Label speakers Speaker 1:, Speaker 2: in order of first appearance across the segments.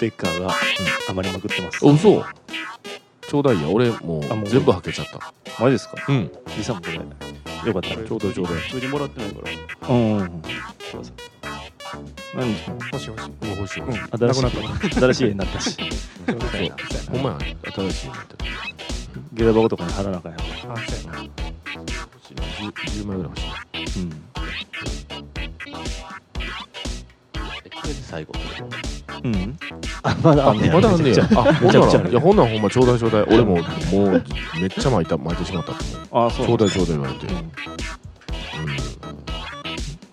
Speaker 1: テッカーが、うん余りまくってます
Speaker 2: おそうちょうだいや俺も
Speaker 1: あもう
Speaker 2: う全部はけちゃった
Speaker 1: マジですか
Speaker 2: うん
Speaker 1: リサも答えないよかったら
Speaker 2: ちょうだいちょうだい
Speaker 3: 普通にもらってないから
Speaker 1: うんうんうん
Speaker 3: ください
Speaker 1: 何
Speaker 4: 欲しい欲しい。
Speaker 2: もう欲しい
Speaker 4: うん。
Speaker 1: 新
Speaker 4: な
Speaker 1: し
Speaker 4: く
Speaker 1: い
Speaker 4: なった。
Speaker 1: 新しい絵になったし
Speaker 4: そうだよ
Speaker 2: お前新しいのやってる
Speaker 1: 下駄箱とかに貼らなあかんやろ
Speaker 4: あそうやな
Speaker 2: 10枚ぐらい欲しいえこれで最後
Speaker 1: うんうんあまだあんねや
Speaker 2: まだあんね
Speaker 1: めちゃ
Speaker 2: や
Speaker 1: くちゃ
Speaker 2: あほ
Speaker 1: め
Speaker 2: んな
Speaker 1: ちゃくちゃあ
Speaker 2: ら
Speaker 1: る
Speaker 2: いやほんならほんまちょうだいちょうだい俺ももうめっちゃ巻いた巻いてしまったと思う
Speaker 1: あそう
Speaker 2: ちょ
Speaker 1: な
Speaker 2: う
Speaker 1: ん
Speaker 2: だ
Speaker 1: だ
Speaker 2: いちょうだい言われて
Speaker 1: うん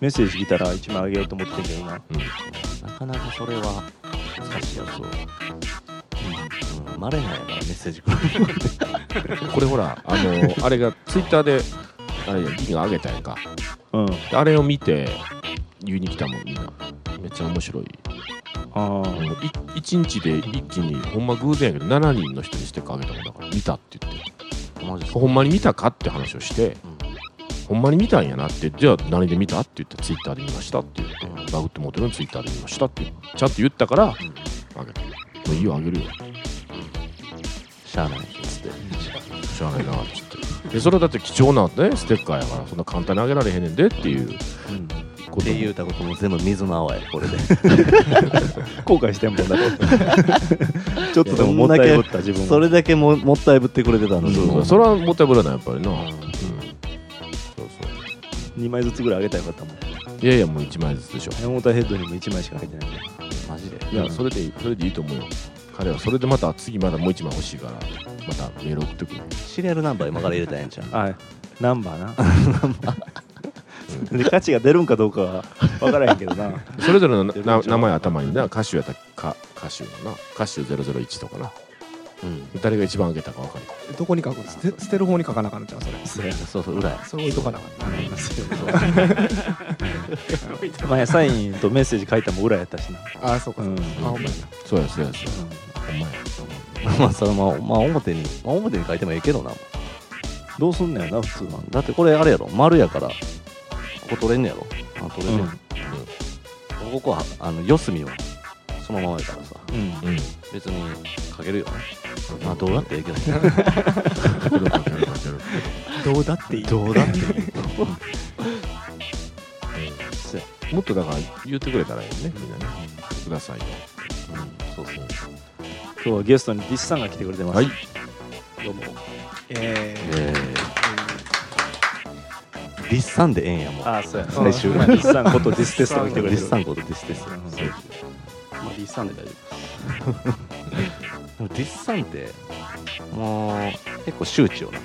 Speaker 1: メッセージ来たら一枚あげようと思ってんけどな
Speaker 2: うんうん
Speaker 3: なかなかそれは難しいやつを、うん、生まれないやからメッセージくる
Speaker 2: これほらあのあれがツイッターであれ銀が上げたやんか
Speaker 1: うん
Speaker 2: であれを見て言いに来たもんみんなめっちゃ面白い
Speaker 1: あ
Speaker 2: あのい1日で一気にほんま偶然やけど7人の人にステッカーあげたもんだから見たって言って
Speaker 3: マジで
Speaker 2: ほんまに見たかって話をしてほんまに見たんやなってじゃあ何で見たって言ってツイッターで見ましたって言ってバグってモデルのツイッターで見ましたってちゃんと言ったからあげたもういいよあげるよ
Speaker 3: しゃあないっつって
Speaker 2: 知らないなって言ってでそれはだって貴重な、ね、ステッカーやからそんな簡単にあげられへんねんでっていう
Speaker 1: うん
Speaker 2: こと
Speaker 3: って
Speaker 2: も
Speaker 3: 言うたことも全部水の泡やこれ で
Speaker 1: 後悔してんもんだってちょっとでももったいぶった自分を
Speaker 3: それだけももったいぶってくれてたのに
Speaker 2: そうそうそれはもったいぶらないやっぱりな、うんそうそ
Speaker 1: 2枚ずつぐらいあげたらよかったもん
Speaker 2: ういやいやもう1枚ずつでしょ
Speaker 1: ヘモーターヘッドにも1枚しか入ってない
Speaker 3: マジで
Speaker 2: いやそれでいいそれでいいと思うよ彼はそれでまた次まだもう1枚欲しいからまたメール送ってくる
Speaker 3: シリアルナンバー今から入れたらええんちゃう
Speaker 1: はいナンバーな で価値が出るんかどうかは分からへんけど な
Speaker 2: それぞれの な名前頭にな歌手やったか歌手のな歌手001とかな
Speaker 3: うん
Speaker 2: 誰が一番上げたか分かる
Speaker 4: どこに書くの捨て捨てる方に書かなあかんのじゃんそれ。
Speaker 3: そうそう裏や
Speaker 4: それ置いとかなあかんな。
Speaker 1: 前サインとメッセージ書いたも裏やったしな
Speaker 4: あそうかそうか。
Speaker 1: う
Speaker 4: あ
Speaker 1: ん
Speaker 4: ほんまやな。
Speaker 2: そうやそうやそうやほんまや
Speaker 3: まあそれまあ、まあ、表に、まあ、表に書いてもええけどな
Speaker 1: どうすんのやな普通は
Speaker 3: だってこれあれやろ丸やからここ取れんねやろあ取れんねや、ここはあの四隅はそのままやからさ
Speaker 1: うん
Speaker 2: うん
Speaker 3: 別に書けるよねまあどうだってええけどね
Speaker 2: 書ける書ける書ける
Speaker 4: どうだっていい。
Speaker 3: どうだって
Speaker 1: そうや
Speaker 2: もっとだから言ってくれたらいいねみんなねくださいよ
Speaker 3: そうそう
Speaker 1: 今日はゲストにディスさんが来てくれてます
Speaker 2: はい
Speaker 1: どうも
Speaker 4: ええ
Speaker 3: えー、リッサンでええんやもう
Speaker 1: ああそうやな
Speaker 3: 最終
Speaker 1: ディスさんことディステストが来てくれ
Speaker 3: リッ
Speaker 1: てる
Speaker 3: サンことディステスト
Speaker 1: うん
Speaker 3: まあディッサンで大丈夫でもディッサンってもう結構周知よな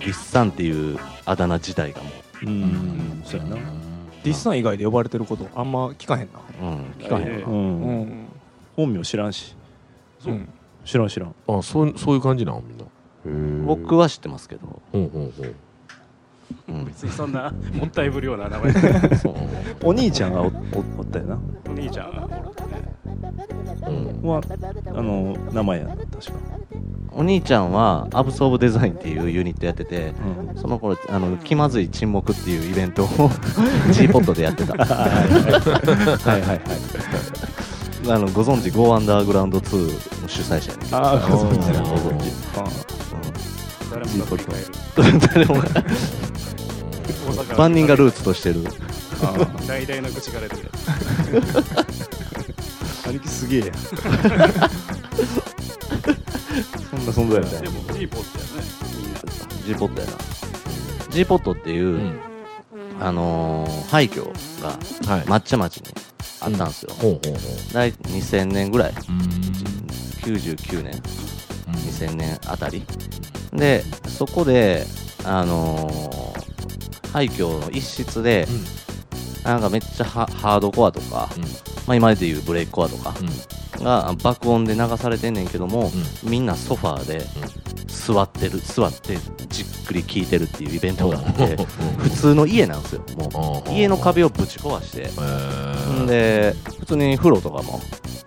Speaker 3: ディッサンっていうあだ名自体がもう
Speaker 1: うんそうやな
Speaker 4: ディスさん以外で呼ばれてることあんま聞かへんな。
Speaker 3: うん聞かへん
Speaker 1: う
Speaker 3: わ
Speaker 4: うんん。
Speaker 1: 本名知らんし
Speaker 4: そう。
Speaker 1: 知らん知らん
Speaker 2: あそうそういう感じなのみんな
Speaker 3: 僕は知ってますけど、
Speaker 2: うんうんうん
Speaker 3: うん、
Speaker 5: 別にそんなもったいぶるような 名前
Speaker 3: そう
Speaker 1: お兄ちゃんがおおおったよな
Speaker 5: お兄ちゃんが
Speaker 3: うん
Speaker 1: はあの名前やな確か
Speaker 3: お兄ちゃんはアブソーブデザインっていうユニットやってて
Speaker 1: うん
Speaker 3: その頃あの気まずい沈黙っていうイベントを G ポットでやってたあ
Speaker 1: はいはいはい
Speaker 3: のご存知 Go アンダーグラウンド2の主催者やねんけど
Speaker 1: あー
Speaker 3: ご存知
Speaker 2: あー
Speaker 3: ご存知
Speaker 5: 誰もが振り返る
Speaker 3: うん誰もが
Speaker 5: 大阪
Speaker 3: 万人がルーツとしてる
Speaker 5: 大々の口が出てる
Speaker 1: 兄貴すげえやそんな存在やったん
Speaker 5: で
Speaker 1: や
Speaker 5: もジーポットやね
Speaker 3: G ポットやな G ポットっていう、
Speaker 2: うん
Speaker 3: あのー廃墟が
Speaker 2: はい
Speaker 3: 抹茶町にあったんですよ、
Speaker 2: ほうほうほう
Speaker 3: 大体2000年ぐらい
Speaker 2: うん
Speaker 3: 99年2000年あたりでそこであのー廃墟の一室で、なんかめっちゃハハードコアとか、
Speaker 2: うん
Speaker 3: まあ、今でいうブレイクコアとか
Speaker 2: うん
Speaker 3: が爆音で流されてんねんけども、みんなソファーで座ってる座ってじっくり聞いてるっていうイベントがあって 普通の家なんですよも
Speaker 2: あ
Speaker 3: う
Speaker 2: ー
Speaker 3: 家の壁をぶち壊して
Speaker 2: えー
Speaker 3: で普通に風呂とかも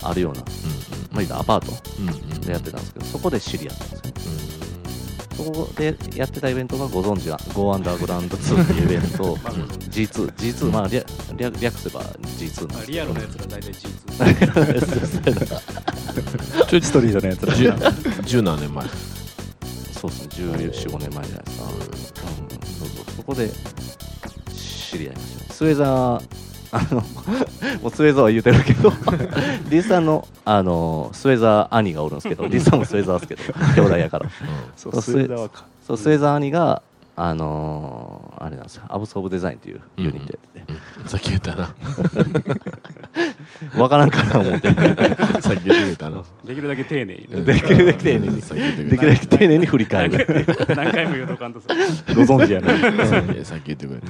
Speaker 3: あるような、まあ言うたらアパート
Speaker 2: うんうん
Speaker 3: でやってたんですけどそこで知り合ったんですよねそこでやってたイベントがご存知は Go アンダーグラウンド2っていうイベント G2、G2、まあ略略略せば G2 なん
Speaker 5: あ
Speaker 3: です
Speaker 5: リ
Speaker 3: け
Speaker 5: ア
Speaker 3: ど
Speaker 5: ルなやつら大体 G2
Speaker 3: そうそうそう
Speaker 2: ちょい
Speaker 1: ストリートのやつら
Speaker 2: 十十何年前。
Speaker 3: そうですね1415年前じゃないですか、うんそうそうそこで知り合いましたねスウェザーあの もうスウェザーは言うてるけどリさんのあのスウェザー兄がおるんですけどリさんもスウェザーですけど兄弟やから
Speaker 1: そう
Speaker 3: そう
Speaker 1: スウェザワか
Speaker 3: そうスウェザー兄があのーあれなんですよアブソーブデザインっていうユニットやってて、
Speaker 2: うんさっき言ったな。
Speaker 3: わからんかな思って
Speaker 2: さっき言ってたな。
Speaker 5: できるだけ丁寧にね。
Speaker 3: できるだけ丁寧に
Speaker 2: さっき言ってく
Speaker 3: で
Speaker 2: れ
Speaker 3: き
Speaker 2: た
Speaker 3: るだけ丁寧に振り返る
Speaker 5: 何回も言うとかんとさ。
Speaker 1: ご存知やない
Speaker 2: うんさっき言ってくれた。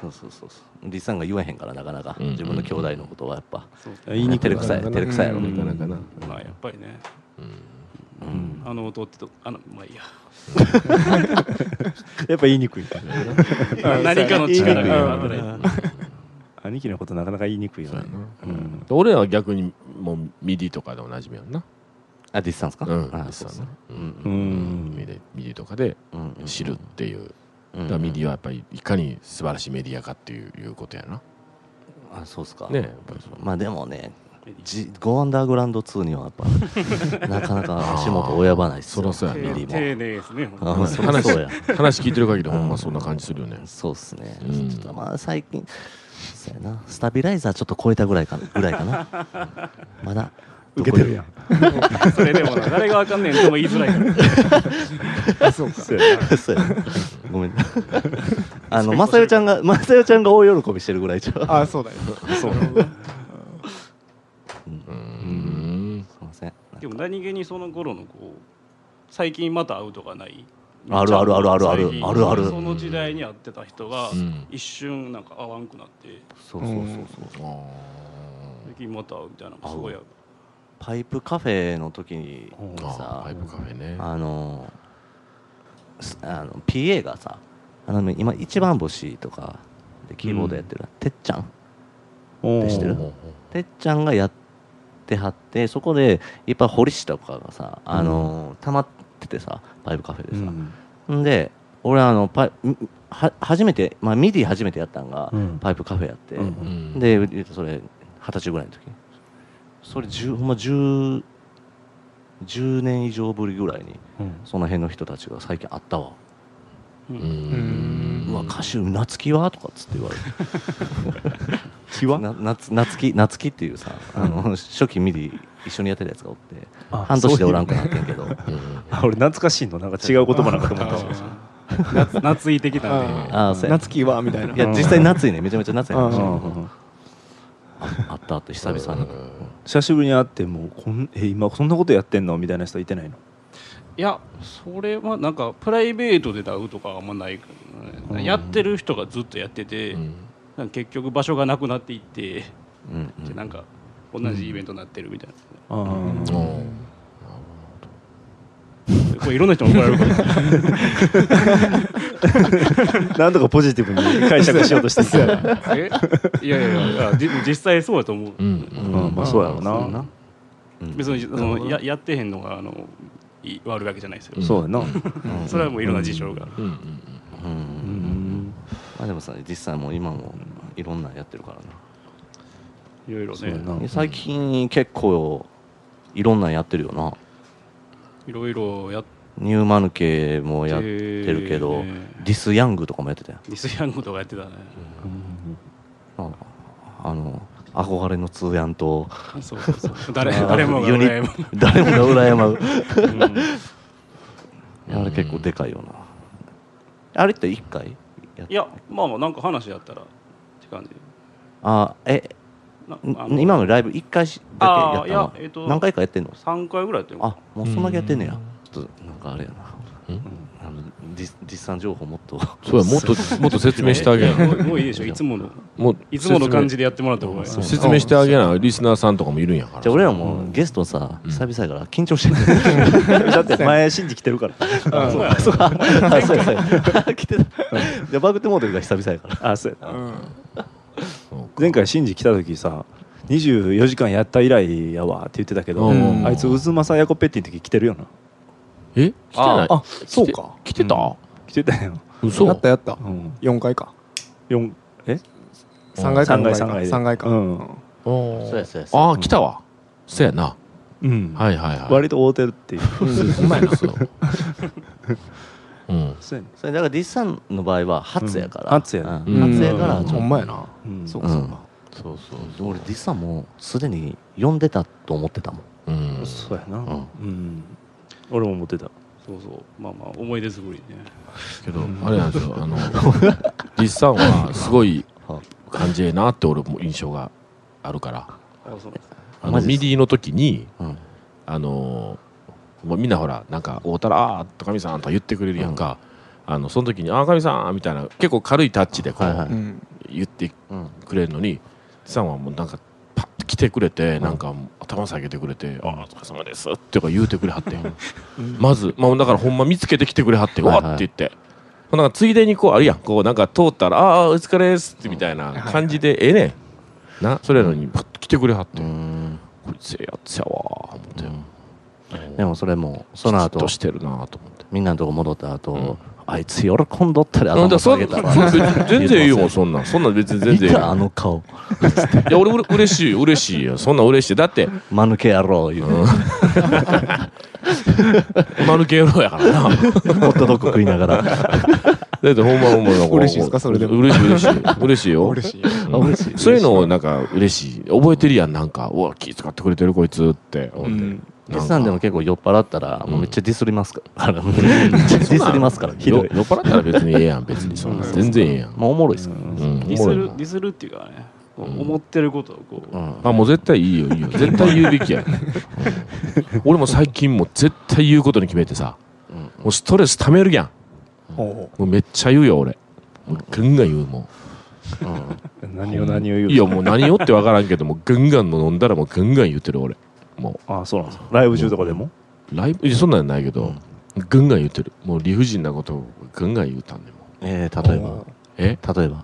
Speaker 3: そうそうそうそうリさんが言わへんからなかなか、
Speaker 2: うん
Speaker 3: 自分の兄弟のことはやっぱ
Speaker 5: そう
Speaker 1: 言いにく
Speaker 3: 照
Speaker 1: い
Speaker 3: れくさい照れくさいやろ、
Speaker 1: う
Speaker 3: うんん
Speaker 2: なかなかな。
Speaker 5: まあやっぱりね。
Speaker 3: うん、
Speaker 5: あの弟と、あの、まあいいや。
Speaker 1: やっぱ言いにくいから
Speaker 5: 何かの力が働いて。
Speaker 1: 兄貴のことなかなか言いにくいよねうん
Speaker 2: 俺らは逆にもうミディとかでおなじみやんな。
Speaker 3: あディスタンスか、
Speaker 2: うん
Speaker 3: あ
Speaker 2: ディスタンス
Speaker 3: そうそう
Speaker 1: う
Speaker 3: うん
Speaker 2: ミ
Speaker 1: ん
Speaker 2: ディミディとかで
Speaker 3: うんうん
Speaker 2: 知るっていう。
Speaker 3: うん
Speaker 2: だからミディはやっぱりいかに素晴らしいメディアかっていういうことやな。
Speaker 3: あそうっすか
Speaker 2: ねえやっぱりそう
Speaker 3: まあでもねじ5アンダーグラウンド2にはやっ ぱなかなか足元及ばないっす
Speaker 2: そ
Speaker 3: よ
Speaker 2: らそうやな
Speaker 3: ミリ
Speaker 5: 丁
Speaker 3: も
Speaker 5: 寧ですね。
Speaker 3: あーそらそうや
Speaker 2: 話聞いてる限りほんまそんな感じするよね。
Speaker 3: そうっすね、
Speaker 2: うん
Speaker 3: ちょっとまあ最近そうやなスタビライザーちょっと超えたぐらいかなぐらいかなまだ
Speaker 1: 受けてるやん
Speaker 5: それでもな、誰がわかんねえとも言いづらいから。
Speaker 1: そうやな
Speaker 3: そうやご めんあのまさよちゃんがまさよちゃんが大喜びしてるぐらいちゃう
Speaker 4: あ、そうだよ。
Speaker 1: そう
Speaker 2: うん。
Speaker 3: すいません
Speaker 5: でも何気にその頃のこう最近また会うとかない
Speaker 3: あるあるあるあるある
Speaker 5: 最近
Speaker 3: あるある
Speaker 5: その時代に会ってた人が
Speaker 2: うん
Speaker 5: 一瞬なんか会わんくなって
Speaker 3: そうそうそうそう
Speaker 5: 最近また会うみたいなのがすごいある
Speaker 3: パイプカフェの時に
Speaker 2: ああ、
Speaker 3: さ
Speaker 2: パイプカフェね。
Speaker 3: あのすあの PA がさあの今一番星とかでキーボードやってる、てっちゃん
Speaker 1: お
Speaker 3: でしてる
Speaker 2: ほうほ
Speaker 3: てっちゃんがやってはってそこでいっぱい堀下とかがさあの、溜まっててさパイプカフェでさ、ん、で俺あのパイは初めて、まあ、ミディ初めてやったんが、
Speaker 1: うん
Speaker 3: パイプカフェやって、
Speaker 1: うん
Speaker 2: ううん
Speaker 3: で言うとそれ二十歳ぐらいの時それ10ほんま 10, 10年以上ぶりぐらいにその辺の人たちが最近会ったわ、
Speaker 5: うん
Speaker 2: うん
Speaker 3: うわ歌手夏希はとかっつって言われて
Speaker 1: 気は
Speaker 3: な夏夏希夏希っていうさあの初期ミディ一緒にやってたやつがおって
Speaker 1: あ
Speaker 3: 半年でおらんくなってんけど
Speaker 2: うん
Speaker 1: あ俺懐かしいのなんか違う言葉なんかと思ったわ
Speaker 5: 夏夏いてきた
Speaker 4: あ
Speaker 5: んで
Speaker 3: ああそうや
Speaker 4: 夏希はみたいな。
Speaker 3: いや実際夏いねめちゃめちゃ夏いね
Speaker 4: うん
Speaker 1: うん
Speaker 3: あったあった久々に
Speaker 1: 久しぶりに会ってもうこんえ今そんなことやってんのみたいな人いてないの
Speaker 5: いやそれはなんかプライベートで会うとかはあんまないからねやってる人がずっとやっててなんか結局場所がなくなっていって
Speaker 3: うんうん
Speaker 5: でなんか同じイベントになってるみたいな
Speaker 1: あー
Speaker 2: うん
Speaker 5: これいろんな人に怒られるから
Speaker 1: なんとかポジティブに解釈しようとしてる
Speaker 5: えいやいやいやじ実際そうだと思う、
Speaker 2: うん
Speaker 1: うんまあそうやろう
Speaker 3: そうや
Speaker 1: な
Speaker 3: うん
Speaker 5: 別にそのややってへんのがあのい悪いわけじゃないですよ、
Speaker 1: そうやな
Speaker 3: うん
Speaker 5: それはもういろんな事情がある、
Speaker 2: うん
Speaker 3: うん
Speaker 1: うん
Speaker 3: まあでもさ実際もう今もいろんなのやってるからない
Speaker 5: ろいろ
Speaker 1: そうやな
Speaker 5: ね
Speaker 3: 最近結構いろんなんやってるよな、
Speaker 5: いろいろやって
Speaker 3: ニューマヌケもやってるけど、
Speaker 5: ね
Speaker 3: ディス・ヤングとかもやってたよ
Speaker 5: ディスヤングとかやってたね、
Speaker 3: ああの憧れの通やんと
Speaker 5: そうそうそう誰誰もが
Speaker 3: ユニ
Speaker 5: 羨む
Speaker 3: 誰もが羨まう
Speaker 2: うん
Speaker 3: あれ結構でかいよなあれって1回やっ
Speaker 5: いやまあまあなんか話やったらって感じ
Speaker 3: あえ
Speaker 5: なあ
Speaker 3: ん今のライブ1回しだけやっ
Speaker 5: あー
Speaker 3: た
Speaker 5: い
Speaker 3: の、
Speaker 5: やえっと
Speaker 3: 何回かやってんの
Speaker 5: 3回ぐらいやってる
Speaker 3: あもうそんだけやってんねや
Speaker 2: うん
Speaker 3: ちょっとなんかあれやな
Speaker 2: うん
Speaker 3: あのディスディスさん情報もっと
Speaker 2: そうやもっともっと説明してあげ
Speaker 5: い
Speaker 2: な
Speaker 5: やもうもういいでしょいつもの
Speaker 2: もう
Speaker 5: いつもの感じでやってもらった方がいい
Speaker 2: 説明説明してあげなリスナーさんとかもいるんやから
Speaker 3: じゃあ俺らもゲストさ
Speaker 2: うん
Speaker 3: 久々やから緊張して る
Speaker 1: だ って前信じ来てるから
Speaker 5: あそうや
Speaker 3: あ、そうやそうや。来てた。で、バグってもうた時が久々やから。
Speaker 1: あそうやな
Speaker 2: そうか
Speaker 1: 前回シンジ来た時さ24時間やった以来やわって言ってたけど、
Speaker 2: うん
Speaker 1: あいつ渦政ヤコペッティの時来てるよな
Speaker 2: え来てない
Speaker 4: あ、そうか。
Speaker 2: 来てた
Speaker 1: 来てたよ、
Speaker 2: 嘘
Speaker 4: やったやった
Speaker 1: う。ん、
Speaker 4: 4回か。
Speaker 1: 四え
Speaker 4: 3回か。
Speaker 1: 三階
Speaker 4: 四
Speaker 1: 三階で
Speaker 4: 三回か。
Speaker 1: うん
Speaker 2: そう
Speaker 3: そうやそうやそうや
Speaker 2: ああ来たわそうやな。
Speaker 1: うん
Speaker 2: はいはいはい。
Speaker 1: 割と大手っていう
Speaker 2: うんうまいな、そう。うん。
Speaker 1: そうやね
Speaker 3: それだからディスさんの場合は初やから、
Speaker 1: うん初やね
Speaker 3: うん
Speaker 2: うん
Speaker 3: 初やからち
Speaker 2: ほ
Speaker 3: ょっ
Speaker 2: んまやな。
Speaker 1: うん
Speaker 4: そうかそうか
Speaker 2: そうそう
Speaker 3: と俺ディスさんもうすでに呼んでたと思ってたもん
Speaker 2: うん。
Speaker 1: そうやな
Speaker 3: う
Speaker 1: うん俺も持ってた
Speaker 5: そうそうまあまあ思い出作りね
Speaker 2: けど、あれなんですよ、あの、リスさんはすごい感じええなって俺も印象があるから、
Speaker 5: あそう
Speaker 2: あ
Speaker 3: マ
Speaker 2: の
Speaker 3: ジです
Speaker 2: ミディの時に、
Speaker 3: うん
Speaker 2: あのーもうみんなほら、なんか、おうたら、あー、高見さんとか言ってくれるやんか、あのその時に、あー、高見さんみたいな、結構軽いタッチでこう、
Speaker 3: はいはい
Speaker 4: うん
Speaker 2: 言って
Speaker 3: うん
Speaker 2: くれるのに、リスさんはもうなんか、パッと来てくれて、なんか頭下げてくれて、ああ、お疲れ様ですってか言うてくれはって、まず、まあ、だからほんま見つけてきてくれはって、
Speaker 3: はいはいう
Speaker 2: わって言って、なんかついでにこうあるやん、こうなんか通ったら、ああー、お疲れですってみたいな感じで、ええねん、な、それやのに、パッと来てくれはって、
Speaker 3: うん
Speaker 2: こいつええやつやわー思って、
Speaker 3: でもそれもその
Speaker 2: 嫉
Speaker 3: 後
Speaker 2: 妬してるなと思って。
Speaker 3: みんなのとこ戻った後、
Speaker 2: ん
Speaker 3: あいつ喜んどったり
Speaker 2: なん
Speaker 3: 頭
Speaker 2: だそ
Speaker 3: 下
Speaker 2: ん
Speaker 3: げたら
Speaker 2: そう全然いいよ、そんなん。そんなん別に全
Speaker 3: 見
Speaker 2: 然いい
Speaker 3: たあ
Speaker 2: よ。
Speaker 3: の顔
Speaker 2: いや、俺、うれ嬉しい、嬉しいよ。そんなん嬉しい。だって、
Speaker 3: 間抜け野郎いう、
Speaker 2: マルケ野郎やからな。
Speaker 3: ホットドッグ食いながら
Speaker 2: だってほんまほんまなんか
Speaker 4: 嬉しいですかそれでも
Speaker 2: 嬉しい嬉しい嬉しいよ
Speaker 4: 嬉しいよ
Speaker 2: うんそういうのをなんか嬉しい覚えてるやんなんかうわ気使ってくれてるこいつって思っ
Speaker 4: うん
Speaker 2: てな
Speaker 3: デ
Speaker 2: ん
Speaker 3: ィ
Speaker 2: か
Speaker 3: スさんでも結構酔っ払ったら、もうめっちゃディスりますから めっちゃディスりますからひ
Speaker 2: よ
Speaker 3: ど
Speaker 2: 酔
Speaker 3: い
Speaker 2: っ払ったら別にええやん別にそんな全然ええやん
Speaker 3: もうおもろいっすから、
Speaker 2: うん
Speaker 5: ディ
Speaker 2: おも
Speaker 5: ス
Speaker 2: ろい
Speaker 5: る
Speaker 2: な
Speaker 5: ディスるっていうかねこう思ってることをこう、
Speaker 3: うん
Speaker 2: あもう絶対いい よいいよ絶対言うべきや、うん俺も最近もう絶対言うことに決めてさもうストレス溜めるやん
Speaker 4: ほ
Speaker 2: もうめっちゃ言うよ俺もうガンガン言うもん
Speaker 1: 何を何を言う
Speaker 2: いやもう何をって分からんけどもうガンガン飲んだらもうガンガン言ってる俺もう
Speaker 1: あそうなんですかライブ中とかでも
Speaker 2: ライブいやそんなんないけど、ぐんぐん言ってるもう理不尽なことをぐんぐん言うたんでも
Speaker 3: えー、例えば
Speaker 2: え
Speaker 3: 例えば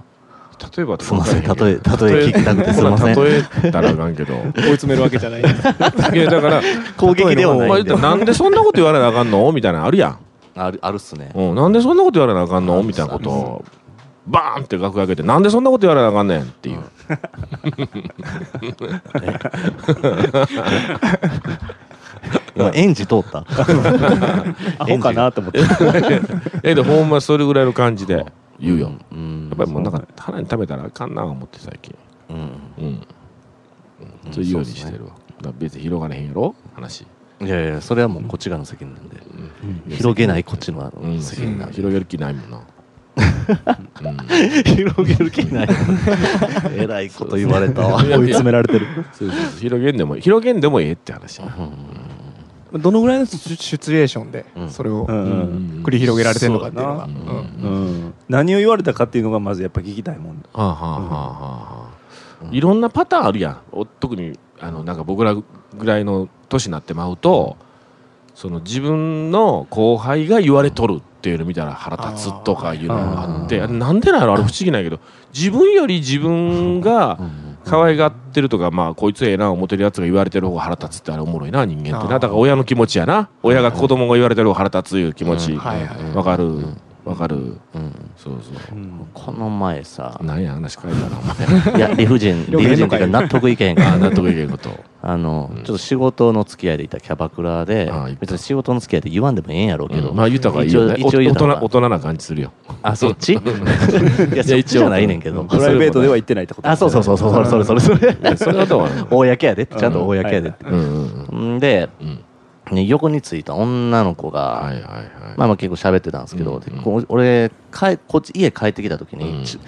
Speaker 2: 例えば
Speaker 3: すいません
Speaker 2: わからへけど
Speaker 3: 例え例え聞きたくてすいません
Speaker 2: ほら例えたらあかん けど
Speaker 4: う追い詰めるわけじゃない
Speaker 2: いやだから
Speaker 3: 攻撃では
Speaker 2: お前なんでそんなこと言われなあかんのみたいなのあるやん、
Speaker 3: あるあるっすね
Speaker 2: うん、なんでそんなこと言われなあかんのみたいなことをバーンって額開けてなんでそんなこと言われなあかんねんっていう
Speaker 3: 今園児通 った
Speaker 1: アホかなと思って
Speaker 2: えでほんまそれぐらいの感じで言うよ、や
Speaker 3: うん
Speaker 2: っぱりもうなんか腹に食べたらあかんなあ思って最近
Speaker 3: うん
Speaker 2: うん、そういうようにしてるわ、だから別に広がれへんやろ話、
Speaker 3: いやいやそれはもうこっち側の責任なんで、広げないこっちの
Speaker 2: うん、
Speaker 3: 責任なんで、
Speaker 2: 広げる気ないもんなうん
Speaker 3: 広げる気ない えらいこと言われた わ
Speaker 1: 追い詰められてる
Speaker 2: そうそうそう広げんでも広げんでもええって話、
Speaker 4: どのぐらいのシチュシチュエーションで
Speaker 3: うん
Speaker 4: それを
Speaker 1: うん
Speaker 2: うん
Speaker 4: 繰り広げられてるのかっていうのが
Speaker 2: うん
Speaker 4: うん
Speaker 1: うん何を言われたかっていうのがまずやっぱ聞きたいもん
Speaker 2: はあはあはあはあ、いろんなパターンあるやんお特にあのなんか僕らぐらいの年になってまうとその自分の後輩が言われとるっていうの見たら腹立つとかいうのがあってあれなんでなんやろあれ不思議なんやけど自分より自分が可愛がってるとか、まあ、こいつええな思ってるやつが言われてる方が腹立つってあれおもろいな人間って
Speaker 4: あ
Speaker 2: な
Speaker 4: ー
Speaker 2: だから親の気持ちやな親が子供が言われてる方が腹立ついう気持ち
Speaker 4: うんはいはい
Speaker 2: わかるわかる
Speaker 3: うん
Speaker 2: そうそう
Speaker 3: この前さ
Speaker 2: 何や話変えたなお前
Speaker 3: いや理不 尽理
Speaker 4: 広げ
Speaker 3: 不
Speaker 4: ん
Speaker 3: 尽
Speaker 4: の
Speaker 3: っ
Speaker 4: か
Speaker 3: てい
Speaker 4: いう
Speaker 3: か納得いけへんか
Speaker 2: あ
Speaker 3: ら
Speaker 2: ー納得いけんこと。
Speaker 3: あの、ちょっと仕事の付き合いでいたキャバクラで
Speaker 2: あーいっぱい
Speaker 3: 別に仕事の付き合いで言わんでもええんやろうけど、
Speaker 2: うんまあ豊かいいよね。
Speaker 3: 一応一応
Speaker 2: お大
Speaker 3: 豊
Speaker 2: 人
Speaker 3: か
Speaker 2: 大人な感じするよ。
Speaker 3: あそっちいやそっちじゃ ないねんけど
Speaker 1: プライベートでは言ってないってこと
Speaker 3: あそうそうそうそうそれそれそれそれ
Speaker 2: それはどうなの
Speaker 3: 公やでちゃんと公やでって
Speaker 2: うんうん
Speaker 3: んで、
Speaker 2: うん
Speaker 3: ね横についた女の子が、
Speaker 2: はいはいはい。
Speaker 3: まあまあ結構喋ってたんですけど、
Speaker 2: うん
Speaker 3: でこう俺かこっち家帰ってきた時に、
Speaker 2: うん
Speaker 3: ち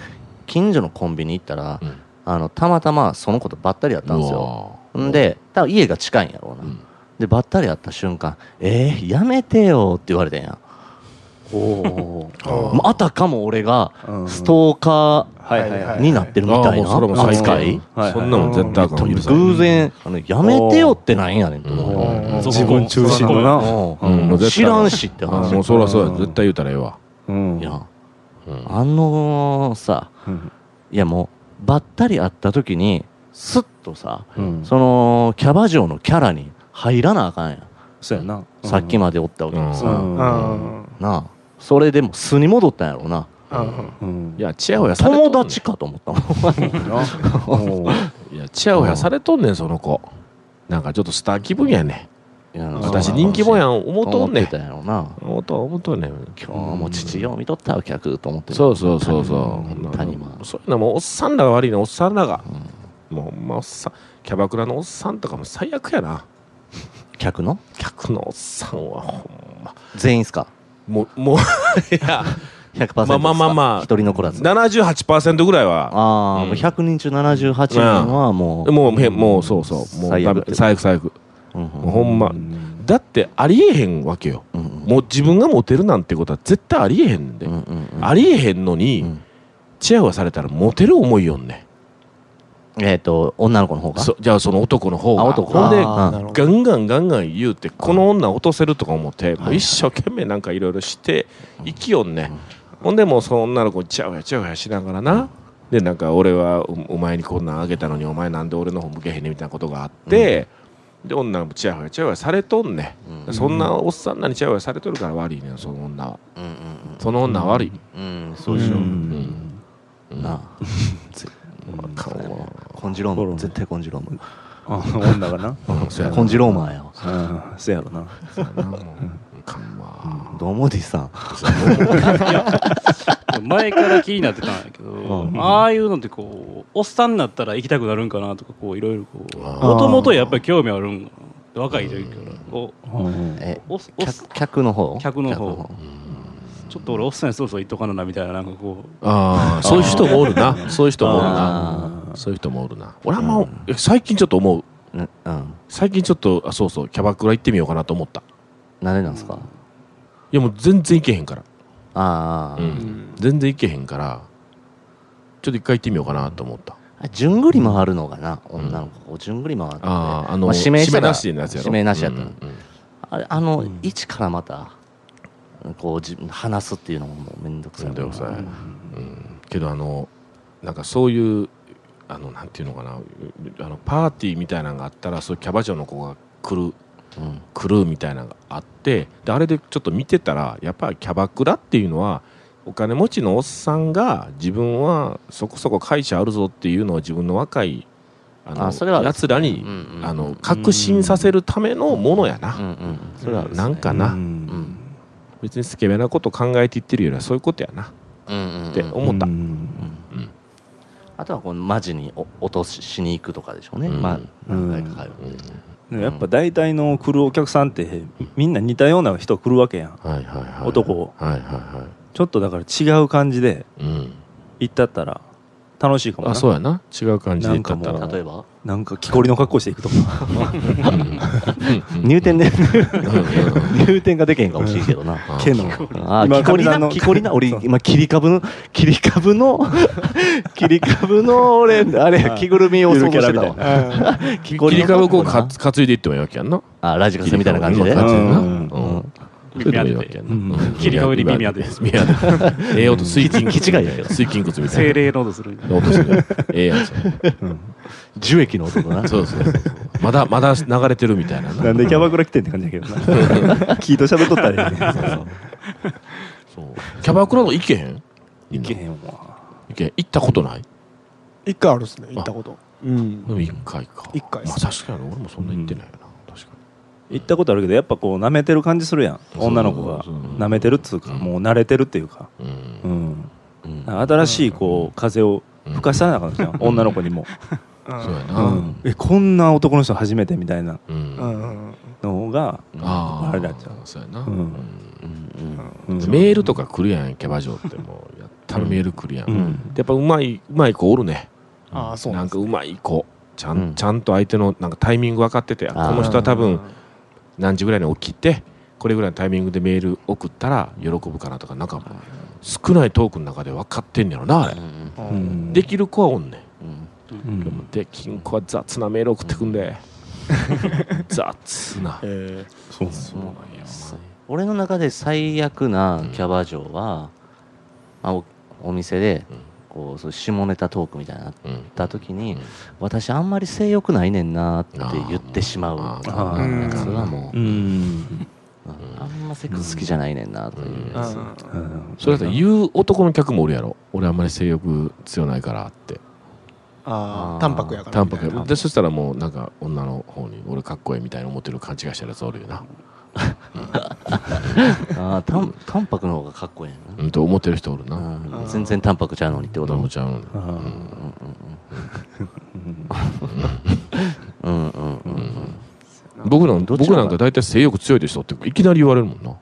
Speaker 3: 近所のコンビニ行ったら、
Speaker 2: うん
Speaker 3: あのたまたまその子とばったりやったんですよんで多分家が近いんやろうな、
Speaker 2: ん
Speaker 3: でばったりやった瞬間「えー、やめてよ」って言われてんや
Speaker 2: あ
Speaker 3: まああたかも俺が
Speaker 1: うん
Speaker 3: ストーカ
Speaker 1: はいはいはい
Speaker 3: ーになってるみたい
Speaker 2: あーもう
Speaker 3: な
Speaker 2: それも最
Speaker 3: 扱
Speaker 2: 低
Speaker 3: い
Speaker 1: はい
Speaker 2: そんなもん絶対あかん許さん
Speaker 3: 偶然あの「やめてよ」ってなんやねんと思って
Speaker 4: うん
Speaker 5: そこ
Speaker 1: 自分中心のな
Speaker 2: うんもう絶対
Speaker 3: 知らんしって
Speaker 2: あ
Speaker 3: 話
Speaker 2: もうそらそうや絶対言うたらええわ。
Speaker 1: うん
Speaker 3: いや、
Speaker 2: うん
Speaker 3: あのさ
Speaker 1: うん
Speaker 3: いやもうばったり会った時にスッとさ、
Speaker 1: うん
Speaker 3: そのキャバ嬢のキャラに入らなあかんやん、
Speaker 1: そうやな
Speaker 3: さっき
Speaker 1: も
Speaker 3: までおったわけでさ、
Speaker 1: うん
Speaker 4: うん
Speaker 3: なあそれでも素に戻ったんやろうな
Speaker 4: うん
Speaker 1: うん
Speaker 2: いやちやほやされと
Speaker 3: 友
Speaker 2: んねん
Speaker 3: 達。かと思ったもん
Speaker 1: なおう
Speaker 2: いやちやほやされとんねんその子。なんかちょっとスター気分やね
Speaker 3: いや
Speaker 2: 私人気もやん思うと
Speaker 3: 思っ
Speaker 2: んね
Speaker 3: て
Speaker 2: ん
Speaker 3: たやろな
Speaker 2: 思うとん思うとんねん
Speaker 3: 今日も父よう見とったお客と思ってる
Speaker 2: そうそうそうそう
Speaker 3: 谷間
Speaker 2: そういうのはもうおっさんらが悪いのおっさんらが、もうほんまおっさんキャバクラのおっさんとかも最悪やな
Speaker 3: 客の
Speaker 2: 客のおっさんはほんま
Speaker 3: 全員っすか
Speaker 2: もう もういや
Speaker 3: 100%っすか
Speaker 2: まあまあまあまあ
Speaker 3: 一人残らず
Speaker 2: 78%ぐらいは
Speaker 3: ああ、
Speaker 2: うん
Speaker 3: もう100人中78人はもう、
Speaker 2: もうへもうそうそうもう
Speaker 3: 最
Speaker 2: ダ
Speaker 3: 悪
Speaker 2: メ
Speaker 3: って
Speaker 2: 最悪最悪
Speaker 3: うんうん
Speaker 2: もうほんまだってありえへんわけよ
Speaker 3: うんうん
Speaker 2: もう自分がモテるなんてことは絶対ありえへんで、
Speaker 3: うんうんうん
Speaker 2: ありえへんのに、
Speaker 3: うん
Speaker 2: チヤホヤされたらモテる思いよんね
Speaker 3: えっ、と女の子の方が
Speaker 2: そじゃあその男の方が
Speaker 3: あ男
Speaker 2: ほんで
Speaker 3: あー
Speaker 4: なるほど
Speaker 2: ガンガンガンガン言うてこの女落とせるとか思って
Speaker 3: はい
Speaker 2: もう一生懸命なんかいろいろして生きよんね、ほんでもうその女の子にチヤホヤチヤホヤしながらな、でなんか俺はおお前にこんなんあげたのにお前なんで俺の方向けへんねんみたいなことがあって、で女の子チヤホヤチヤホヤされとんね、
Speaker 3: うん
Speaker 2: そんなおっさんなにチヤホヤされとるから悪いねんその女は
Speaker 3: うんうん
Speaker 2: その女は悪い、
Speaker 3: うんうんそうでしょ、う
Speaker 2: うん
Speaker 3: なあ
Speaker 2: かも
Speaker 3: コンジローマン絶対コンジローマン
Speaker 1: あ 女がな。
Speaker 2: うんそうやな
Speaker 3: コンジローマンやわ
Speaker 1: うん、そうやろな。
Speaker 2: そうやなもうかも
Speaker 3: どうも D さん
Speaker 5: 前から気になってたんやけど、ああいうのってこうおっさんになったら行きたくなるんかなとかこういろいろこう
Speaker 2: あ
Speaker 4: ー
Speaker 5: もともとやっぱり興味あるんかな若い時からお
Speaker 3: え
Speaker 5: おっおっ
Speaker 3: 客客の方
Speaker 5: 客の方ちょっと俺おっさんにそろそろ行っとかななみたいななんかこう
Speaker 2: ああそういう人もおるなそういう人もおる
Speaker 3: あ
Speaker 2: なそういう人もおるな俺あんまえ最近ちょっと思う
Speaker 3: なうん
Speaker 2: 最近ちょっとあそうそうキャバクラ行ってみようかなと思った
Speaker 3: 慣れなんすか
Speaker 2: いやもう全然行けへんから、
Speaker 3: ああ、
Speaker 2: うん全然行けへんからちょっと一回行ってみようかなと思った
Speaker 3: あ順繰り回るのがな女の子を順繰り回って
Speaker 2: あああの、
Speaker 3: まあ指名したら
Speaker 2: なしでのやつやろ
Speaker 3: 指名なしやった
Speaker 2: う
Speaker 3: ら
Speaker 2: んうん
Speaker 3: あれあの位置からまたこうじ話すっていうのももうめんどくさい
Speaker 2: めんどくさい
Speaker 3: うん
Speaker 2: うんけどあのなんかそういうあのなんていうのかなあのパーティーみたいなのがあったらそういうキャバ嬢の子が来る
Speaker 3: うん
Speaker 2: クルーみたいなのがあってであれでちょっと見てたらやっぱりキャバクラっていうのはお金持ちのおっさんが自分はそこそこ会社あるぞっていうのを自分の若いあの
Speaker 3: あそれは
Speaker 2: やつら
Speaker 3: う
Speaker 2: に、
Speaker 3: んうん
Speaker 2: あの確信させるためのものやな、
Speaker 3: うんうんそれはあるっすね
Speaker 2: なんかな、
Speaker 3: うん
Speaker 2: 別にスケベなこと考えていってるよりはそういうことやな
Speaker 3: うんうんうん
Speaker 2: って思った、
Speaker 3: うんあとはこのマジにお落とししに行くとかでしょうね、
Speaker 2: うん
Speaker 3: まあ何回か通って、
Speaker 1: やっぱ大体の来るお客さんってみんな似たような人来るわけやん。
Speaker 2: はいはいはい
Speaker 1: 男を
Speaker 2: はいはいは
Speaker 1: ちょっとだから違う感じで
Speaker 2: い、うん、
Speaker 1: 行ったったら楽しいかも
Speaker 2: あ
Speaker 1: な。
Speaker 2: そうやな違う感じで言ったっ
Speaker 1: な
Speaker 2: た
Speaker 1: んか
Speaker 2: ら
Speaker 1: も
Speaker 3: 例えば
Speaker 1: なんか木こりの格好していくとか。
Speaker 3: 入店で
Speaker 2: うんうんうん
Speaker 3: 入店がでけへんかもしれんけどな
Speaker 2: あ
Speaker 1: 毛の。
Speaker 3: あー
Speaker 1: 今
Speaker 3: 木こ
Speaker 1: 神
Speaker 3: り
Speaker 1: 田
Speaker 3: な
Speaker 1: の
Speaker 3: 木こりな俺今切り株の切り株の切り株の俺あれ着ぐるみを想像してた
Speaker 1: ゆるキャラみ
Speaker 3: わ 木
Speaker 2: 切り株をこうか
Speaker 3: な
Speaker 2: つ担いでいってもいいわけやんな
Speaker 3: あラジカセみたいな感じで
Speaker 2: 切り
Speaker 1: う
Speaker 2: 替わ
Speaker 1: ん
Speaker 2: りの感じやなうん
Speaker 5: 耳当てて
Speaker 1: うん
Speaker 5: 切り替わり耳当て
Speaker 2: 耳当てええ音水筋
Speaker 3: 気違いやけど
Speaker 2: 水筋骨みたいな
Speaker 5: 精霊の音する
Speaker 2: 音するええやんそれ
Speaker 3: 樹液の男な
Speaker 2: そうそうそうそうまだまだ流れてるみたいなな
Speaker 1: なんでキャバクラ来てんって感じやけど な。聞いと喋っとったらいいね。
Speaker 2: そうキャバクラとか行けへん行
Speaker 1: いけ
Speaker 2: ん
Speaker 1: へんわ。
Speaker 2: 行けへん行ったことない
Speaker 4: 一回あるっすね行ったことうん
Speaker 2: でも1回か
Speaker 4: 一回っす
Speaker 2: まあ確かに俺もそんな行ってないよな確か
Speaker 1: 行ったことあるけどやっぱこう舐めてる感じするやん。女の子が
Speaker 2: そうそうそう
Speaker 1: 舐めてるっつうかもう慣れてるっていうか。
Speaker 2: に
Speaker 1: うん。
Speaker 2: うんうん
Speaker 1: 新しいこう風を吹かさなあかったじゃん女の子にも、
Speaker 2: そうや
Speaker 1: う、
Speaker 2: なん
Speaker 1: えこんな男の人初めてみたいな
Speaker 2: うん
Speaker 4: うんうん
Speaker 1: のが、
Speaker 2: あ
Speaker 1: あれだっちゃう
Speaker 2: そうやな、
Speaker 1: うんう
Speaker 2: うん
Speaker 1: ん
Speaker 2: メールとか来るやんキャバ嬢ってもうやったらメール来るやん、
Speaker 1: うん
Speaker 2: でやっぱうまいうまい子おるね
Speaker 4: ああそう
Speaker 2: なんかうまい子ちゃん,、
Speaker 3: うん
Speaker 2: ちゃんと相手のなんかタイミング分かっててあ
Speaker 3: あー
Speaker 2: この人は多分何時ぐらいに起きてこれぐらいのタイミングでメール送ったら喜ぶかなとかなんか少ないトークの中で分かってんねやろなあれ、
Speaker 4: う
Speaker 1: うんん
Speaker 2: できる子はおんねん
Speaker 3: うん
Speaker 1: うん
Speaker 2: でもできん子は雑なメール送ってくんで、雑な
Speaker 4: え
Speaker 1: そう
Speaker 2: そうなんや
Speaker 3: 俺の中で最悪なキャバ嬢は、まあ、おお店で
Speaker 2: うん
Speaker 3: こうそう下ネタトークみたいなのあっ
Speaker 2: なうん
Speaker 3: た時に、
Speaker 2: うん
Speaker 3: 私あんまり性欲ないねんなって言ってしまう
Speaker 2: あー
Speaker 1: あー
Speaker 3: なんかそれはもう、
Speaker 1: うん
Speaker 3: うんあんまセックス好きじゃないねんなとかいうやつ、
Speaker 1: うん
Speaker 2: それだったら言う男の客もおるやろ俺あんまり性欲強ないからって
Speaker 4: あ
Speaker 3: あー
Speaker 4: あ淡白やから
Speaker 2: 淡
Speaker 4: みたいな
Speaker 2: 白でそしたらもうなんか女の方に俺かっこいいみたいに思ってる勘違いしたやつおるよな、
Speaker 3: ああ淡淡白の方がかっこいいんや
Speaker 2: うん、と思ってる人おるな、
Speaker 3: な、
Speaker 4: ん
Speaker 3: うん全然淡白ちゃうのにって
Speaker 2: 子
Speaker 3: こと
Speaker 2: 供ちゃうのに
Speaker 3: うんうんうん
Speaker 2: 僕なん
Speaker 3: どっち
Speaker 2: 僕
Speaker 3: の方が
Speaker 2: なんか大体性欲強いでしょっていきなり言われるもんな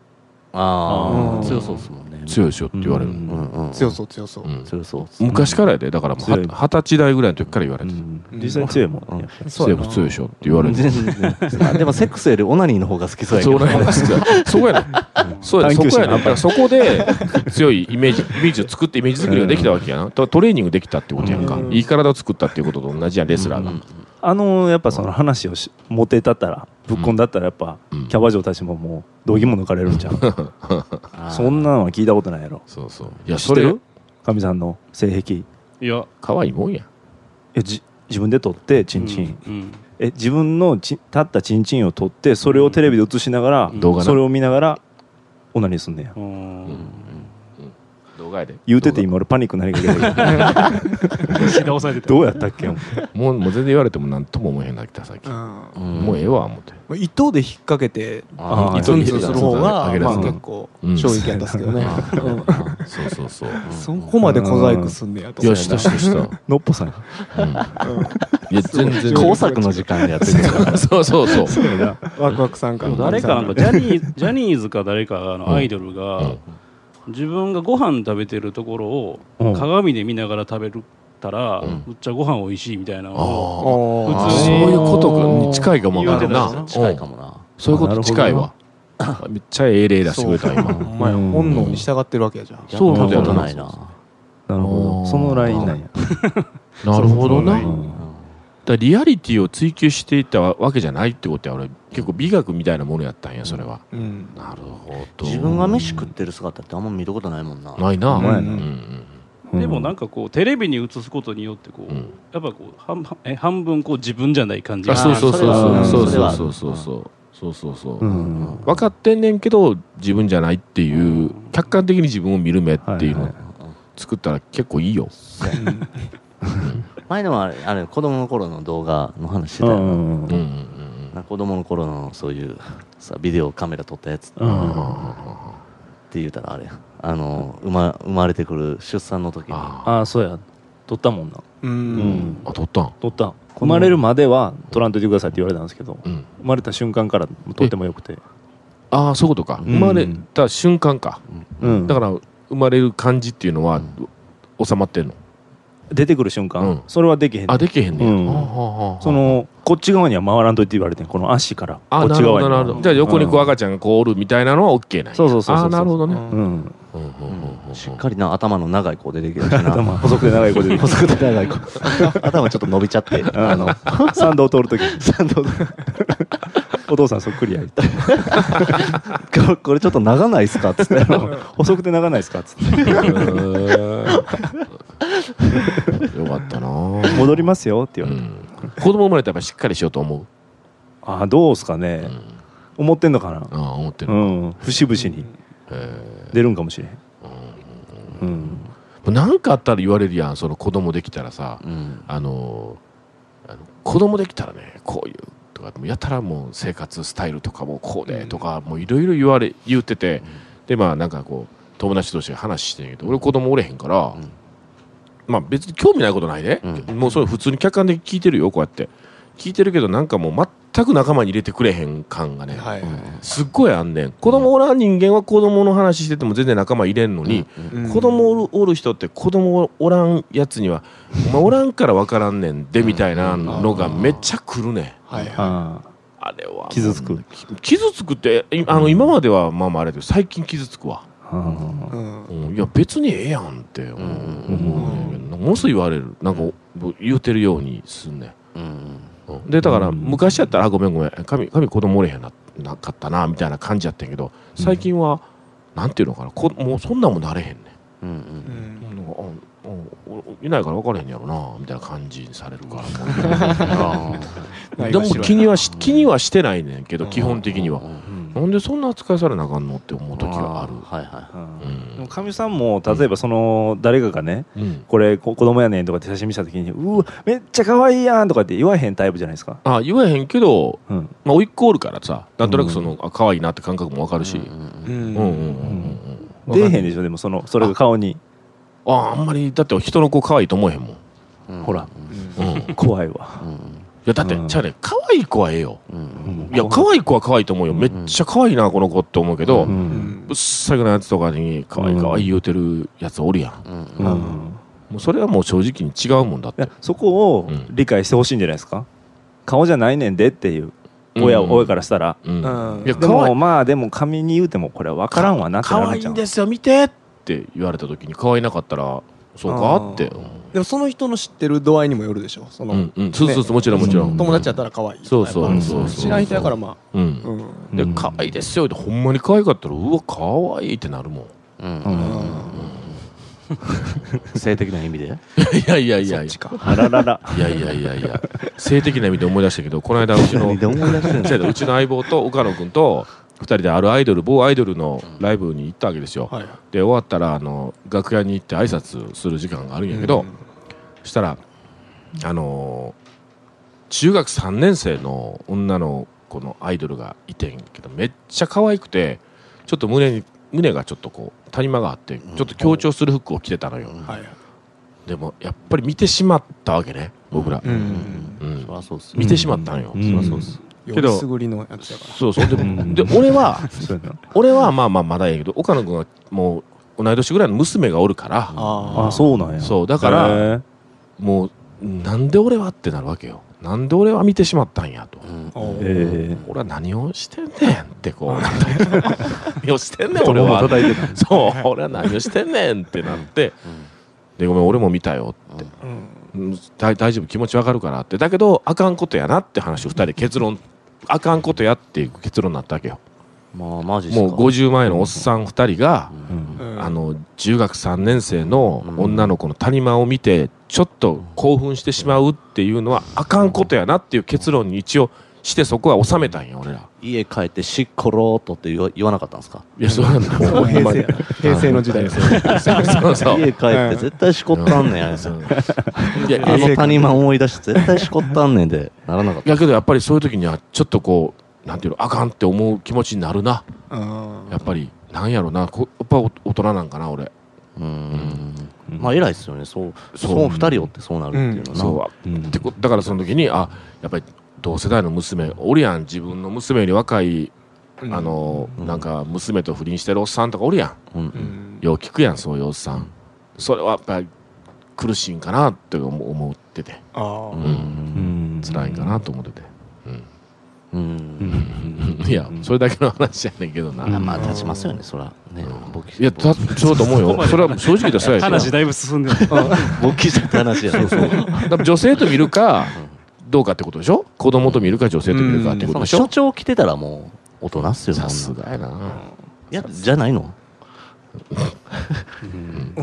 Speaker 3: あ
Speaker 4: うん
Speaker 3: あ強そうですもんね
Speaker 2: 強いでしょって言われる、
Speaker 3: うんうんうん
Speaker 4: 強そう強そう、
Speaker 2: うん
Speaker 3: 強そうっす
Speaker 2: 昔からやでだからもうは
Speaker 1: 強い
Speaker 2: 二十歳代ぐらいの時から言われてる、
Speaker 1: 実際に強いもんね。
Speaker 4: そう
Speaker 2: 性
Speaker 4: やな
Speaker 2: 欲強いでしょって言われてる、
Speaker 3: 全然まあでもセックスよりオナニーの方が好きそうや
Speaker 2: そ
Speaker 3: けど
Speaker 2: うなんやそこやな。そうやな。そ
Speaker 1: 探求
Speaker 2: こ
Speaker 1: 心
Speaker 2: や
Speaker 1: が半
Speaker 2: な。だからそこで強いイメージ、イメージを作ってイメージ作りができたわけやな。とトレーニングできたってことやんか
Speaker 4: う。ん
Speaker 2: いい体を作ったっていうことと同じやん、レスラーが。
Speaker 1: あのやっぱその話をしモテたったらぶっこんだったらやっぱ、
Speaker 2: うん
Speaker 1: キャバ嬢たちももう度肝抜かれるんじゃん、
Speaker 3: あー
Speaker 1: そんなのは聞いたことないやろ
Speaker 2: そうそう。いや、
Speaker 1: 知
Speaker 2: そ
Speaker 1: って
Speaker 2: れ
Speaker 1: る、かみさんの性癖い
Speaker 5: いや
Speaker 2: 可愛いもんや。
Speaker 1: やじ自分で取ってチンチン、
Speaker 5: うん
Speaker 1: え自分のち立ったチンチンを取ってそれをテレビで映しながら、
Speaker 5: うん
Speaker 2: 動画な
Speaker 1: それを見ながらオナニーすんねや
Speaker 5: うんうん
Speaker 2: 動画やで。
Speaker 1: 言うてて今俺パニックになりかけてる
Speaker 5: 押倒されてた
Speaker 1: どうやったっけ思って
Speaker 2: もう、もう全然言われても何とも思えへんなってきた、さっき
Speaker 4: う。ん
Speaker 3: う
Speaker 2: もうええわ、思って。
Speaker 4: まあ糸で引っ掛けて
Speaker 3: あ
Speaker 1: ー
Speaker 4: 糸に
Speaker 1: 糸
Speaker 4: す
Speaker 1: に
Speaker 4: る方が
Speaker 2: 上げる
Speaker 4: ま
Speaker 2: や
Speaker 4: あ
Speaker 2: つうん
Speaker 4: 結構
Speaker 2: うん
Speaker 4: 衝撃やったっすけどね
Speaker 2: あー
Speaker 4: うん
Speaker 2: あーそうそうそう。
Speaker 4: そこまで小細工すんねやと
Speaker 2: いや、したしたした。うん
Speaker 1: のっぽさん
Speaker 2: いや、全然。
Speaker 3: 工作の時間でやってるか ら
Speaker 2: そうそうそう。
Speaker 4: ワクワクさんか
Speaker 5: でも誰かなんかジャニージャニーズか誰かあのアイドル
Speaker 2: う
Speaker 5: が
Speaker 2: ん
Speaker 5: 自分がご飯食べてるところ
Speaker 1: うん
Speaker 5: を鏡で見ながら食べるたら
Speaker 2: ん
Speaker 5: むっちゃご飯美味しいみたいなのを
Speaker 2: あ
Speaker 4: 普
Speaker 2: あ。そういうことに近いかもわかる
Speaker 5: 言
Speaker 2: な。
Speaker 5: う
Speaker 3: 近いかもな
Speaker 2: そういうこと近いわ。めっちゃええ例出してくれた今。
Speaker 4: お前
Speaker 1: うん
Speaker 4: 本能に従ってるわけやじゃん
Speaker 2: そう
Speaker 3: や
Speaker 2: な
Speaker 3: っ
Speaker 2: ん
Speaker 3: た
Speaker 2: だ
Speaker 3: こ
Speaker 2: よな
Speaker 3: とないな
Speaker 1: なるほど
Speaker 2: あー
Speaker 1: そのラインなんや
Speaker 2: なるほどな。だ
Speaker 1: う
Speaker 2: か
Speaker 1: ん
Speaker 2: らリアリティを追求していたわけじゃないってことや俺結構美学みたいなものやったんやそれは。
Speaker 4: うん
Speaker 2: なるほど。
Speaker 3: 自分が飯食ってる姿ってあんま見たことないもんな
Speaker 2: ないな。
Speaker 1: う
Speaker 2: うん
Speaker 1: まいな
Speaker 2: うん
Speaker 1: うん
Speaker 5: でもなんかこうテレビに映すことによってこう、
Speaker 2: うん
Speaker 5: やっぱこう半え半分こう自分じゃない感じ
Speaker 2: あ
Speaker 5: が
Speaker 2: そうそうそうそう
Speaker 3: それは
Speaker 2: そうそうそうそうそうそう
Speaker 1: う
Speaker 2: そうん分かってんねんけど自分じゃないっていう客観的に自分を見る目っていうのを
Speaker 1: はい
Speaker 2: 作ったら結構いいよ。
Speaker 3: 前のもあれあれ子供の頃の動画の話して
Speaker 1: う
Speaker 3: たよなん
Speaker 2: うんうんうん
Speaker 3: なんか子供の頃のそういうさビデオカメラ撮ったやつって
Speaker 1: うん
Speaker 3: 言うたらあれあの生ま生まれてくる出産の時に
Speaker 2: あ
Speaker 1: ああそうや取ったもんな
Speaker 4: う
Speaker 1: うん
Speaker 2: あ取ったん。
Speaker 1: 取った生まれるまでは取らんといてくださいって言われたんですけど
Speaker 2: うん。
Speaker 1: 生まれた瞬間から取ってもよくて
Speaker 2: ああそういうことか
Speaker 1: うん
Speaker 2: 生まれた瞬間か、
Speaker 1: うん
Speaker 2: だから生まれる感じっていうのは、収まってんの
Speaker 1: 出てくる瞬間、
Speaker 2: うん
Speaker 1: それはできへんねん
Speaker 2: あできへんねや、
Speaker 1: うん
Speaker 2: はあはあはあ
Speaker 1: そのこっち側には回らんといて言われてんこの足からこ
Speaker 2: あ
Speaker 1: っ
Speaker 2: な
Speaker 1: ち
Speaker 2: るほ
Speaker 1: 側に
Speaker 2: どなるほどじゃあ横にこう赤ちゃんがこうおるみたいなのは OK なんや
Speaker 1: そうそうそうそう
Speaker 2: あーなるほどね、
Speaker 1: うん、
Speaker 2: うんうんうんうん
Speaker 3: しっかりな頭の長い子出てきたしな
Speaker 1: 頭細くて長い子で
Speaker 3: 細くて長い子 頭ちょっと伸びちゃってあの
Speaker 1: 参道通るとき お父さんそっくりや言って
Speaker 3: ここれちょっと長ないっすかっつって
Speaker 1: 細くて長ないですかっつって
Speaker 2: よかったなぁ
Speaker 1: 戻りますよって
Speaker 2: う
Speaker 1: 言われて、
Speaker 2: ん子供生まれたらやっぱしっかりしようと思う、
Speaker 1: ああどうすかね、
Speaker 2: うん、
Speaker 1: 思ってんのかな
Speaker 2: ああ思って
Speaker 1: う
Speaker 2: る、
Speaker 1: ん節々に
Speaker 2: え
Speaker 1: 出るんかもしれへんうん
Speaker 2: ーなんかあったら言われるやんその子供できたらさ、
Speaker 3: うん
Speaker 2: あのあの子供できたらねこういうとかもうやたらもう生活スタイルとかもうこうでとかもういろいろ言われ言ってて、でまあなんかこう友達同士が話してんけど俺子供おれへんから、
Speaker 3: うん
Speaker 2: まあ別に興味ないことないで、
Speaker 3: う
Speaker 2: もうそれ普通に客観的に聞いてるよこうやって聞いてるけどなんかもう全く仲間に入れてくれへん感がね、
Speaker 4: はいはい
Speaker 2: すっごいあんねん子供おらん人間は子供の話してても全然仲間入れんのに、
Speaker 4: うん
Speaker 2: 子供おるおる人って子供おらんやつには「お前おらんから分からんねんで」みたいなのがめっちゃくるねん
Speaker 4: はいは
Speaker 1: ああ
Speaker 2: あれは
Speaker 1: 傷つく
Speaker 2: き傷つくっていあの今まではまあまああれだけど最近傷つくわ、
Speaker 1: あ
Speaker 4: いうん
Speaker 2: うんいや別にええやんって思うねんけどものすごい言われるなんかお言うてるようにすんねん
Speaker 3: うん
Speaker 2: うんでだから昔やったら「あごめんごめん神神子供おれへんななかったな」みたいな感じやってんけど最近は、なんていうのかなこもうそんなんもなれへんねん
Speaker 3: うんう
Speaker 4: うんん
Speaker 2: なんかああいないから分からへんやろなみたいな感じにされるか
Speaker 3: あー
Speaker 2: らでも気にはし気にはしてないねんけど
Speaker 3: うん
Speaker 2: 基本的には
Speaker 3: うん
Speaker 2: なんでそんな扱いされなあかんのって思う時がある
Speaker 3: はいは
Speaker 2: うん
Speaker 1: でもかみさんも例えばその誰かがね
Speaker 2: うん
Speaker 1: これこ子供やねんとかって写真見せた時にうわめっちゃ可愛いやんとかって言わへんタイプじゃないですか
Speaker 2: ああ言わへんけど、
Speaker 1: うん
Speaker 2: まあ、甥っ子おるからさなんとなくその、あ可愛いなって感覚もわかるし、
Speaker 3: い。うん
Speaker 4: う
Speaker 2: うんんうんうんうんうん
Speaker 1: 出えへんでしょでもそのそれが顔に
Speaker 2: あああんまりだって人の子可愛いと思えへんもん、
Speaker 3: うん
Speaker 1: ほら
Speaker 2: うん、い
Speaker 1: 怖いわ
Speaker 3: うん
Speaker 2: やだって、
Speaker 1: うん
Speaker 2: じゃあね可愛い子はええよ
Speaker 3: うん
Speaker 2: いや可愛い子は可愛いと思うよ、めっちゃ可愛いなこの子って思うけど、
Speaker 1: う
Speaker 2: ぶっ
Speaker 1: ん
Speaker 2: 最後のやつとかに可愛い可愛い言うてるやつおるやん
Speaker 3: うん
Speaker 1: う
Speaker 3: うんん
Speaker 2: もうそれはもう正直に違うもんだっ
Speaker 1: い
Speaker 2: て
Speaker 1: やそこを
Speaker 2: うん
Speaker 1: 理解してほしいんじゃないですか顔じゃないねんでっていう親
Speaker 2: うん
Speaker 1: 親からしたら
Speaker 2: うん
Speaker 4: うん
Speaker 2: い
Speaker 1: で
Speaker 2: や可愛
Speaker 1: も
Speaker 2: い
Speaker 1: まあでも紙に言うてもこれは分からんわなって
Speaker 2: 可
Speaker 1: なる
Speaker 2: 愛
Speaker 1: じ
Speaker 2: い
Speaker 1: ゃん
Speaker 2: んですよ見てって言われた時に可愛いなかったらそう
Speaker 4: あ
Speaker 2: か
Speaker 4: ー
Speaker 2: って
Speaker 4: でもその人の知ってる度合いにもよるでしょその、
Speaker 2: うんうんそうそうそうもちろんもちろん
Speaker 4: 友達やったら可愛い
Speaker 2: そうそう
Speaker 4: やっぱ
Speaker 1: そうそう
Speaker 4: 知らん人やからま
Speaker 2: う
Speaker 4: あ、
Speaker 2: ん
Speaker 4: うん
Speaker 2: で
Speaker 1: うん
Speaker 2: 可愛いですよってほんまに可愛かったらうわ可愛いってなるもん
Speaker 3: うん
Speaker 1: う
Speaker 3: うん
Speaker 1: ん
Speaker 3: 性的な意味で
Speaker 2: いやいやいやいや
Speaker 1: あららら
Speaker 2: いやいやいやいや、性的な意味で思い出したけど、この間、う ちの、違う違ううちの相棒と岡野君と、2人であるアイドル、某アイドルのライブに行ったわけですよ。
Speaker 4: はい
Speaker 2: で、終わったら、あの、楽屋に行って挨拶する時間があるんやけど、したら、あのー中学3年生の女の子のアイドルがいてんけど、めっちゃ可愛くて、ちょっと胸に、胸がちょっとこう、谷間があって、ちょっと強調する服を着てたのよ。
Speaker 4: はいはい
Speaker 2: でも、やっぱり見てしまったわけね、僕ら。
Speaker 4: うん
Speaker 2: うん
Speaker 3: そりゃそうっすよ
Speaker 2: 見てしまったのよ、
Speaker 1: うん
Speaker 2: そうそう
Speaker 4: よ
Speaker 2: けど
Speaker 4: りすぐりのやつやか
Speaker 2: そうそう
Speaker 1: うん
Speaker 2: でで俺は
Speaker 1: そうやな
Speaker 2: 俺はまあまあまだええけど岡野君はもう同い年ぐらいの娘がおるから
Speaker 4: らあ
Speaker 1: あそうなんや
Speaker 2: そうだ
Speaker 1: だ
Speaker 2: からもうなんで俺はってなるわけよなんで俺は見てしまったんやと
Speaker 3: うん
Speaker 4: おー
Speaker 1: え
Speaker 2: 俺は何をしてんねんってこうなったり何をしてんね
Speaker 1: え
Speaker 2: ん俺は
Speaker 1: 叩いてた
Speaker 2: そう俺は何をしてんねんってなってでごめん俺も見たよって
Speaker 4: うん
Speaker 2: うん大大丈夫気持ちわかるからってだけどあかんことやなって話を2人で結論あかんことやっていう結論になったわけよ
Speaker 3: まあマジっすか
Speaker 2: もう50前のおっさん2人が
Speaker 3: う、
Speaker 1: うんん
Speaker 2: あの中学3年生の女の子の谷間を見てちょっと興奮してしまうっていうのはあかんことやなっていう結論に一応してそこは収めたんや俺ら
Speaker 3: 家帰ってしっころーっとって言わ言わなかったんですか
Speaker 2: いやそうなんだ
Speaker 4: それは平成 や平成の時代ですよ
Speaker 2: そうそうそう
Speaker 3: 家帰って絶対しこったんねんあいつ
Speaker 2: う
Speaker 3: あ
Speaker 2: んいやいや
Speaker 3: の谷間思い出して絶対しこったんねんでならなかった
Speaker 2: だけどやっぱりそういう時にはちょっとこうなんていうのあかんって思う気持ちになるな
Speaker 4: うん
Speaker 2: やっぱりなんやろなこやっぱお大人なんかな俺
Speaker 3: うんまあ偉いっすよねそう
Speaker 2: そう
Speaker 3: そう二人おってそうなるっていうのな
Speaker 2: そうでこだからその時にあやっぱり同世代の娘おるやん自分の娘より若い、あのなんか娘と不倫してるおっさんとかおるやん
Speaker 3: うん
Speaker 4: うん
Speaker 2: よう聞くやんそういうおっさんそれはやっぱり苦しいんかなって思思ってて
Speaker 4: あー
Speaker 1: うん
Speaker 2: 辛いんかなと思ってて、
Speaker 3: うん
Speaker 2: うん いやそれだけの話やねんけどな、
Speaker 3: あまあ立ちますよねそらね勃起
Speaker 2: いやたそうだと思うよそれは正直とそうやし
Speaker 5: 話だいぶ進んでる
Speaker 3: 勃起したって話やねそう
Speaker 2: 多分女性と見るかどうかってことでしょ子供と見るか女性と見るかってことでし
Speaker 3: 所
Speaker 2: ょ
Speaker 3: 長来てたらもう大人っすよそ
Speaker 2: さ
Speaker 3: んな
Speaker 2: すがやない
Speaker 3: やじゃないの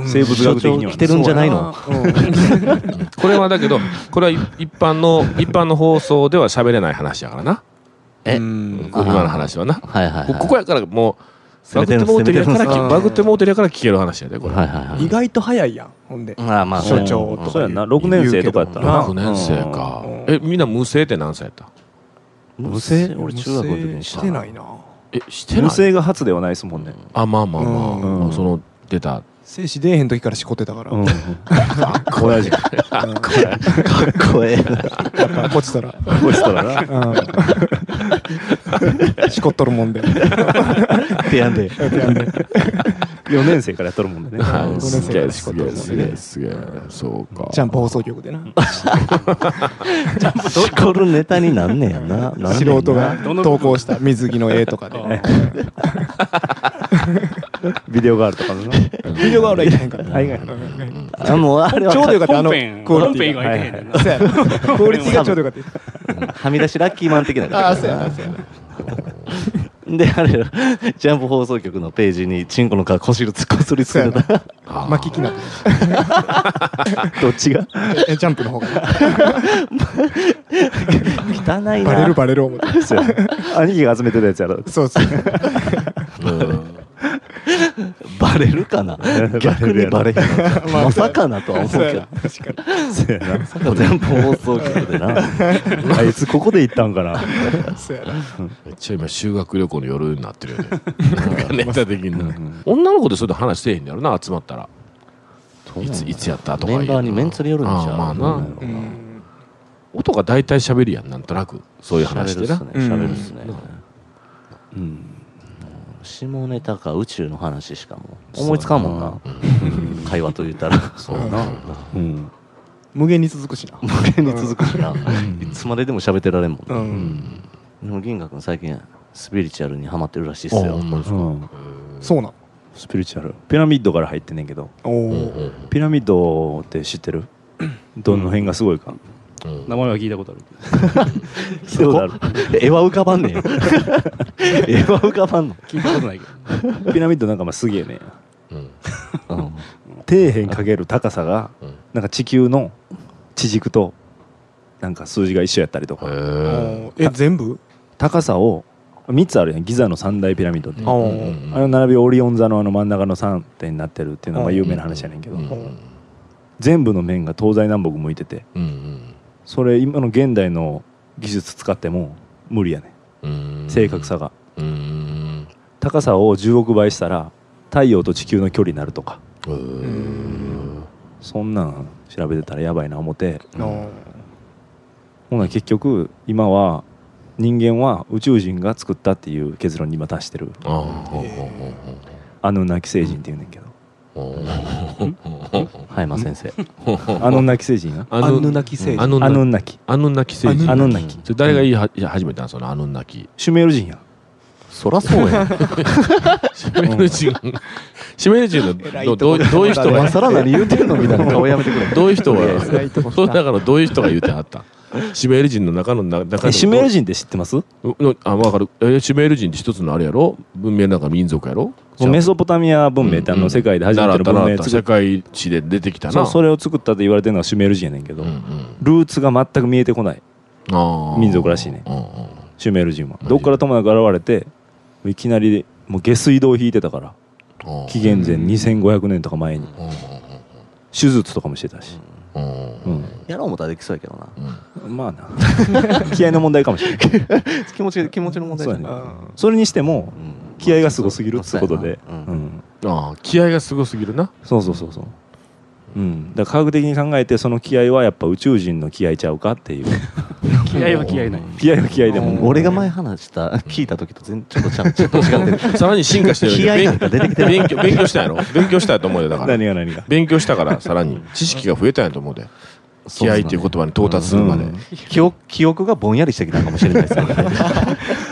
Speaker 1: 生物学的には
Speaker 3: 所長来てるんじゃないの
Speaker 4: そうやなうん
Speaker 2: これはだけど、これは一般の、一般の放送では喋れない話やからな。
Speaker 3: え
Speaker 4: うん
Speaker 2: 今の話はな。こ
Speaker 3: はいはいはい
Speaker 2: こやからもう、
Speaker 3: 攻
Speaker 2: バ
Speaker 3: め
Speaker 2: グってもうて
Speaker 3: てる
Speaker 2: るやから
Speaker 3: 攻めてる
Speaker 2: き、バグってもうてるやから聞ける話やで、これ。
Speaker 3: はいはいはい
Speaker 4: 意外と早いやんほんで
Speaker 3: まあまあ
Speaker 4: 所長とか
Speaker 1: そうやんな6年生とかやったらな
Speaker 2: 6年生か
Speaker 4: うん。
Speaker 2: え、みんな無声って何歳やった
Speaker 3: 無声俺中学の時に
Speaker 4: してないな
Speaker 2: え、してない
Speaker 1: 無性が初ではないですもんね
Speaker 2: あ、まあまあまあ
Speaker 1: うん
Speaker 2: まあ。その、出た。
Speaker 4: 精子出えへん時からしこってたから、
Speaker 1: 親父
Speaker 3: かっこえ
Speaker 4: 落ちたら
Speaker 1: こいつとらな
Speaker 4: うんしこっとるもんで
Speaker 3: えやんで
Speaker 1: 4年生からやっとるもんでね
Speaker 4: い
Speaker 2: あすげえ、
Speaker 4: し
Speaker 2: す
Speaker 4: こ
Speaker 2: げえ、すげ
Speaker 4: ね
Speaker 2: え、すげえ。そうか。
Speaker 4: ジャンプ放送局でな
Speaker 3: しこるネタになんねやななんねんな
Speaker 4: 素人が
Speaker 5: どの
Speaker 4: 投稿した水着の絵とかで
Speaker 1: ビデオがあるとかのな
Speaker 4: ビデオが俺はいらへんから
Speaker 1: 大概
Speaker 3: あもうあれは
Speaker 4: ちょうどよかったあの
Speaker 5: 本
Speaker 4: ク
Speaker 5: 編
Speaker 4: オ
Speaker 5: 本
Speaker 4: リティ
Speaker 5: 編
Speaker 4: が
Speaker 5: がいけへんねんな
Speaker 4: そうやなクオリティがちょうどよかった
Speaker 3: はみ出しラッキーマン的な
Speaker 4: ああそうやなそうやな
Speaker 3: であれジャンプ放送局のページにチンコの皮こしるつこすりつけてた
Speaker 2: あー
Speaker 4: 巻き気になって
Speaker 1: どっちが
Speaker 4: るえジャンプの方が
Speaker 3: 汚い
Speaker 4: バレ
Speaker 3: な
Speaker 4: るバレる思って
Speaker 1: そうや兄貴が集めてたやつやろ
Speaker 4: そうそう
Speaker 2: うん
Speaker 3: バレるかな逆にバレるまさかなとは思うけど
Speaker 4: 確か
Speaker 1: そうやな
Speaker 3: まさかジャンプ放送局でな
Speaker 1: あいつここで行ったんかな
Speaker 4: にそうやな
Speaker 2: めっちゃ今修学旅行の夜 になってるよねなんかネタ的にな女の子でそれで話せえへんやろな集まったらいついつやったとか言う
Speaker 3: メンバーにメンツによるんじゃ
Speaker 2: あーまあな
Speaker 1: う
Speaker 4: うん
Speaker 2: 音が大体喋るやんなんとなくそういう話でな
Speaker 3: 喋るっすね喋るっすね
Speaker 2: うん
Speaker 1: うん
Speaker 3: 下ネタか宇宙の話しかもう思いつかんもんな会話と言ったら
Speaker 2: そうやな
Speaker 1: うん
Speaker 4: 無限に続くしな
Speaker 3: 無限に続くしな、いつまででも喋ってられんもん、
Speaker 4: う
Speaker 2: うんん
Speaker 3: でも銀河君最近スピリチュアルにハマってるらしいっ
Speaker 2: あ
Speaker 3: す
Speaker 2: ほ
Speaker 3: よ
Speaker 2: んまで
Speaker 1: う
Speaker 2: すか
Speaker 1: ん
Speaker 4: そうな
Speaker 1: スピリチュアルピラミッドから入ってんねんけど
Speaker 4: の
Speaker 2: うんう
Speaker 4: おお
Speaker 2: ん
Speaker 1: ピラミッドって知ってるどの辺がすごいか
Speaker 2: うん
Speaker 5: 名前は聞いたことあるけど
Speaker 1: 聞いた ことある
Speaker 3: 絵は浮かばんねん よ絵は浮かばんの、
Speaker 5: 聞いたことないけど
Speaker 1: ピラミッドなんかまあすげえね
Speaker 2: うん
Speaker 3: うん
Speaker 1: 底辺かける高さが
Speaker 2: うん
Speaker 1: なんか地球の地軸となんか数字が一緒やったりと
Speaker 2: へ
Speaker 1: か
Speaker 2: え
Speaker 4: おーえ全部
Speaker 1: 高さを3つあるやんギザの三大ピラミッドって
Speaker 4: あお
Speaker 2: うん
Speaker 1: あの並びオリオン座のあの真ん中の3点になってるっていうのが有名な話やねんけど
Speaker 2: うん
Speaker 1: 全部の面が東西南北向いてて
Speaker 2: うん
Speaker 1: それ今の現代の技術使っても無理やね
Speaker 2: うんうん
Speaker 1: ん正確さが
Speaker 2: うん
Speaker 1: 高さを10億倍したら太陽と地球の距離になるとか
Speaker 2: う
Speaker 4: うんん
Speaker 1: そんなん調べてたらやばいな思って
Speaker 4: の
Speaker 1: ほな結局今は人間は宇宙人が作ったっていう結論に今達してる
Speaker 2: ああほうほうほうほう
Speaker 1: アヌンナキ星人っていうねんけど
Speaker 3: 葉山先生
Speaker 1: アヌンナキ星人な
Speaker 2: あ
Speaker 4: アンヌ
Speaker 2: の
Speaker 4: ナキ星
Speaker 2: あ
Speaker 4: 人
Speaker 2: の
Speaker 1: アヌンナキ
Speaker 2: あの泣き星人
Speaker 1: アヌンナキ
Speaker 2: それ誰が言いは言い始めたのそのあの泣き
Speaker 1: シュメール人や
Speaker 3: そらそ うやん
Speaker 2: シメル人シメ ル人の
Speaker 4: 偉い
Speaker 2: ど
Speaker 4: と
Speaker 2: ど
Speaker 4: こ
Speaker 2: うどういう人
Speaker 3: 今
Speaker 2: が
Speaker 3: 更何言うてるのみたいな顔やめてくれ
Speaker 2: どういう人
Speaker 4: 偉いとこ
Speaker 2: が
Speaker 4: 来
Speaker 2: そ
Speaker 4: た
Speaker 2: う だからどういう人が言うてはったシメル人の中のな中
Speaker 1: え
Speaker 2: の
Speaker 1: シュメール人って知ってますも
Speaker 2: うのあ分かるえシュメール人って一つのあれやろ文明なんか民族やろ
Speaker 1: うメソポタミア文明ってあ
Speaker 2: うんう
Speaker 1: の
Speaker 2: ん
Speaker 1: 世界で初めての文
Speaker 2: 習っ
Speaker 1: 明
Speaker 2: た習った
Speaker 1: 作
Speaker 2: 世
Speaker 1: っ
Speaker 2: 界史で出てきた
Speaker 1: た
Speaker 2: な
Speaker 1: そうそれを作ったと言われてるのがシュメール人やねんけど
Speaker 2: うんうん
Speaker 1: ルーツが全く見えてこない
Speaker 2: あー
Speaker 1: 民族らしいね
Speaker 2: うんうん
Speaker 1: シュメール人はどっからともなく現れていきなりもう下水道を引いてたから
Speaker 2: うん
Speaker 1: 紀元前2500年とか前に
Speaker 2: うん
Speaker 1: 手術とかもしてたし、
Speaker 2: うんうん
Speaker 1: うん、
Speaker 3: やろう思ったらできそうやけどな
Speaker 1: まあな 気合の問題かもしれない
Speaker 3: 気持ち気持ちの問題じゃない
Speaker 1: そうや
Speaker 4: うん
Speaker 1: それにしても
Speaker 3: うん
Speaker 1: 気合がすごすぎるっつうことで、
Speaker 3: うん
Speaker 1: うん
Speaker 2: ああ気合がすごすぎるな
Speaker 1: そうそうそうそううん、だから科学的に考えてその気合はやっぱ宇宙人の気合ちゃうか っていう
Speaker 5: 気合は気合ない
Speaker 1: 気合は気合でも
Speaker 3: 俺が前話した聞いた時と全ちょっとちゃちょっと違ってる
Speaker 2: さらに進化してる
Speaker 3: 気合なんか出てきてる
Speaker 2: 勉強勉強したんやろ勉強したんやと思うよだから
Speaker 1: 何が何が
Speaker 2: 勉強したからさらに知識が増えたんやと思うで気合っていう言葉に到達するまで、
Speaker 1: うん
Speaker 3: 記憶記憶がぼんやりしてきたのかもしれないですよ ね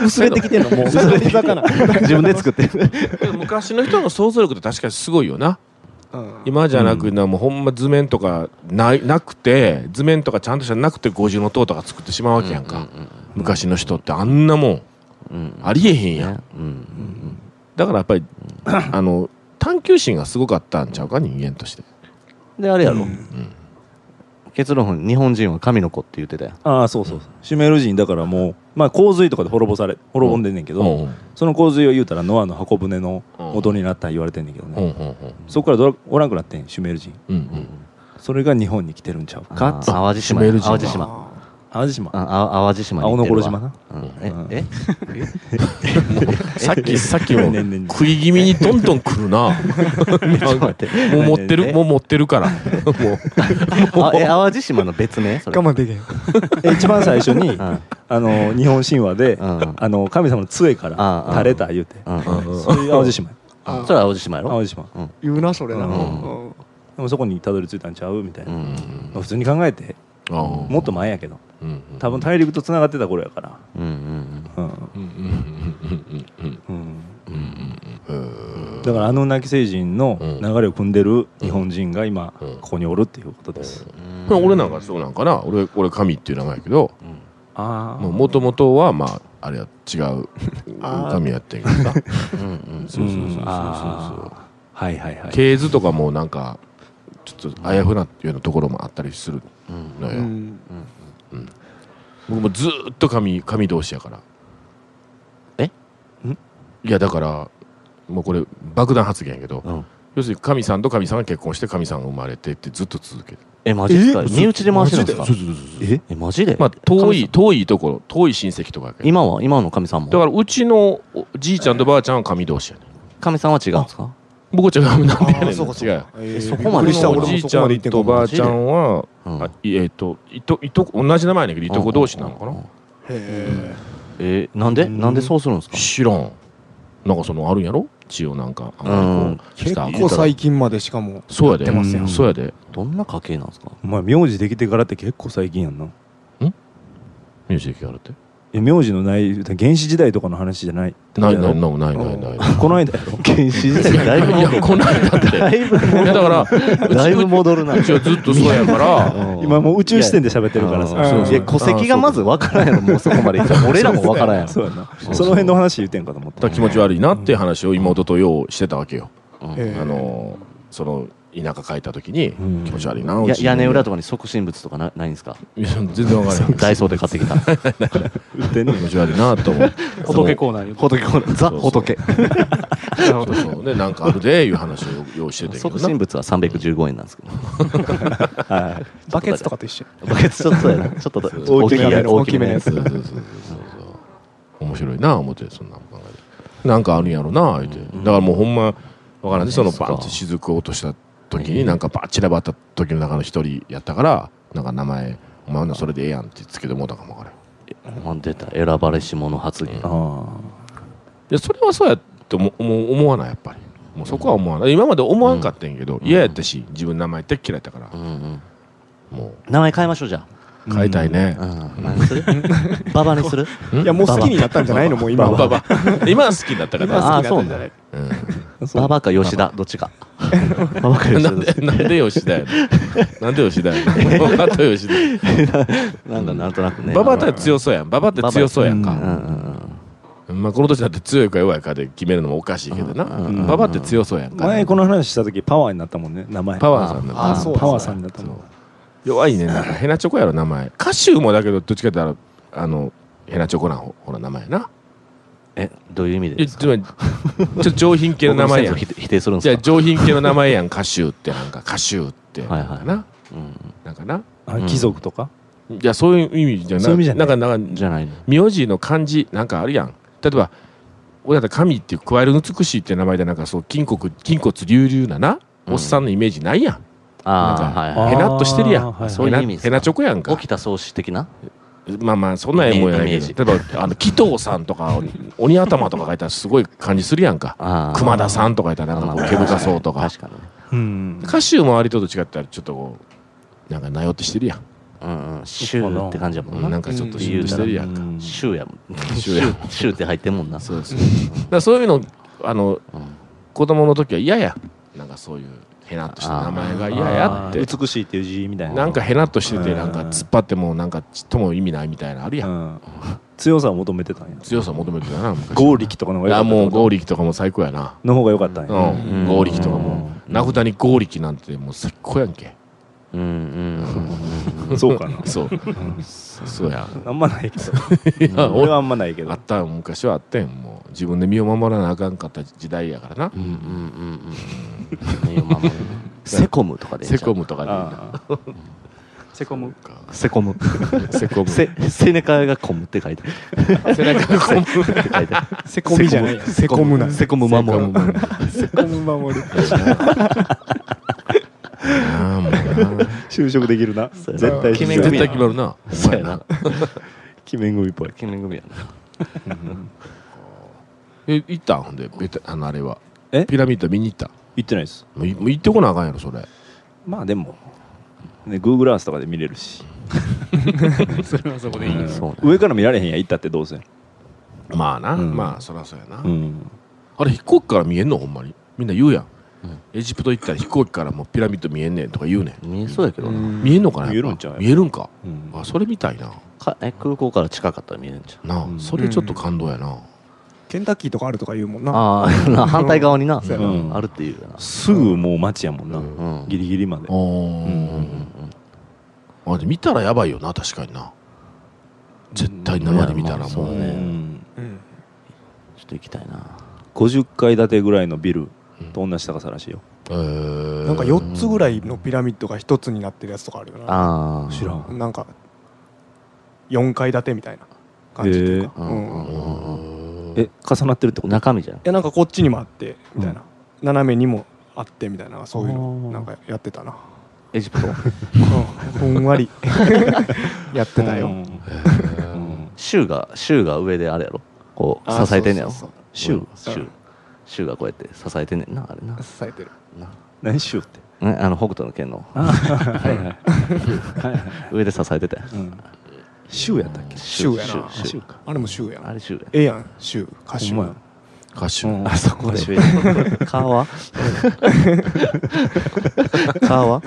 Speaker 4: 薄れてきてるのもう
Speaker 3: 薄れてきてる
Speaker 4: かな
Speaker 3: 自分で作ってる
Speaker 2: でも昔の人の想像力って確かにすごいよな
Speaker 4: うん
Speaker 2: 今じゃなくな、もうほんま図面とかないなくて図面とかちゃんとしたのなくて五重の塔とか作ってしまうわけやんか、昔の人ってあんなもん
Speaker 3: うん
Speaker 2: ありえへんやん、
Speaker 3: ねうん
Speaker 2: だからやっぱり、あの探求心がすごかったんちゃうか人間として
Speaker 3: であれやろ、
Speaker 2: ん
Speaker 3: 結論日本人は神の子って言ってたよ
Speaker 1: ああそうそうそうシュメール人だからもう、まあ、洪水とかで滅ぼされ滅ぼんでんねんけど、
Speaker 2: うん
Speaker 1: その洪水を言うたらノアの箱舟の元になった言われてんねんけど
Speaker 2: うんう
Speaker 1: ね、
Speaker 2: んうん
Speaker 1: そこからドラおらんくなってんシュメール人
Speaker 2: うんうん
Speaker 1: それが日本に来てるんちゃうか
Speaker 3: あー淡路島
Speaker 2: シメル人
Speaker 3: 淡路
Speaker 2: ま
Speaker 3: 島
Speaker 1: 淡路島
Speaker 3: ああ淡路島に行ってるわ
Speaker 1: 青の頃島な
Speaker 3: うん、え
Speaker 1: う
Speaker 3: え
Speaker 2: さっき、さっきも
Speaker 1: ねんねんねん
Speaker 2: 食い気味にどんどん来るな。
Speaker 3: ちょっと待って
Speaker 2: もう持って
Speaker 3: え
Speaker 2: る、もう持ってるから。も
Speaker 3: あえ淡路島の別名それ
Speaker 4: 我慢できへん
Speaker 1: え一番最初に、
Speaker 3: ん
Speaker 1: あの日本神話で、
Speaker 3: ん
Speaker 1: あの神様の杖から
Speaker 3: うん
Speaker 1: 垂れた言うて、
Speaker 3: うん
Speaker 2: う、うん
Speaker 1: そういう淡路島や
Speaker 4: あ
Speaker 3: それは淡路島やろ
Speaker 1: 淡路島
Speaker 4: 言うなそれな
Speaker 1: うん
Speaker 4: うん
Speaker 1: でもそこにたどり着いたんちゃうみたいな、
Speaker 3: うん
Speaker 1: 普通に考えて
Speaker 2: あー
Speaker 1: もっと前やけど
Speaker 2: うんうん
Speaker 1: 多分大陸とつながってた頃やから
Speaker 3: うんうん
Speaker 1: うん、
Speaker 2: うんうんうんうん
Speaker 1: うん
Speaker 2: うん
Speaker 1: だからあの泣き星人の流れを組んでる日本人が今
Speaker 2: うん
Speaker 1: ここにおるっていうことです、
Speaker 3: うん
Speaker 2: これ俺なんかそうなんかな俺俺神っていう名前やけど
Speaker 1: ああ
Speaker 2: もともとはまああれは違う
Speaker 4: あー
Speaker 2: 紙やってんけどな
Speaker 3: うんうん
Speaker 2: そうそうそうそうそう
Speaker 1: あはいはいはい
Speaker 2: 系図とかもなんかちょっとあやふなっていうようなところもあったりする
Speaker 3: うん
Speaker 2: の
Speaker 4: う
Speaker 2: よ、
Speaker 4: ん
Speaker 2: 僕もずーっと紙紙同士やから
Speaker 3: え
Speaker 1: ん
Speaker 2: いやだからもうこれ爆弾発言やけど、
Speaker 3: うん
Speaker 2: 要するに神さんと神さんが結婚して神さんが生まれてってずっと続けて
Speaker 3: えマジですか身内で回してるんですか
Speaker 2: マジそうそうそうそう
Speaker 1: え
Speaker 3: えマジで
Speaker 2: まあ遠
Speaker 3: 神
Speaker 2: い
Speaker 3: 様
Speaker 2: 遠いところ遠い親戚とかやけど
Speaker 3: 今は今の神さん
Speaker 2: だ
Speaker 3: も
Speaker 2: からうちのおじいちゃんとばあちゃんは神同士やねん
Speaker 3: 神さんは違うんですか
Speaker 2: 僕ちゃんがなんでやねん
Speaker 6: あーそうかそう
Speaker 2: 違うよ
Speaker 6: かえー
Speaker 3: そこ
Speaker 6: びっ
Speaker 3: ま
Speaker 6: く
Speaker 3: で
Speaker 6: りした
Speaker 2: お
Speaker 6: 俺
Speaker 2: じ
Speaker 6: も
Speaker 2: い
Speaker 6: そ
Speaker 2: ち
Speaker 6: こ
Speaker 2: ゃ
Speaker 6: まで言
Speaker 2: ん
Speaker 6: ってんか
Speaker 2: と
Speaker 6: も
Speaker 2: ばあちゃんは
Speaker 3: うん
Speaker 2: あいえっ、といといとこ同じ名前やねんけどいとこ同士なのか
Speaker 3: うんうん
Speaker 2: な
Speaker 3: うん
Speaker 6: へ
Speaker 3: えなんで
Speaker 1: うん
Speaker 3: なんでそうするんですか
Speaker 2: 知らんなんかそのあるんやろ血をなんかあん
Speaker 3: う
Speaker 2: ま
Speaker 3: ん
Speaker 2: りこう
Speaker 6: ー結
Speaker 2: した
Speaker 6: 構最近までしかも
Speaker 2: そうやで
Speaker 6: やってますやん
Speaker 2: そうやで
Speaker 3: どんな家系なんですか
Speaker 1: お前名字できてからって結構最近やんな
Speaker 2: ミュージックやるって
Speaker 1: え名字のない原始時代とかの話じゃない
Speaker 2: ないないないないないないない
Speaker 1: この間やろ
Speaker 3: 原始時代だいぶ
Speaker 2: いやこ ないだって
Speaker 3: だいぶ
Speaker 2: いやだから
Speaker 3: だいぶ戻るな
Speaker 2: うちはずっとそうやから
Speaker 1: 今もう宇宙視点
Speaker 3: で
Speaker 1: で喋ってるから
Speaker 3: いや
Speaker 1: さ
Speaker 4: うん
Speaker 3: いや戸籍がまず分からんやろも うそこまで行ったら俺らも分からんや
Speaker 1: そ
Speaker 3: ろ
Speaker 1: うやな
Speaker 3: そう
Speaker 1: その辺の話言うてんかと思っ
Speaker 2: だか
Speaker 1: た
Speaker 2: ら気持ち悪いなって話を妹とようしてたわけよ、
Speaker 3: うん
Speaker 4: えー
Speaker 2: あのその田舎帰った時に
Speaker 1: うん
Speaker 2: 気持ち悪いな、う
Speaker 3: や
Speaker 2: ち
Speaker 3: 屋根裏とかに即身仏とかなないんですか
Speaker 2: いや全然わからない
Speaker 3: ダイソーで買ってきた
Speaker 1: 言ってんね
Speaker 2: 気持ち悪いなと思って
Speaker 5: 仏コーナーに
Speaker 3: 仏コーナーザ
Speaker 2: そうそう
Speaker 3: 仏
Speaker 2: そうそうでなんかあるでいう話をようしてたけど
Speaker 3: 即
Speaker 2: な
Speaker 3: 身仏は315円なんですけど
Speaker 4: バケツとかと一緒
Speaker 3: バケツちょっとやなちょっと
Speaker 1: 大きめの
Speaker 3: やつ
Speaker 4: 大きめのやつ
Speaker 2: そうそうそうそうそう面白いな思ってそんなん考えてなんかあるんやろな言うて、だからもうほんまわからんねそのバンって雫を落とした時になんかバッチラバった時の中の一人やったからなんか名前お前はそれでええやんってつけてもうたかもわからん
Speaker 3: ほんでた選ばれし者発言
Speaker 1: あ
Speaker 2: いやそれはそうやと思思思わないやっぱりもうそこは思わない今まで思わんかったんやけど、嫌やったし自分の名前って嫌いだから
Speaker 3: う、んうん
Speaker 2: も
Speaker 3: 名前変えましょうじゃ
Speaker 2: う変えたいね、
Speaker 3: あうん何するババにする
Speaker 2: うん
Speaker 4: いやもう好きになったんじゃないのもう今
Speaker 2: ババ
Speaker 4: は
Speaker 2: バ今は好きだったから
Speaker 4: 今
Speaker 2: な
Speaker 4: は好きになったんじゃない
Speaker 2: うん
Speaker 3: ババか吉田どっちかババか
Speaker 2: な
Speaker 3: 吉田
Speaker 2: んで、なんで吉田やねんなんで吉田やねんババと吉田。
Speaker 3: なんかなんとなくね
Speaker 2: ババって強そうやん。ババって強そうやん
Speaker 3: うんう
Speaker 2: か。
Speaker 3: んうん
Speaker 2: まあこの年だって強いか弱いかで決めるのもおかしいけどな。
Speaker 3: うん
Speaker 2: ババって強そうやん
Speaker 1: ー
Speaker 2: か。
Speaker 1: 前この話した時パワーになったもんね名前
Speaker 2: パワーさん
Speaker 4: あ
Speaker 2: の。
Speaker 4: あそう
Speaker 1: パワーさんになったもん
Speaker 2: 弱いね。なんかヘナチョコやろ、名前。歌手もだけど、どっちかって言ったら、あの、ヘナチョコなほほら名前やな。
Speaker 3: えどういう意味
Speaker 2: いや
Speaker 3: で
Speaker 2: つまりちょっと上品系の名前やん
Speaker 3: 僕。のセンスを否定否定するん
Speaker 2: じゃ
Speaker 3: で
Speaker 2: あ
Speaker 3: すか
Speaker 2: 上品系の名前やん、歌手ってなんか、歌手って。
Speaker 3: はいは
Speaker 2: なんか
Speaker 3: い
Speaker 2: な。
Speaker 3: うん
Speaker 2: なんかな。
Speaker 1: あ貴族とか
Speaker 2: いや、そういう意味じゃない。
Speaker 1: そういう意味じゃない
Speaker 2: んか、なんか、
Speaker 3: じゃないの
Speaker 2: 名字の漢字なんかあるやん例えば俺だったら神っていう加える美しいって名前でなんかそう筋骨筋骨隆々なな
Speaker 3: うん
Speaker 2: おっさんのイメージないやん、
Speaker 3: ああ
Speaker 2: な
Speaker 3: はい
Speaker 1: あ
Speaker 3: は
Speaker 1: ー
Speaker 2: へなっとしてるやん、
Speaker 1: はいはい
Speaker 3: そういう意味ですか
Speaker 2: へなへなチョコやん
Speaker 3: い
Speaker 2: か
Speaker 3: 沖田総司的な
Speaker 2: まあまあそんな絵もんやないけど例えばあの紀藤さんとか鬼頭とか書いたらすごい感じするやんか
Speaker 3: あー
Speaker 2: 熊田さんとか書いたらなんかこう毛深そうとか
Speaker 3: 確かにね
Speaker 1: うん
Speaker 2: 歌手も割とと違ったらちょっとこうなんかなよってしてるやん、
Speaker 3: うんうんシューって感じやもんな
Speaker 2: なんかちょっとシュンとしてるやんか、
Speaker 1: うん
Speaker 3: シューやもん
Speaker 2: シ
Speaker 3: シ
Speaker 2: ュー
Speaker 3: ュ
Speaker 2: や
Speaker 3: ーシューって入ってんもんな
Speaker 2: そうそうだからそういうのあの
Speaker 3: うん
Speaker 2: 子供の時は嫌やなんかそういうへなっとした名前が嫌やって
Speaker 1: 美しいっていう字みたいな
Speaker 2: なんかへなっとしてて
Speaker 1: うん
Speaker 2: なんか突っ張ってもなんかちっとも意味ないみたいなあるや
Speaker 1: うんん強さを求めてたんや
Speaker 2: 強さ求めてたな昔
Speaker 1: 合力とかの方
Speaker 2: い
Speaker 1: が良かっ
Speaker 2: や
Speaker 1: た
Speaker 2: もう合
Speaker 1: 力
Speaker 2: 力とかも最高やな
Speaker 1: の方が良かったん
Speaker 2: う
Speaker 1: や
Speaker 2: ん合力とかも名札に合力なんてもう最高やんけ
Speaker 3: うんうん
Speaker 1: そう かな
Speaker 2: そうそうや
Speaker 1: あんまないけど
Speaker 2: いや
Speaker 1: 俺は
Speaker 2: 俺
Speaker 1: あんまないけ
Speaker 2: あ
Speaker 1: ど
Speaker 2: った昔はあってんもう自分で身を守らなあかんかった時代やからな
Speaker 3: うんうんうんうんいやまあまあセコムとかでいいん
Speaker 2: セ
Speaker 3: ちゃう
Speaker 2: コムとか
Speaker 1: ああ
Speaker 5: セコム
Speaker 3: セコム
Speaker 2: でセコム
Speaker 3: せ背中がコムって書いてある
Speaker 2: 背中がコム
Speaker 3: って書いてある
Speaker 4: セコミじゃないセコムなんセ
Speaker 3: セコム守る
Speaker 4: コム守る
Speaker 2: ああもうな
Speaker 1: 就職できるな
Speaker 3: そう
Speaker 1: 絶
Speaker 3: やな
Speaker 1: 対
Speaker 3: 決め
Speaker 1: 就職
Speaker 2: 絶
Speaker 3: 組
Speaker 2: 対決まるな
Speaker 3: そうやな
Speaker 1: 決め組っぽい
Speaker 3: 記念組やな
Speaker 2: え行ったほんでベタあのあれは
Speaker 1: え
Speaker 2: ピラミッド見に行った
Speaker 1: 言ってないです
Speaker 2: もういもう行ってこなあかんやろそれ
Speaker 1: まあでもね Google Earth とかで見れるし
Speaker 5: それはそこでいい
Speaker 1: うん
Speaker 3: そうね
Speaker 1: 上から見られへんや行ったってどうせ
Speaker 2: まあな、
Speaker 1: うん
Speaker 2: まあそりゃそうやな、
Speaker 1: うん
Speaker 2: あれ飛行機から見えんのほんまにみんな言うやん、
Speaker 3: うん
Speaker 2: エジプト行ったら飛行機からもうピラミッド見えんねんとか言うねん
Speaker 3: 見えそうやけどな
Speaker 2: 見えんのかなやっぱ
Speaker 1: 見えるんちゃう
Speaker 2: 見えるんか、
Speaker 1: うん
Speaker 2: あそれみたいな
Speaker 3: かえ空港から近かったら見えるんちゃう
Speaker 2: なあ、
Speaker 1: うん
Speaker 2: それちょっと感動やな、
Speaker 6: ケンタッキーとかあるとか言うもんな
Speaker 3: ああな 反対側にな、
Speaker 6: そう
Speaker 1: やな
Speaker 3: うんあるっていうよな
Speaker 1: すぐもう街やもんな、
Speaker 2: うん
Speaker 3: うん
Speaker 1: ギリギリまで
Speaker 2: あー
Speaker 1: うん
Speaker 2: あで見たらやばいよな確かにな絶対生で見たらもう,、
Speaker 3: う
Speaker 1: う
Speaker 3: んいやまあそうね
Speaker 1: ん
Speaker 6: うん
Speaker 3: ちょっと行きたいな
Speaker 1: 50階建てぐらいのビルと同じ高さらしいよ、
Speaker 2: えー
Speaker 6: なんか4つぐらいのピラミッドが1つになってるやつとかあるよな
Speaker 3: ああ
Speaker 1: 知らん
Speaker 6: なんか4階建てみたいな感じとか、
Speaker 3: うん
Speaker 6: うん
Speaker 3: うん
Speaker 6: い
Speaker 2: うん
Speaker 1: え重なってるってこと
Speaker 3: 中身じゃん
Speaker 6: やなんかこっちにもあってみたいな、斜めにもあってみたいなそういうのなんかやってたな、
Speaker 3: エジプト
Speaker 6: うん、ふ んわりやってたよ、
Speaker 1: うん
Speaker 2: えー
Speaker 1: うん
Speaker 3: 州が州が上であれやろこう支えてんねやろ
Speaker 6: そう
Speaker 1: 州
Speaker 3: 州州がこうやって支えてんねんなあれな
Speaker 6: そうそう支えてる
Speaker 1: 何州って
Speaker 3: ね、あの北斗の拳の
Speaker 1: はいはい
Speaker 3: 上で支えてたやん
Speaker 1: うん州やったっけ
Speaker 6: 州やな
Speaker 3: 州州
Speaker 6: あれも州や
Speaker 3: あ
Speaker 6: な
Speaker 3: れ州や
Speaker 6: ええやん州歌手
Speaker 1: ほんまや
Speaker 2: 歌手、
Speaker 1: うん
Speaker 3: あそこで 川川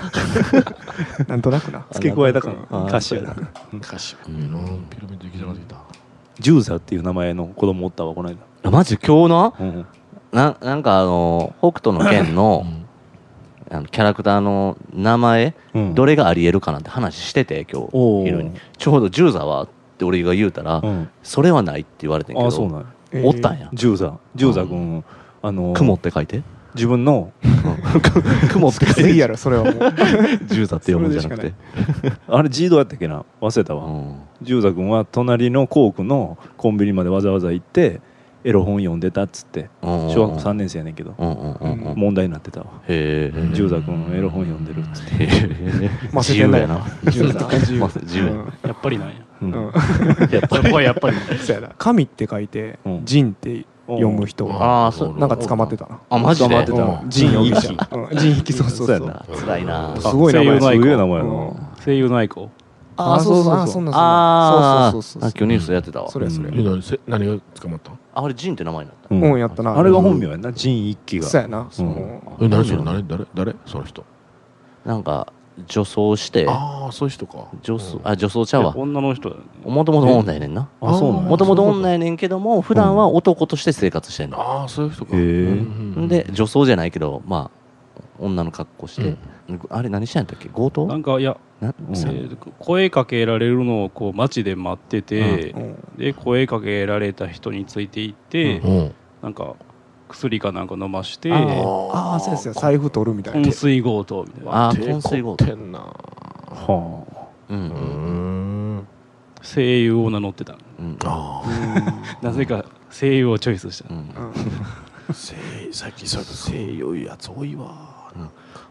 Speaker 6: なんとなくな
Speaker 1: 付け加えたか
Speaker 3: あ
Speaker 1: な歌手やな
Speaker 2: 歌手うんうんピラミッド行きたかった
Speaker 1: ジューザっていう名前の子供おったわこの間、
Speaker 3: あマジ今日な
Speaker 1: うん
Speaker 3: ななんかあの北斗の拳の
Speaker 2: うん
Speaker 3: あのキャラクターの名前
Speaker 1: うん
Speaker 3: どれがありえるかなんて話してて今
Speaker 1: お
Speaker 3: 日
Speaker 1: ー
Speaker 3: 昼にちょうど「十座は?」って俺が言うたら
Speaker 1: うん
Speaker 3: 「それはない」って言われてんけ
Speaker 1: ああそう
Speaker 3: ど
Speaker 1: なんや
Speaker 3: おったんや
Speaker 1: ジューザジューザ君あの
Speaker 3: 「雲」って書いて
Speaker 1: 自分の
Speaker 3: 「雲」って書い
Speaker 6: すぎ
Speaker 3: て
Speaker 6: やろそれはもう
Speaker 3: 「十座」って読むんじゃなくて
Speaker 1: あれ児童やったっけな忘れたわ、
Speaker 3: うん
Speaker 1: ジューザ君は隣の校区のコンビニまでわざわざ行ってエロ本読んでたっつって小学校3年生やねんけど
Speaker 3: うんうんうんうん
Speaker 1: 問題になってたわ
Speaker 3: へえ
Speaker 1: ジューザ君エロ本読んでるっつって
Speaker 6: まあ
Speaker 3: 自由やな
Speaker 6: 自由だ自由
Speaker 3: まあ自由や
Speaker 6: うん
Speaker 5: やっぱりなん や。
Speaker 1: う
Speaker 6: うんん
Speaker 5: やっぱりやっぱり。
Speaker 6: そうやな神って書いて
Speaker 1: うん
Speaker 6: 神って読む人
Speaker 2: うん
Speaker 6: が
Speaker 3: ああそう
Speaker 6: なんか捕まってたな
Speaker 3: あマジで
Speaker 1: 捕まってた
Speaker 6: うん神容疑者うん神引きそうそう
Speaker 1: そうや
Speaker 6: そう
Speaker 1: な
Speaker 3: 辛いな
Speaker 6: すごい名
Speaker 5: 声優
Speaker 6: 前
Speaker 5: の愛
Speaker 1: す
Speaker 5: 子
Speaker 1: げえ名前や
Speaker 6: うん
Speaker 1: な
Speaker 5: 声優の愛子。
Speaker 6: ああそうそうあそんなんそんなん
Speaker 3: ああ
Speaker 6: そうそうそうそう
Speaker 3: あ今日ニュースやってたわ
Speaker 6: それそれ
Speaker 2: え何せ何が捕まったん
Speaker 3: あれジンって名前になった
Speaker 1: うん
Speaker 6: うんやったな
Speaker 1: あれが本名やな仁一輝
Speaker 6: そう
Speaker 1: が
Speaker 6: やな
Speaker 1: うん
Speaker 6: も
Speaker 2: え何それ誰誰誰その人
Speaker 3: なんか女装して
Speaker 2: ああそういう人か
Speaker 3: 女装あ女装ちゃうわ
Speaker 5: 女の人だね。
Speaker 3: もともと女やねんな
Speaker 1: あそうなんや
Speaker 3: もともと女やねんけども普段は男として生活してんの
Speaker 2: ああそういう人か
Speaker 1: へえ
Speaker 2: うん
Speaker 3: で女装じゃないけどまあ女の格好してあれ何してんやったっけ強
Speaker 5: な
Speaker 3: 盗
Speaker 5: んかいや、
Speaker 3: な
Speaker 5: せ声かけられるのをこう街で待ってて、
Speaker 6: ううん
Speaker 5: で声かけられた人についていって、
Speaker 2: うん
Speaker 5: なんか薬かなんか飲まして、
Speaker 3: あ
Speaker 6: ああそうやそうや財布取るみたいな
Speaker 5: 昏睡強盗みたいな。
Speaker 3: ああ
Speaker 2: 手凝
Speaker 3: 昏睡強
Speaker 2: って
Speaker 3: 盗
Speaker 2: んな
Speaker 1: はあ
Speaker 3: う
Speaker 2: うんん
Speaker 5: 声優を名乗ってた。
Speaker 3: うん
Speaker 2: あ
Speaker 5: なぜか声優をチョイスした
Speaker 3: う。ん
Speaker 2: あせい最近そう西洋いやつ多いわ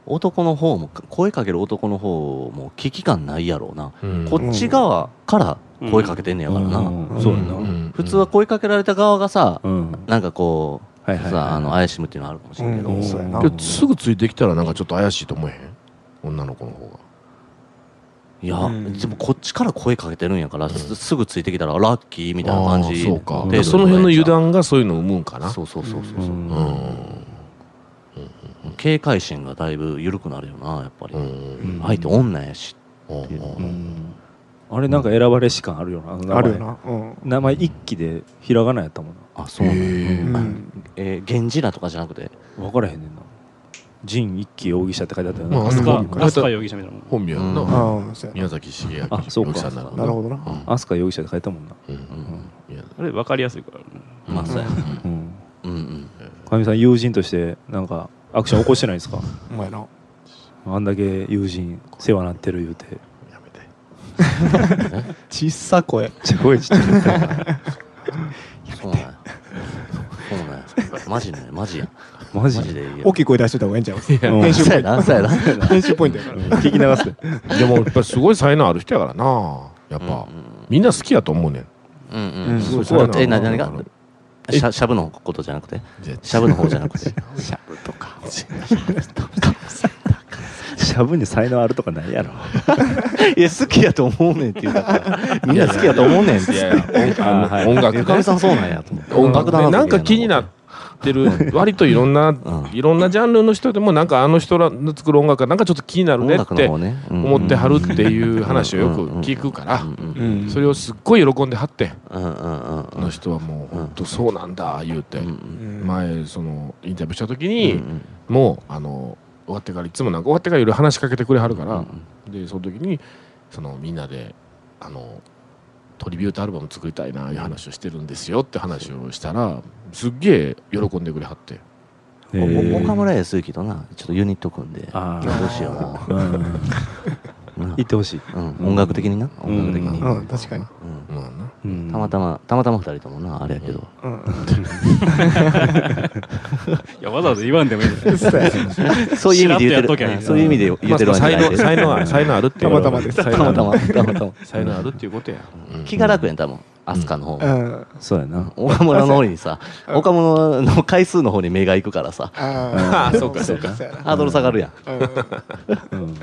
Speaker 3: 男の方も声かける男の方も危機感ないやろうな、
Speaker 2: うん
Speaker 3: こっち側から声かけてんねやからな、
Speaker 1: うんそうやな
Speaker 2: うん
Speaker 3: 普通は声かけられた側がさ、
Speaker 1: うん
Speaker 3: なんかこう、
Speaker 1: はいはいはい
Speaker 3: さあの怪しむっていうのはあるかもしれんけど、
Speaker 6: うんそうやな
Speaker 2: ですぐついてきたらなんかちょっと怪しいと思えへん女の子の方が
Speaker 3: いや、
Speaker 6: うん
Speaker 3: でもこっちから声かけてるんやから、すすぐついてきたらラッキーみたいな感
Speaker 2: あ
Speaker 3: じ
Speaker 2: ーそうか
Speaker 3: 程度に
Speaker 2: その辺の油断がそういうのを生むんかな
Speaker 3: そうそうそうそうう、
Speaker 1: ん
Speaker 2: うん
Speaker 3: 警戒心がだいぶ緩くなるよなやっぱり、
Speaker 2: うん
Speaker 3: 相手女やし
Speaker 2: うん
Speaker 1: うんあれなんか選ばれし感あるよなの名前
Speaker 6: あるよなうん
Speaker 1: 名前一輝でひらがなやったもんな
Speaker 3: あそうなんや
Speaker 2: へ
Speaker 6: う
Speaker 3: あ
Speaker 6: ん
Speaker 3: えー、源氏名とかじゃなくて
Speaker 1: 分からへんねんな仁一輝容疑者って書いてあったよ
Speaker 2: まあ
Speaker 1: な
Speaker 2: あ
Speaker 5: ア
Speaker 2: そ
Speaker 5: ス
Speaker 2: こ
Speaker 5: カ
Speaker 2: に
Speaker 5: アスカ容疑者みたいなもん。
Speaker 2: 本名やん
Speaker 3: う
Speaker 2: な
Speaker 6: ああそうや
Speaker 2: 宮崎茂明
Speaker 1: あそうか
Speaker 2: 容疑者になる
Speaker 6: ななるほどな
Speaker 2: うん
Speaker 1: 飛鳥容疑者って書いてたもんな
Speaker 2: うん宮崎
Speaker 5: あれ分かりやすいからね。
Speaker 3: まあそうやな
Speaker 1: うん
Speaker 3: うんうん
Speaker 1: かみさん友人としてなんかアクション起こしてないですか
Speaker 6: お前な
Speaker 1: あんだけ友人世話なってる言うて
Speaker 2: やめて
Speaker 6: 小さ声
Speaker 1: ちっこいちっちゃい
Speaker 3: そうなんや。そうなんや。マジね、マジやん。
Speaker 1: マジ
Speaker 3: マジ
Speaker 1: で
Speaker 3: でいいよ
Speaker 6: 大。きい声出しといた方がいいんちゃう
Speaker 1: うん
Speaker 6: 編集
Speaker 3: そう
Speaker 6: ポイ
Speaker 3: や
Speaker 6: ント
Speaker 3: な、そうやな。
Speaker 6: 編集ポイントやから
Speaker 1: 聞き流すで
Speaker 2: でもやっぱりすごい才能ある人やからなやっぱみんな好きやと思うねん
Speaker 3: うんう。
Speaker 6: うんん
Speaker 3: そ
Speaker 2: す
Speaker 3: こ
Speaker 2: ごい
Speaker 3: は
Speaker 2: 才、能
Speaker 3: え、な、何
Speaker 2: あ
Speaker 3: が
Speaker 2: る
Speaker 3: しゃ、しゃぶのことじゃなくて
Speaker 2: 絶対
Speaker 3: しゃぶの方じゃなく て。
Speaker 1: しゃぶに才能あるとかないやろ
Speaker 3: いや、好きやと思うねんって言うた から。みんな好きやと思うねんって。
Speaker 2: いやいや音楽
Speaker 1: あーはい
Speaker 2: 音
Speaker 3: ゆ
Speaker 2: 楽
Speaker 3: か
Speaker 2: ね
Speaker 3: みさんそうなんやと思って。
Speaker 2: 音楽ねなんか気にな
Speaker 3: っ
Speaker 2: っってる割といろんな、
Speaker 3: ん
Speaker 2: いろんなジャンルの人でもなんかあの人らの作る音楽がなんかちょっと気になるねっ
Speaker 3: 音楽の
Speaker 2: て
Speaker 3: 方ねうん
Speaker 2: 思ってはるっていう話をよく聞くからそれをすっごい喜んではって
Speaker 3: うんうんうん
Speaker 2: あの人はもう本当そうなんだ言うて
Speaker 3: うん
Speaker 2: 前そのインタビューした時
Speaker 3: うんう
Speaker 2: に
Speaker 3: ん
Speaker 2: もうあの終わってからいつもなんか終わってからいろいろ話しかけてくれはるからでその時にそのみんなであのトリビュートアルバム作りたいないう話をしてるんですよって話をしたらすっげえ喜んでくれはって
Speaker 1: え
Speaker 3: お
Speaker 1: ー
Speaker 3: 岡村康之となちょっとユニット組んで
Speaker 1: あ
Speaker 3: どうしような
Speaker 1: あ、うん、
Speaker 3: うん
Speaker 1: 行ってほしい、
Speaker 3: うん音楽的にな音楽的に
Speaker 1: うん
Speaker 6: うん確かに
Speaker 3: うん
Speaker 2: まあな
Speaker 1: うん、
Speaker 3: たまたまたまたま二人ともなあれやけど
Speaker 5: いやわざわざ言わんでもいいです
Speaker 3: そういう意味で言っ
Speaker 5: しらっとやっと
Speaker 3: て
Speaker 5: きゃいい
Speaker 3: る
Speaker 5: な
Speaker 3: うんそういう意味で言ってる
Speaker 2: まあ
Speaker 3: わ
Speaker 2: 才
Speaker 3: けじゃない
Speaker 2: 能
Speaker 3: で
Speaker 2: 才能 ある才能あるっていう
Speaker 6: たまたまです
Speaker 2: 才
Speaker 3: た
Speaker 2: 能あ
Speaker 3: ま
Speaker 2: る
Speaker 3: たまたまたま
Speaker 2: 才能あるっていうことや
Speaker 3: 気が楽やん多分飛鳥の方
Speaker 6: う
Speaker 3: が
Speaker 6: ん
Speaker 1: そうやな
Speaker 3: 岡村の方にさ岡村の回数の方に目が行くからさ
Speaker 6: ああ
Speaker 2: そうかそうか
Speaker 6: やな
Speaker 3: ハードル下がるやん
Speaker 6: うん
Speaker 1: うん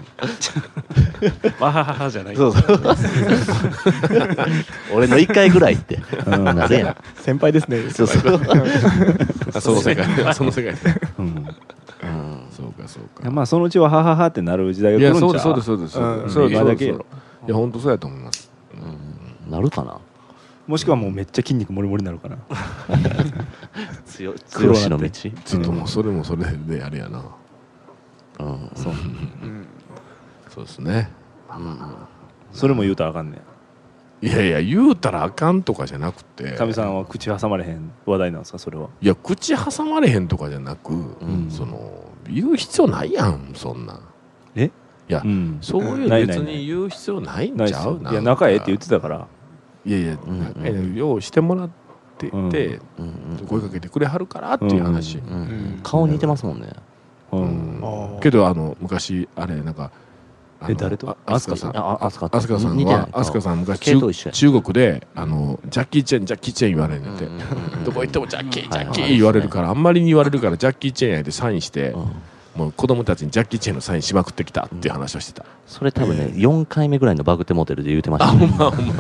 Speaker 5: わはははじゃない
Speaker 3: そうそう。 俺の1回ぐらいって。なるやん。
Speaker 6: 先輩ですね
Speaker 3: そうそう。
Speaker 2: あその世界 その世界
Speaker 1: うん
Speaker 3: うん
Speaker 2: そうかそう
Speaker 1: いや
Speaker 2: か
Speaker 1: まあそのうちははははってなる時代が
Speaker 2: い
Speaker 1: 来る
Speaker 2: や
Speaker 1: んちゃ
Speaker 2: そうですそうですそうですそう
Speaker 6: う
Speaker 2: で
Speaker 6: ん
Speaker 2: す
Speaker 1: 今だ
Speaker 2: そうですそうで
Speaker 1: け
Speaker 2: す
Speaker 1: よ
Speaker 2: いや本当そうやと思います
Speaker 3: なるかな
Speaker 1: もしくはもうめっちゃ筋肉もりもりになるから
Speaker 3: 強強しの道。
Speaker 2: ちょっともうそれもそれであれやな
Speaker 3: うん。
Speaker 1: そう
Speaker 2: そうですね
Speaker 1: それも言うたらあかんね
Speaker 2: いやいや言うたらあかんとかじゃなくて
Speaker 1: んかみさんは口挟まれへん話題なんですかそれはい
Speaker 2: や口挟まれへんとかじゃなく、
Speaker 1: ん
Speaker 2: その言う必要ないやんそんなん
Speaker 1: え
Speaker 2: いや、
Speaker 1: うん
Speaker 2: そういう
Speaker 1: ない
Speaker 2: 別
Speaker 1: ないない
Speaker 2: に言う必要ないん
Speaker 1: ないっ
Speaker 2: ち
Speaker 1: す
Speaker 2: ゃ
Speaker 1: よ
Speaker 2: う
Speaker 1: いや仲ええって言っててたから
Speaker 2: いやいや
Speaker 3: ん
Speaker 2: 仲ええようしてもらってて、
Speaker 1: うん
Speaker 3: うんうん
Speaker 2: 声かけてくれはるからっていう話、
Speaker 3: うん顔似てますもんね。
Speaker 1: う
Speaker 2: う
Speaker 1: ん
Speaker 2: ん
Speaker 6: ああ
Speaker 2: けどあの昔あれなんかあの
Speaker 1: え誰と
Speaker 2: ああすかさん
Speaker 3: あ、あすか
Speaker 2: アスカさん
Speaker 3: 似てない
Speaker 2: は。アスカさん昔
Speaker 3: 系統
Speaker 2: 中
Speaker 3: 一緒や
Speaker 2: 中国であのジャッキー・チェンジャッキー・チェン言われるんて、
Speaker 3: うん
Speaker 2: どこ行ってもジャッキージャッキー
Speaker 3: はいはい
Speaker 2: 言われるからあんまりに言われるからジャッキー・チェンやでサインして、
Speaker 3: うん
Speaker 2: もう子供たちにジャッキー・チェンのサインしまくってきたっていう話をしてた、
Speaker 3: それ多分ね、4回目ぐらいのバグテモデルで言うてましたね。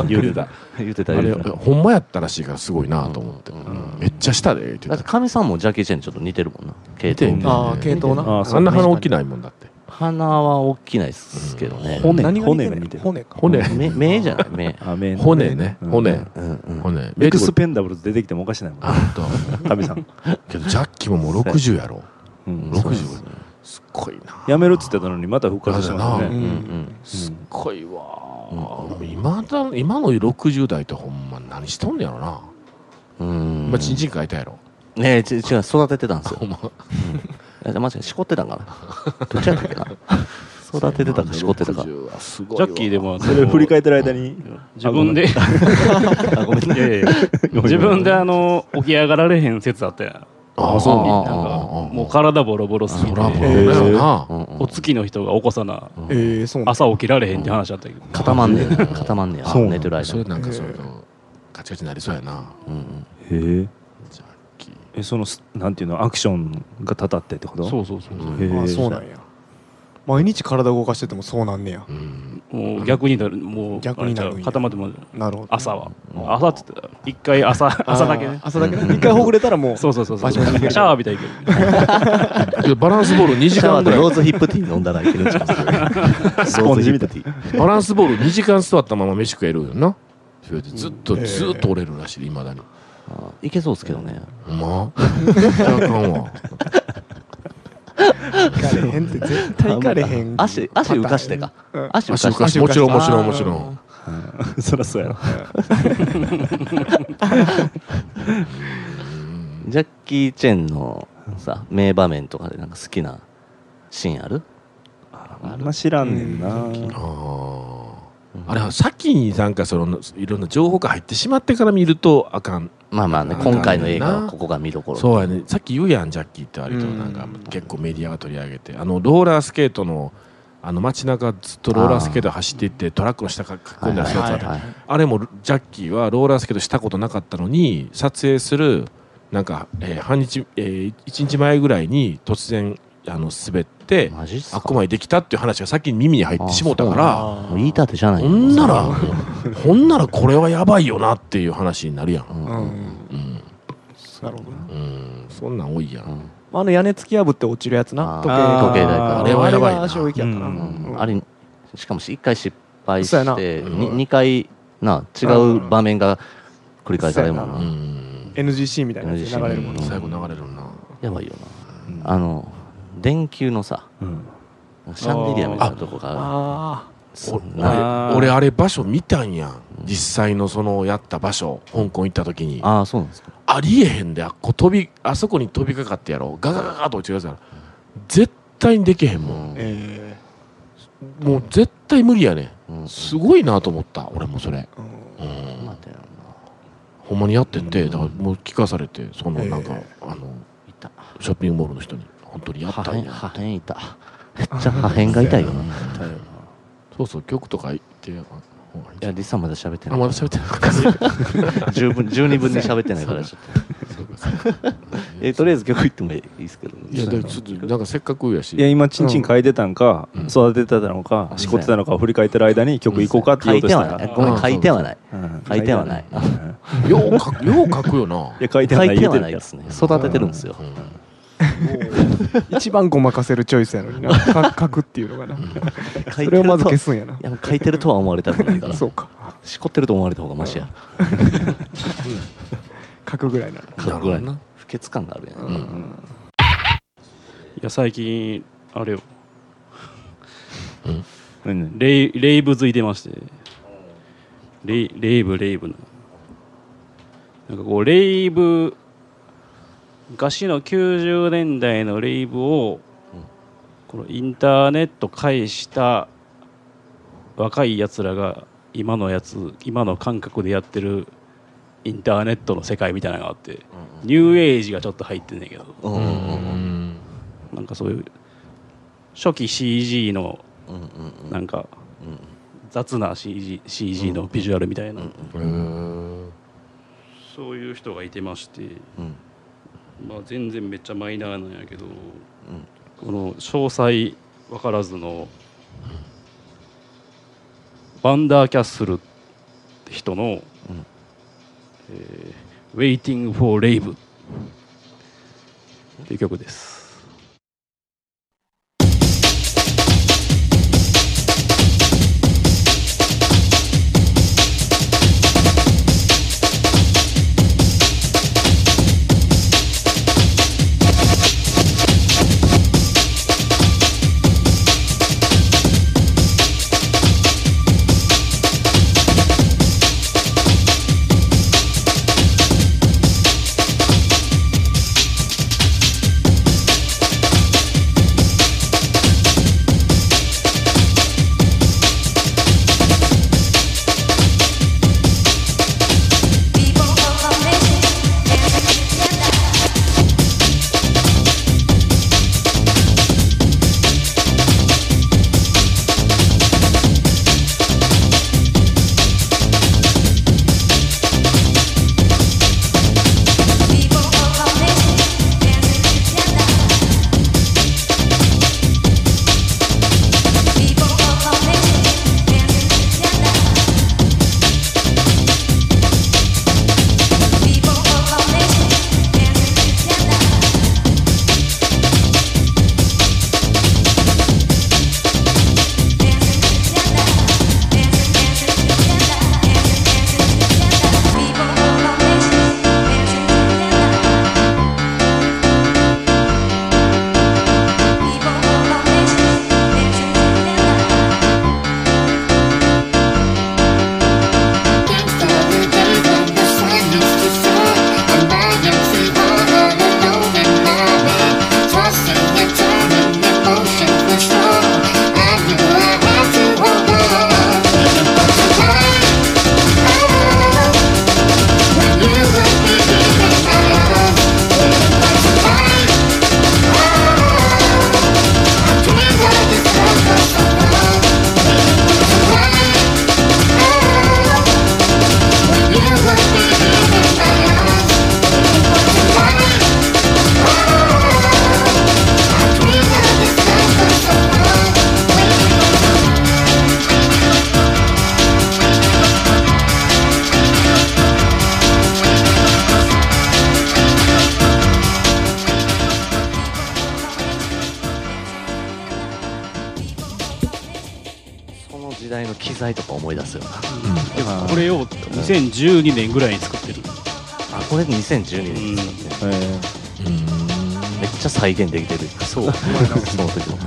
Speaker 1: 言うてた
Speaker 3: 言うてた
Speaker 2: あ
Speaker 3: 言
Speaker 2: れ
Speaker 3: うてた。
Speaker 2: ほんまやったらしいからすごいなと思って、めっちゃしたでって
Speaker 3: だ
Speaker 2: 言っ
Speaker 3: っ
Speaker 2: てて
Speaker 3: かみさんもジャッキー・チェンにちょっと似てるもんな。系
Speaker 2: 似てんね
Speaker 3: 統
Speaker 6: ああ系統な
Speaker 1: あ
Speaker 2: たあんな鼻起きないもんだって
Speaker 3: 鼻は大きないっすけどね。
Speaker 1: 骨
Speaker 6: 何が
Speaker 1: 骨が
Speaker 6: 似
Speaker 1: 似て
Speaker 6: てる
Speaker 1: る
Speaker 6: 骨か
Speaker 2: 骨、
Speaker 3: 目目じゃない目。
Speaker 1: あ目の
Speaker 2: 骨ね
Speaker 1: うん
Speaker 2: 骨、
Speaker 3: うんうん。
Speaker 2: 骨
Speaker 1: エクスペンダブルズ出てきてもおかしないもん
Speaker 2: あほんと
Speaker 1: かみさん
Speaker 2: けどジャッキーももう60やろ
Speaker 1: うん
Speaker 2: 60すっごいな
Speaker 1: やめるっつってたのにまた復活してました
Speaker 2: う
Speaker 6: う
Speaker 1: ね
Speaker 6: ん
Speaker 2: すっごいわ、今だ今の60代ってほんま何しとんねやろな、
Speaker 3: うん
Speaker 2: まあ、ちんちん変えたやろ
Speaker 3: ねえ、ち違う、育ててたんですよ。
Speaker 2: ほんま
Speaker 3: え間違え、しこってたんかな。どっちやったっけな。育ててたか、しこってたか。
Speaker 2: 60はすごい
Speaker 5: ジ
Speaker 2: わ
Speaker 5: ャッキーでも
Speaker 1: それ振り返ってる間に
Speaker 5: 自分で
Speaker 3: あ、ごめん
Speaker 5: いやいや自分であの起き上がられへん説あったやんなんか
Speaker 2: ああそう
Speaker 3: ああ
Speaker 5: もう体ボロボロすぎ
Speaker 2: そ
Speaker 5: て
Speaker 2: らもうだよな、
Speaker 5: お月の人が起こさな
Speaker 6: ええそうなんだ
Speaker 5: 朝起きられへんって話あったけど
Speaker 3: 固まんねえな。固まんねえな。
Speaker 1: そうなの
Speaker 3: 寝てる間
Speaker 2: それ
Speaker 3: に。
Speaker 2: なんかそういうのガチガチになりそうやな
Speaker 3: うん
Speaker 1: へえ
Speaker 2: ジャッキー
Speaker 1: えそのすなんていうのアクションがたたってってこと
Speaker 5: そうそうそうそう
Speaker 1: へえ
Speaker 6: あそうなんや毎日体動かしててもそうなんねや
Speaker 2: うん
Speaker 5: もう逆になるもう
Speaker 6: 逆になるんや
Speaker 5: あれちゃう固まっても
Speaker 6: なるほど
Speaker 5: 朝は朝っつってた一回朝朝だけね
Speaker 6: あー朝だけね一回ほぐれたらもう
Speaker 5: そうそうそうそうシ
Speaker 6: 場所に
Speaker 5: ャワー浴びたいけど
Speaker 2: いやバランスボール2
Speaker 3: シ
Speaker 2: 時
Speaker 3: ャワ
Speaker 2: 間
Speaker 3: ー
Speaker 2: ぐ
Speaker 3: で
Speaker 2: ら
Speaker 3: ロ
Speaker 2: い
Speaker 3: ーズヒップティー飲んだらいけるんちゃうスポンジみたい
Speaker 2: バランスボール2時間座ったまま飯食えるよなそれでずっとずっと折れるらしいいまだに
Speaker 3: いけそうっすけどね。
Speaker 2: ほんま 絶対あかんわ
Speaker 6: 行かれへんって絶対行かれへん
Speaker 3: 足、足浮かしてか
Speaker 6: うん。
Speaker 3: 足
Speaker 2: 足
Speaker 3: 浮
Speaker 2: 浮か
Speaker 3: かし
Speaker 2: して
Speaker 3: て。
Speaker 2: もちろんもちろんもちろん
Speaker 1: そりゃそうやろ
Speaker 3: ジャッキー・チェンのさ、名場面とかでなんか好きなシーンある
Speaker 1: あんま知らんねんな
Speaker 2: あああれは先になんかそのいろんな情報が入ってしまってから見るとあかん
Speaker 3: まあまあね、今回の映画はここが見どころ。
Speaker 2: そうやねさっき言うやんジャッキーって割と
Speaker 6: うん
Speaker 2: なんか結構メディアが取り上げてあのローラースケートのあの街中ずっとローラースケート走っていってトラックの下からかっこんだやつ
Speaker 3: は
Speaker 2: あ
Speaker 3: いは
Speaker 2: っ
Speaker 3: い
Speaker 2: た
Speaker 3: はい
Speaker 2: あれもジャッキーはローラースケートしたことなかったのに撮影するなんか、えー半日、えー一日前ぐらいに突然あの滑って
Speaker 3: マジっすか
Speaker 2: あっこまでできたっていう話が先に耳に入ってしもうたから。
Speaker 3: もう言いたってじゃない
Speaker 2: ほんなら、 ほんならこれはやばいよなっていう話になるやん。
Speaker 6: うん
Speaker 1: ですか
Speaker 6: なるほどな
Speaker 2: うんそんなん多いやん、
Speaker 3: うん
Speaker 6: あの屋根突き破って落ちるやつ
Speaker 3: あー
Speaker 6: な時計
Speaker 1: 時計台か
Speaker 6: あ
Speaker 2: あ
Speaker 6: れ
Speaker 2: れは
Speaker 6: は
Speaker 2: やばいな
Speaker 6: 衝撃やったな、
Speaker 1: うん
Speaker 3: うんあれしかもし1回失敗
Speaker 6: そうや
Speaker 3: し
Speaker 6: な
Speaker 3: て
Speaker 2: うん
Speaker 3: に 2, 回な違う場面が繰り返されるもん
Speaker 6: そ
Speaker 3: な
Speaker 6: う
Speaker 2: う
Speaker 6: や
Speaker 2: ん
Speaker 6: NGC みたいなやつで流れるもん
Speaker 3: う
Speaker 6: な、
Speaker 3: ん
Speaker 2: 最後流れるな
Speaker 3: やばいよ
Speaker 1: うん
Speaker 3: なあの電球のさ
Speaker 1: うん
Speaker 3: シャンデリアみたいなとこがあ
Speaker 6: あ
Speaker 3: る
Speaker 2: お
Speaker 3: な
Speaker 1: あー
Speaker 2: 俺俺あれ場所見たんやん実際のそのやった場所香港行った時にあ
Speaker 3: ああそうなんですか
Speaker 2: りえへんであっこ飛びあそこに飛びかかってやろガガガガと落ちるやつやろ絶対にできへんもん、
Speaker 6: え
Speaker 2: もう絶対無理やね
Speaker 3: うん
Speaker 2: んすごいなと思った俺もそれ、
Speaker 6: ーうん
Speaker 2: うん、
Speaker 3: 待てよな
Speaker 2: ほんまにやってて、だからもう聞かされて、その
Speaker 6: ええ
Speaker 2: なんか、あの
Speaker 3: いた
Speaker 2: ショッピングモールの人に、本当にやっ
Speaker 3: 破
Speaker 2: たん
Speaker 3: 片
Speaker 2: や。
Speaker 3: 破片いためっちゃ破片が痛いよない
Speaker 2: そうそう、曲とか言って、あほら
Speaker 3: やリスさんまだ喋ってな
Speaker 2: あ
Speaker 3: い
Speaker 2: まだ喋ってないか
Speaker 3: 十分十二分で喋ってないからちょっとえとりあえず曲いってもいいですけど
Speaker 2: いや、だからちょっと、なんかせっかくやし、
Speaker 1: いや今チンチン書いてたんか、
Speaker 2: うん
Speaker 1: 育ててたのか、
Speaker 3: うん
Speaker 1: しこってたのかを振り返ってる間に曲行こうかって言おうとした
Speaker 3: 書いてはない
Speaker 1: ら
Speaker 3: ごめん書いてはない
Speaker 1: うん
Speaker 3: 書いてはない
Speaker 1: 書てはない
Speaker 2: よう書く、よう書くよな。
Speaker 1: いや書いて
Speaker 3: 書
Speaker 1: はいない
Speaker 3: て
Speaker 1: 言う
Speaker 3: は
Speaker 1: て
Speaker 3: ない
Speaker 1: る
Speaker 3: で
Speaker 1: か
Speaker 3: すね育ててるんですよ
Speaker 2: うん
Speaker 6: 一番ごまかせるチョイスやの になか書くっていうのがな
Speaker 3: 書い
Speaker 6: そ
Speaker 3: て
Speaker 6: れ
Speaker 3: る
Speaker 6: をまず
Speaker 3: と
Speaker 6: 消すんやない
Speaker 3: や書いてるとは思われたくないから
Speaker 6: そうか
Speaker 3: しこってると思われた方がマシや
Speaker 6: 書くぐらいなら
Speaker 3: 書くぐらいの不潔感があるやん、
Speaker 2: うん
Speaker 5: や最近あれよ
Speaker 1: らうんう ん
Speaker 5: レイレイブ付いてましてレイレイブレイブのなんかこうレイブ昔の90年代のレイブをこのインターネット介した若いやつらが今のやつ今の感覚でやってるインターネットの世界みたいなのがあってニューエイジがちょっと入ってんねんけど
Speaker 3: うん
Speaker 2: う
Speaker 3: うん
Speaker 2: ん
Speaker 3: うん
Speaker 5: なんかそういう初期 CG の
Speaker 3: うんうん
Speaker 5: なんか
Speaker 3: うん
Speaker 5: 雑な CG, CG のビジュアルみたいな、
Speaker 2: うん
Speaker 5: そういう人がいてまして、
Speaker 3: うん
Speaker 5: まあ、全然めっちゃマイナーなんやけど、
Speaker 3: ん
Speaker 5: この詳細分からずのバンダーキャッスルって人の
Speaker 3: うん
Speaker 5: 「えー Waiting for Rave」っていう曲です。
Speaker 7: 「
Speaker 3: の機材とか思い出すよな
Speaker 5: でもこれを2012年ぐらいに作ってる、
Speaker 3: あこれ2012年
Speaker 5: うん、
Speaker 1: え
Speaker 3: めっちゃ再現できてるそうその時も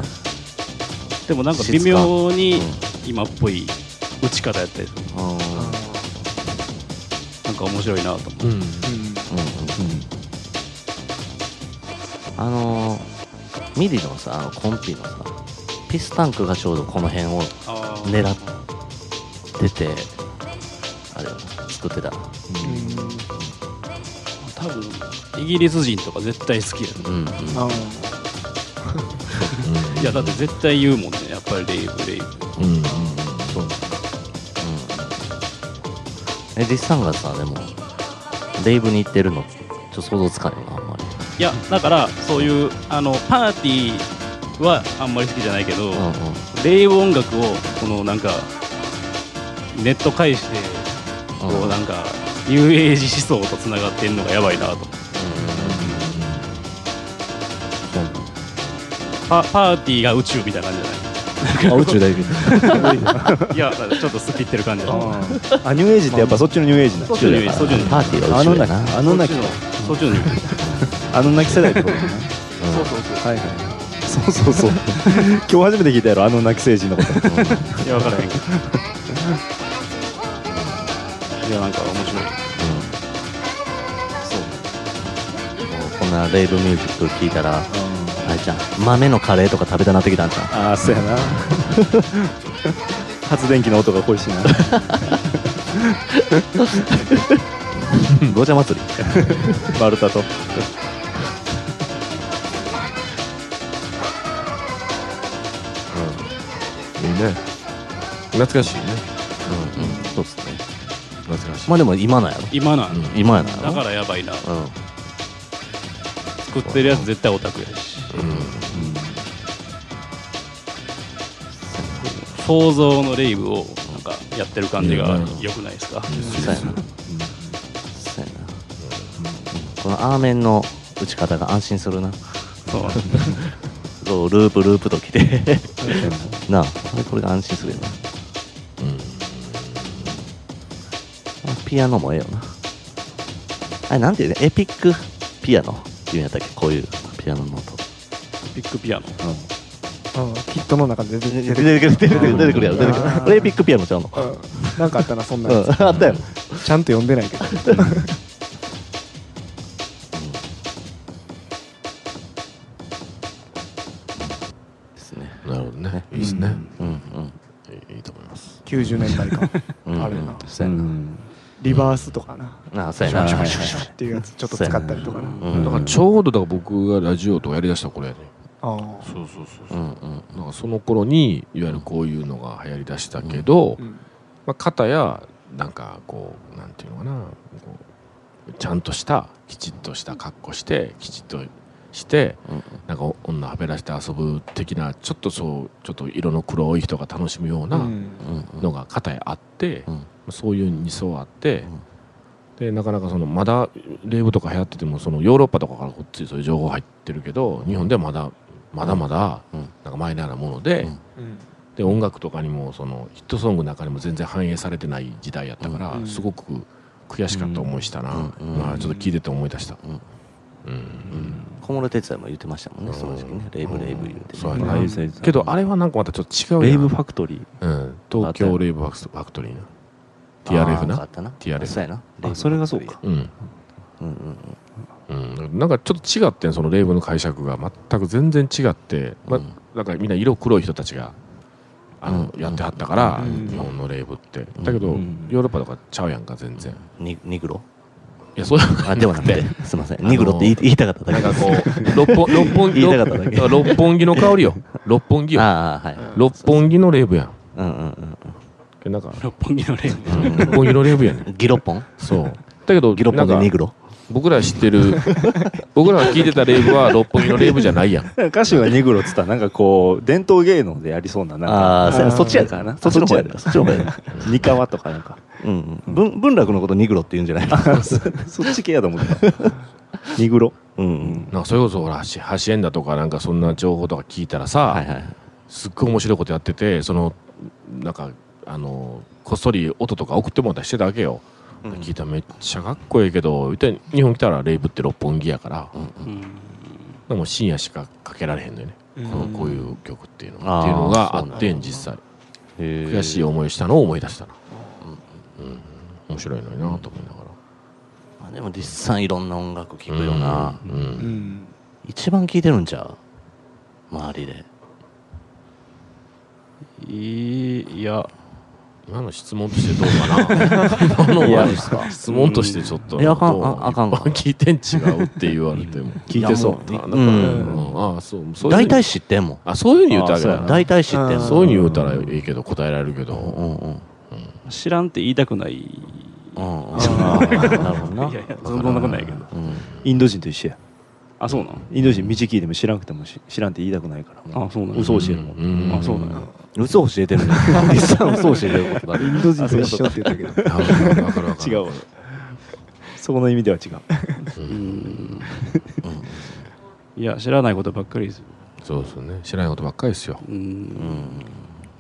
Speaker 5: でもなんか
Speaker 3: 質
Speaker 5: 微
Speaker 3: 感
Speaker 5: 妙
Speaker 3: うん
Speaker 5: に今っぽい打ち方やったりする
Speaker 3: うんうん
Speaker 5: なんか面白いなと思って
Speaker 2: うん
Speaker 3: あのーミリのさあのコンピのさピスタンクがちょうどこの辺を
Speaker 5: あー
Speaker 3: 狙っててあれ作ってた
Speaker 5: 多分イギリス人とか絶対好きや
Speaker 3: うんうん
Speaker 6: ああ
Speaker 5: ねいやだって絶対言うもんねやっぱりレイブレイブ
Speaker 2: うんうん
Speaker 3: えディスさんがさでもレイブに行ってるのちょっと想像つかないなあんまり
Speaker 5: いやだからそういうあのパーティーはあんまり好きじゃないけど、
Speaker 3: うんうん
Speaker 5: レイブ音楽をこのなんかネット介してこうなんか遊泳児思想とつながってんのがやばいなとパパーティーが宇宙みたいな感じ
Speaker 3: あ宇宙大丈
Speaker 5: じゃないいやちょっとすっぴってる感じだな
Speaker 1: あニューエイジってやっぱそっちのニューエイジな
Speaker 5: そっちのニューエイジそっちのニューエイジ
Speaker 3: パーティーは
Speaker 1: あ
Speaker 3: 宇
Speaker 1: の
Speaker 3: 宙
Speaker 1: な
Speaker 3: や
Speaker 1: き
Speaker 3: な
Speaker 1: あのなき
Speaker 5: そっちのニューエイジ
Speaker 1: あのなき世代ってことだな
Speaker 3: そう
Speaker 1: そうそうはいはいそうそうそう今日初めて聞いたやろあの泣き成人のこと
Speaker 5: いや分からへんけどいやなんか面白い
Speaker 3: もうこんなレイブミュージック聞いたらあれじゃん豆のカレーとか食べたなってきたんじゃん
Speaker 1: ああそうやな発電機の音が恋しいな
Speaker 3: ゴジャ祭り
Speaker 1: 丸太と
Speaker 2: いいね懐かしいね
Speaker 3: うんうんそうっすね
Speaker 2: 懐かしい
Speaker 3: まあでも今なんやろ
Speaker 5: 今なん
Speaker 2: うん
Speaker 3: 今やな
Speaker 5: だからやばいな
Speaker 3: うん
Speaker 5: 作ってるやつ絶対オタクやし想像のレイブをなんかやってる感じが良くないですか
Speaker 3: そうやなそうやなこのアーメンの打ち方が安心するな
Speaker 5: そう
Speaker 3: そうループループときて なあこれこれが安心するよなピアノもええよなあれなんていうねエピックピアノっていうんやったっけこういうピアノの音
Speaker 5: ビッグピアノ
Speaker 6: キットの中で出て
Speaker 3: 出
Speaker 6: 出
Speaker 3: て
Speaker 6: て
Speaker 3: くる出てくる出てくるやろ出てくるこれエピックピアノちゃうの
Speaker 6: うんなんかあったなそんな
Speaker 3: う
Speaker 6: や
Speaker 3: ん
Speaker 6: つ
Speaker 3: あったよ
Speaker 6: ちゃんと読んでないけど
Speaker 3: ですね
Speaker 2: なるほどねいいですね
Speaker 3: うんうん
Speaker 2: いいいいと思います
Speaker 6: 90年代か
Speaker 3: うん
Speaker 6: あれな
Speaker 3: そうやな
Speaker 6: リバースとかな
Speaker 3: なあそうやな
Speaker 1: はい
Speaker 6: っていうやつちょっと使ったりとかな
Speaker 3: う
Speaker 2: だ
Speaker 3: ん
Speaker 2: からちょうどだから僕がラジオとかやりだした頃やね
Speaker 6: ああ
Speaker 2: そうそうそう
Speaker 3: うんうん
Speaker 2: なんかその頃にいわゆるこういうのが流行りだしたけど、
Speaker 6: うん
Speaker 2: まあ、肩やなんかこうなんていうのかなこうちゃんとしたきちっとした格好してきちっとして
Speaker 3: うん
Speaker 2: なんか女はべらして遊ぶ的なちょっとそうちょっと色の黒い人が楽しむよう
Speaker 6: う
Speaker 2: なん
Speaker 3: うんうん
Speaker 2: のが肩やあって、
Speaker 3: うん
Speaker 2: そういう2層あって、でなかなかそのまだレイブとか流行っててもそのヨーロッパとかからこっちにそういう情報入ってるけど日本ではまだまだまだ
Speaker 3: うん
Speaker 2: なんかマイナーなもので,、
Speaker 3: うん
Speaker 6: うん
Speaker 2: で音楽とかにもそのヒットソングの中にも全然反映されてない時代やったから、
Speaker 6: うん
Speaker 2: すごく悔しかった思いしたな、
Speaker 3: うん
Speaker 2: まあ、ちょっと聞いてて思い出した。
Speaker 3: うん
Speaker 2: うん
Speaker 3: 小室哲哉も言ってましたもんねその時期ねレイブレイブ言うて
Speaker 2: そうや
Speaker 6: ん
Speaker 2: な
Speaker 1: ライブセイズ
Speaker 2: けどあれはなんかまたちょっと違うやん
Speaker 1: レイブファクトリー
Speaker 2: うん、東京レイブファクトリーな TRF
Speaker 3: あーあ
Speaker 2: な
Speaker 3: ったな
Speaker 2: TRF
Speaker 3: そうやな
Speaker 1: あそれがそうか
Speaker 2: うん
Speaker 3: うんうん
Speaker 2: うん、なんかちょっと違ってんそのレイブの解釈が全く全然違って、まあ
Speaker 3: うん
Speaker 2: なんかみんな色黒い人たちがあの、
Speaker 3: うん
Speaker 2: やってはったから、
Speaker 6: うん
Speaker 2: 日本のレイブって、
Speaker 3: うん
Speaker 2: だけど、
Speaker 1: うん
Speaker 2: ヨーロッパとかちゃうやんか全然、
Speaker 3: にニグロ
Speaker 2: いやそう
Speaker 3: あではなくてすいませんニグロって言い言いたかっただ
Speaker 2: な
Speaker 3: け
Speaker 2: んかこう六本六本木
Speaker 3: 言いたかっただけ
Speaker 2: ら六本木の香りよ六本木よ
Speaker 3: ああはいはい
Speaker 2: 六本木のレイブやん
Speaker 3: うんうん
Speaker 2: けどなんか
Speaker 5: 六本木のレイブ
Speaker 3: うん
Speaker 2: 六本木のレイブやねん
Speaker 3: うんギロポン
Speaker 2: そうだけど
Speaker 3: ギロポ
Speaker 2: な
Speaker 3: ン
Speaker 2: ん
Speaker 3: で
Speaker 2: か
Speaker 3: ニグロ
Speaker 2: 僕ら知って る僕らが聞いてたレイブは六本木のレイブじゃないやん
Speaker 1: 歌手がニグロっつったらなんかこう伝統芸能でやりそうななんか
Speaker 3: ああーそうやそっちやか
Speaker 1: からら
Speaker 3: な
Speaker 1: な
Speaker 3: そっちの方やでそっちの方やで
Speaker 1: ニカワとかなんか
Speaker 3: うんうん文文楽のことニグロって言うんじゃない
Speaker 1: そっち系やと思ってたニグロ
Speaker 3: うんうん
Speaker 2: なんかそれこそほらハシエンダとかなんかそんな情報とか聞いたらさ、
Speaker 3: はいはい
Speaker 2: すっごい面白いことやっててそのなんかあのこっそり音とか送ってもらったりしてたわけよ、
Speaker 3: うん
Speaker 2: 聞いたらめっちゃかっこいいけど言って日本来たらレイブって六本木やから、
Speaker 5: うん
Speaker 2: でも深夜しかかけられへんのよね、
Speaker 4: うん
Speaker 2: こうこういう曲っていうのがっ
Speaker 3: あー
Speaker 2: ていうのがあ
Speaker 3: そうな
Speaker 2: っ
Speaker 3: んや
Speaker 2: て
Speaker 3: な
Speaker 2: 実際
Speaker 3: 悔
Speaker 2: 悔しい思いしたのを思い出したな、うん面白いのになと思いながら
Speaker 3: でも実際いろんな音楽聴くよな、
Speaker 2: うんうん
Speaker 4: うん
Speaker 3: 一番聴いてるんちゃう周りで
Speaker 5: いいいや
Speaker 2: 今の質問としてどう かな今のは質問としてちょっと
Speaker 3: いやあかん
Speaker 2: どう
Speaker 3: ああかんか
Speaker 2: 聞いてん違うって言われ ても
Speaker 1: 聞いてそう
Speaker 2: いやも
Speaker 3: う
Speaker 2: なんんかうんあそうそういう
Speaker 3: 大体知ってんもん
Speaker 2: あそういうふうに言うたらあげ
Speaker 1: あ
Speaker 2: た
Speaker 3: 大体知ってんもん
Speaker 2: そういうふうに言うたらいいけど答えられるけ
Speaker 3: うん
Speaker 2: ど
Speaker 3: うんうん
Speaker 5: 知らんって言いたくない
Speaker 3: うんうんなるほどない
Speaker 5: やいやそんなことないけど
Speaker 3: うん
Speaker 1: インド人と一緒や
Speaker 5: あそうなん
Speaker 1: インド人道聞いても知らなくてもし知らんって言いたくないから
Speaker 5: あそうなんや
Speaker 1: 嘘教えるもん、
Speaker 2: うん
Speaker 5: あそうなんや
Speaker 3: 嘘教えてる ね実際嘘教えてることだ
Speaker 4: インド人と一緒って言ったけど
Speaker 2: あわかるわ かるわか
Speaker 1: 違
Speaker 2: る
Speaker 1: うわそこの意味では違う
Speaker 5: うんいや知らないことばっかりですよ
Speaker 2: そうですよね知らないことばっかりですよ
Speaker 5: うん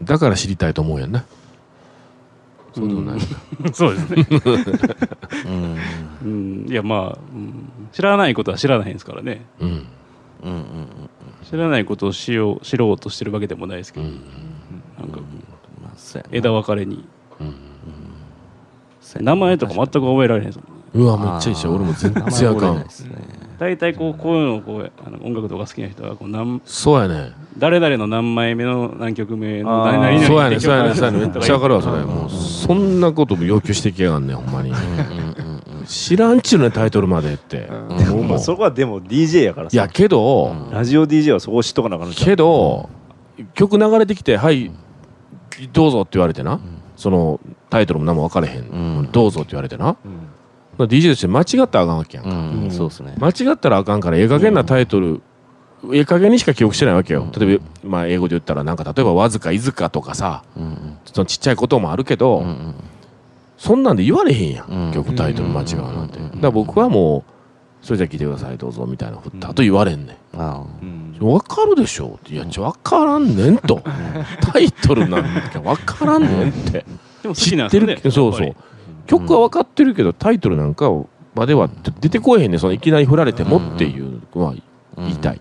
Speaker 2: だから知りたいと思うやんなそうでもない
Speaker 5: そうです ね、
Speaker 3: うん
Speaker 5: うん、いやまあ、うん知らないことは知らないですからね
Speaker 2: うん
Speaker 3: うんうん
Speaker 5: 知らないことをしよう知ろうとしてるわけでもないですけ
Speaker 2: う
Speaker 5: ど、
Speaker 2: ん
Speaker 5: なんか
Speaker 3: まあそうやな
Speaker 5: 枝分かれに
Speaker 2: うん
Speaker 3: そうやな
Speaker 5: 名前とか全く覚えられへんですも
Speaker 2: う
Speaker 5: ん
Speaker 2: わめっちゃいいじゃん俺も全然
Speaker 3: 名前
Speaker 2: あ
Speaker 3: 覚え
Speaker 2: か
Speaker 3: ない
Speaker 2: ん
Speaker 3: ですね
Speaker 5: 大体こうこういうのをこうあの音楽とか好きな人はこうなん
Speaker 2: そうやね
Speaker 5: 誰々の何枚目の何曲目の
Speaker 1: あー
Speaker 5: 何々
Speaker 2: そうや
Speaker 5: っ
Speaker 2: ね
Speaker 5: て
Speaker 2: ん
Speaker 5: 曲
Speaker 2: そうやねんそうやねん
Speaker 5: と
Speaker 2: めっちゃわかるわ
Speaker 5: 言
Speaker 2: それ
Speaker 5: う
Speaker 2: もうそんなことも要求してきやがんねんほんまに
Speaker 3: うんうん
Speaker 2: 知らんちゅうねんタイトルまでって
Speaker 3: う
Speaker 2: 思
Speaker 3: ん
Speaker 2: う
Speaker 1: ま
Speaker 2: もん
Speaker 1: あそこはでも DJ やから
Speaker 2: いや
Speaker 1: さ
Speaker 2: けど
Speaker 1: ラジオ DJ はそこ知っとかなあかんのちゃう
Speaker 2: けど曲流れてきて「はいどうぞ」って言われてなそのタイトルも何も分かれへ
Speaker 3: うん
Speaker 2: ん「どうぞ」って言われてな
Speaker 1: うん
Speaker 2: まあ DJ として間違ったらあかんわけやん
Speaker 3: うんうんそうですね
Speaker 2: 間違ったらあかんからええ加減なタイトル、ええ加減にしか記憶してないわけよ例えば、まあ、英語で言ったらなんか例えば「わずか」「いずか」とかさ
Speaker 3: うんうん
Speaker 2: そのちっちゃいこともあるけど、
Speaker 3: うんうん
Speaker 2: そんなんで言われへんやん、
Speaker 3: うん
Speaker 2: 曲タイトル間違うなんて、
Speaker 3: うん
Speaker 2: だから僕はもう「それじゃあ聞いてくださいどうぞ」みたいな振った後言われんねん
Speaker 3: あ
Speaker 1: うん
Speaker 2: 分かるでしょっていやちょ分からんねんとタイトルなんか分からんねんって
Speaker 5: でも好
Speaker 2: 知
Speaker 5: きなん
Speaker 2: っ
Speaker 5: です
Speaker 2: てる
Speaker 5: よね
Speaker 2: けどそうそう曲は分かってるけどタイトルなんかまでは出てこえへんねんそのいきなり振られてもっていうのは
Speaker 3: あ
Speaker 2: 言いたい、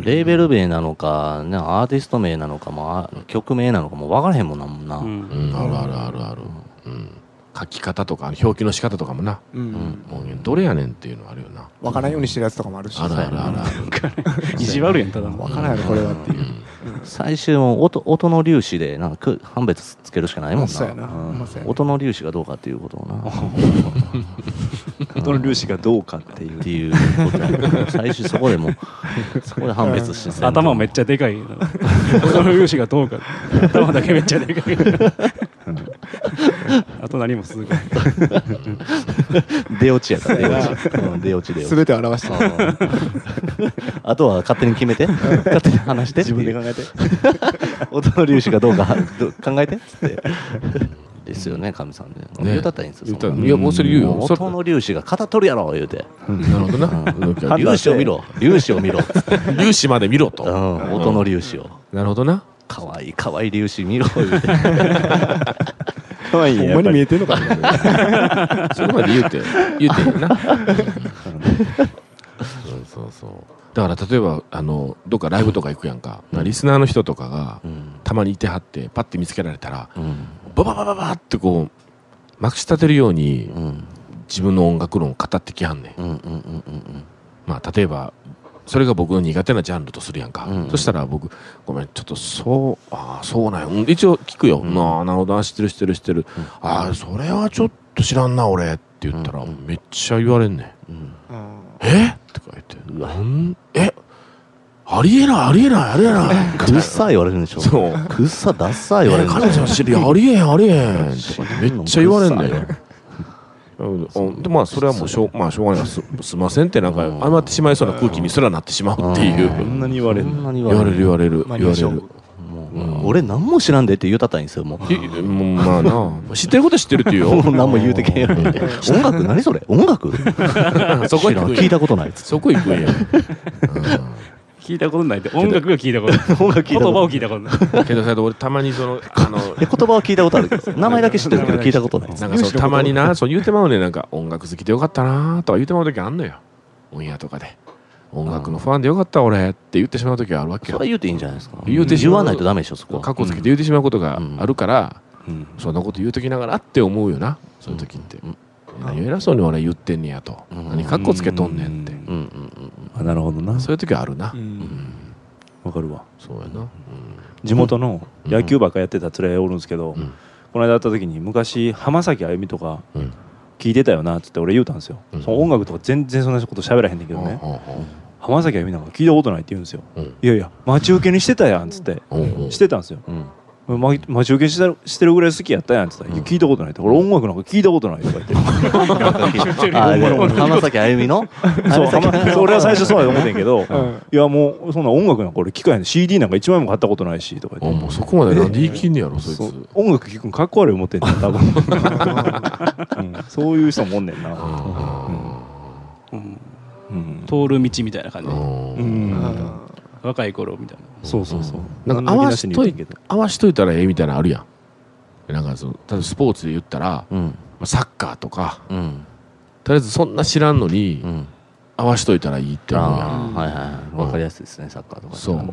Speaker 3: レーベル名なのか、ね、アーティスト名なのかもあ曲名なのかも分からへんもんなもんな、
Speaker 5: う
Speaker 3: うん
Speaker 5: ん
Speaker 2: うん、あるあるあるある、うん、書き方とか表記の仕方とかもな
Speaker 4: うん
Speaker 2: もうどれやねんっていうのあるよな
Speaker 4: 分からんようにしてるやつとかもあるし
Speaker 2: あるあるあるある、
Speaker 5: 意地悪やんただの
Speaker 4: 分からんやろこれはっていう
Speaker 3: 最終も音音の粒子でなんかく判別つけるしかないもん
Speaker 4: そうや
Speaker 3: な
Speaker 4: な
Speaker 1: うん
Speaker 4: まあそうやね
Speaker 3: 音の粒子がどうかっていうことをなっ
Speaker 1: どの粒子がどうかっていう
Speaker 3: ていうことやから最終そこでもうそこで判別して
Speaker 5: 頭めっちゃでかいなその粒子がどうか頭だけめっちゃでかいあと何も続かない
Speaker 3: 出落ちやから出落ち、うん、出落ち出落ち
Speaker 4: 全てを表してる
Speaker 3: あとは勝手に決めて勝手に話してって
Speaker 1: 自分
Speaker 3: い
Speaker 1: で
Speaker 3: う
Speaker 1: 考えて
Speaker 3: 音の粒子がどうかど考えてっつってですよねかみさんで、言うたったらいいんです
Speaker 2: 言
Speaker 3: よ
Speaker 2: うた
Speaker 3: そん
Speaker 2: ら
Speaker 3: ない
Speaker 2: やもうそれ言うよ
Speaker 3: もう
Speaker 2: そ
Speaker 3: 音の粒子が肩取るやろ言うて
Speaker 2: なるほどな
Speaker 1: 判
Speaker 3: 粒
Speaker 1: 断して
Speaker 3: 子を見ろ粒子を見ろ、
Speaker 2: 粒子まで見ろ
Speaker 3: う
Speaker 2: と
Speaker 3: ん、音の粒子を
Speaker 2: なるほどな
Speaker 3: かわいいかわいい粒子見ろ言うて
Speaker 1: かわいい
Speaker 4: ほ
Speaker 1: ね
Speaker 4: んま
Speaker 1: やっ
Speaker 4: に
Speaker 1: ぱり
Speaker 4: 見えてんのかな
Speaker 2: それまで言うて言うていいなそうそうそうだから例えばあのどっかライブとか行くやんかリスナーの人とかが
Speaker 3: うん
Speaker 2: たまにいてはってパッて見つけられたら
Speaker 3: うん
Speaker 2: バババババってこうまくし立てるように
Speaker 3: うん
Speaker 2: 自分の音楽論を語ってきはんねん
Speaker 3: うんうんうんうん
Speaker 2: まあ、例えばそれが僕の苦手なジャンルとするやんか、
Speaker 3: うんうん
Speaker 2: そしたら僕ごめんちょっとそうああそうなんや、うん、一応聞くよ、
Speaker 3: うん
Speaker 2: なあなるほどな知ってる知ってる知ってる、
Speaker 3: うん
Speaker 2: ああそれはちょっと知らんな俺って言ったら、
Speaker 3: うんうん
Speaker 2: めっちゃ言われんねん
Speaker 3: うん
Speaker 2: えとか言ってなんえありえないありえないありえない
Speaker 3: くっさ言われるんでしょ
Speaker 2: そう
Speaker 3: くっさダッサ言われ
Speaker 2: え
Speaker 3: るん
Speaker 2: 彼
Speaker 3: でし
Speaker 2: 女は
Speaker 3: ょ
Speaker 2: 知りありえへんありえへんとか言ってめっちゃ言われんね
Speaker 3: くっ
Speaker 2: んうんでまあそれはもうしょう,、まあ、しょうがないすすいませんってなんか
Speaker 3: うん
Speaker 2: 謝ってしまいそうな空気にすらなってしまうっていう、
Speaker 3: うん
Speaker 1: こんなに言われる
Speaker 3: そんなに
Speaker 2: 言われる言われる
Speaker 4: まあ
Speaker 2: 言われ
Speaker 4: 勝
Speaker 2: る
Speaker 4: 負
Speaker 3: もう
Speaker 2: うん
Speaker 3: 俺何も知らんでって言うたったらいいんですよもう
Speaker 2: いいもうまあな知ってることは知ってるって言う
Speaker 3: もう
Speaker 2: よ
Speaker 3: 何も言うてけんように言うて音楽何それ音楽
Speaker 2: そこ行
Speaker 3: 知らん
Speaker 2: くん
Speaker 3: 聞い
Speaker 2: や
Speaker 3: たことないっつって
Speaker 2: そこ行くんや
Speaker 5: 聞いたことないで音楽が聞いたことない言葉を聞いたことない
Speaker 2: けどさ俺たまにそのあの
Speaker 3: いや言葉は聞いたことあるけど名前だけ知ってるけど聞いたことないです
Speaker 2: なんかそうたまになそう言うてまうねなんか音楽好きでよかったなとか言うてまう時あんのよオンエアとかで音楽のファンでよかった俺って言ってしまう時があるわけ
Speaker 3: そ
Speaker 2: よ
Speaker 3: れ言うていいんじゃないですか
Speaker 2: 言うてしまう
Speaker 3: わないとダメでしょそこ
Speaker 2: か
Speaker 3: は
Speaker 2: っこつけて言うてしまうことがあるから、
Speaker 3: うん
Speaker 2: そんなこと言うときながらって思うよなそういう時って、
Speaker 3: うん
Speaker 2: 何偉そうに俺言ってんねやと、
Speaker 3: うん
Speaker 2: 何かっこつけとんねんって、
Speaker 1: うん
Speaker 3: うんうん
Speaker 1: あなるほどな
Speaker 2: そういう時あるな、
Speaker 1: わかるわ
Speaker 2: そうやな、うん
Speaker 1: 地元の野球ばっかやってた連れおるんですけど、
Speaker 2: うん
Speaker 1: この間会った時に昔浜崎あゆみとか
Speaker 2: うん
Speaker 1: 聞いてたよなっつって俺言うたんですよ、
Speaker 2: うん
Speaker 1: その音楽とか全然そんなこと喋らへんねんけどね、浜崎あゆみなんか聞いたことないって言うんですよ、
Speaker 2: うん
Speaker 1: いやいや待ち受けにしてたやんっつって、
Speaker 2: うん
Speaker 1: してたんですよ、ま待ち受けしてるしてるぐらい好きやったやんっつったら、いや聞いたことないって俺音楽なんか聞いたことないとか言って
Speaker 3: あで浜崎あゆみの
Speaker 1: そう浜
Speaker 3: あれ
Speaker 1: そう俺は最初そうやと思ってんけど、
Speaker 6: ん
Speaker 1: いやもうそんな音楽なんか俺聞かへんね CD なんか一枚も買ったことないしとか
Speaker 2: あ
Speaker 1: 言って、
Speaker 2: もうそこまでなんで言い切んねやろそいつ
Speaker 1: そう音楽聴くのかっこ悪い思ってんねん多分、うんそういう人もおんねんな、
Speaker 5: うん
Speaker 1: うん
Speaker 5: 通る道みたいな感じ
Speaker 2: うん
Speaker 1: うん
Speaker 5: 若い頃みたいな
Speaker 1: そうそうそう
Speaker 2: なんか合わしといて合わしといたらええみたいなのあるやんなんかその例えばスポーツで言ったら、ま
Speaker 3: うん
Speaker 2: あ、サッカーとか
Speaker 3: うん
Speaker 2: とりあえずそんな知らんのに、
Speaker 3: うん
Speaker 2: 合わしといたらいいって思うやん
Speaker 3: あーはいはいわかりやすいですねサッカーとか
Speaker 2: そう
Speaker 3: 今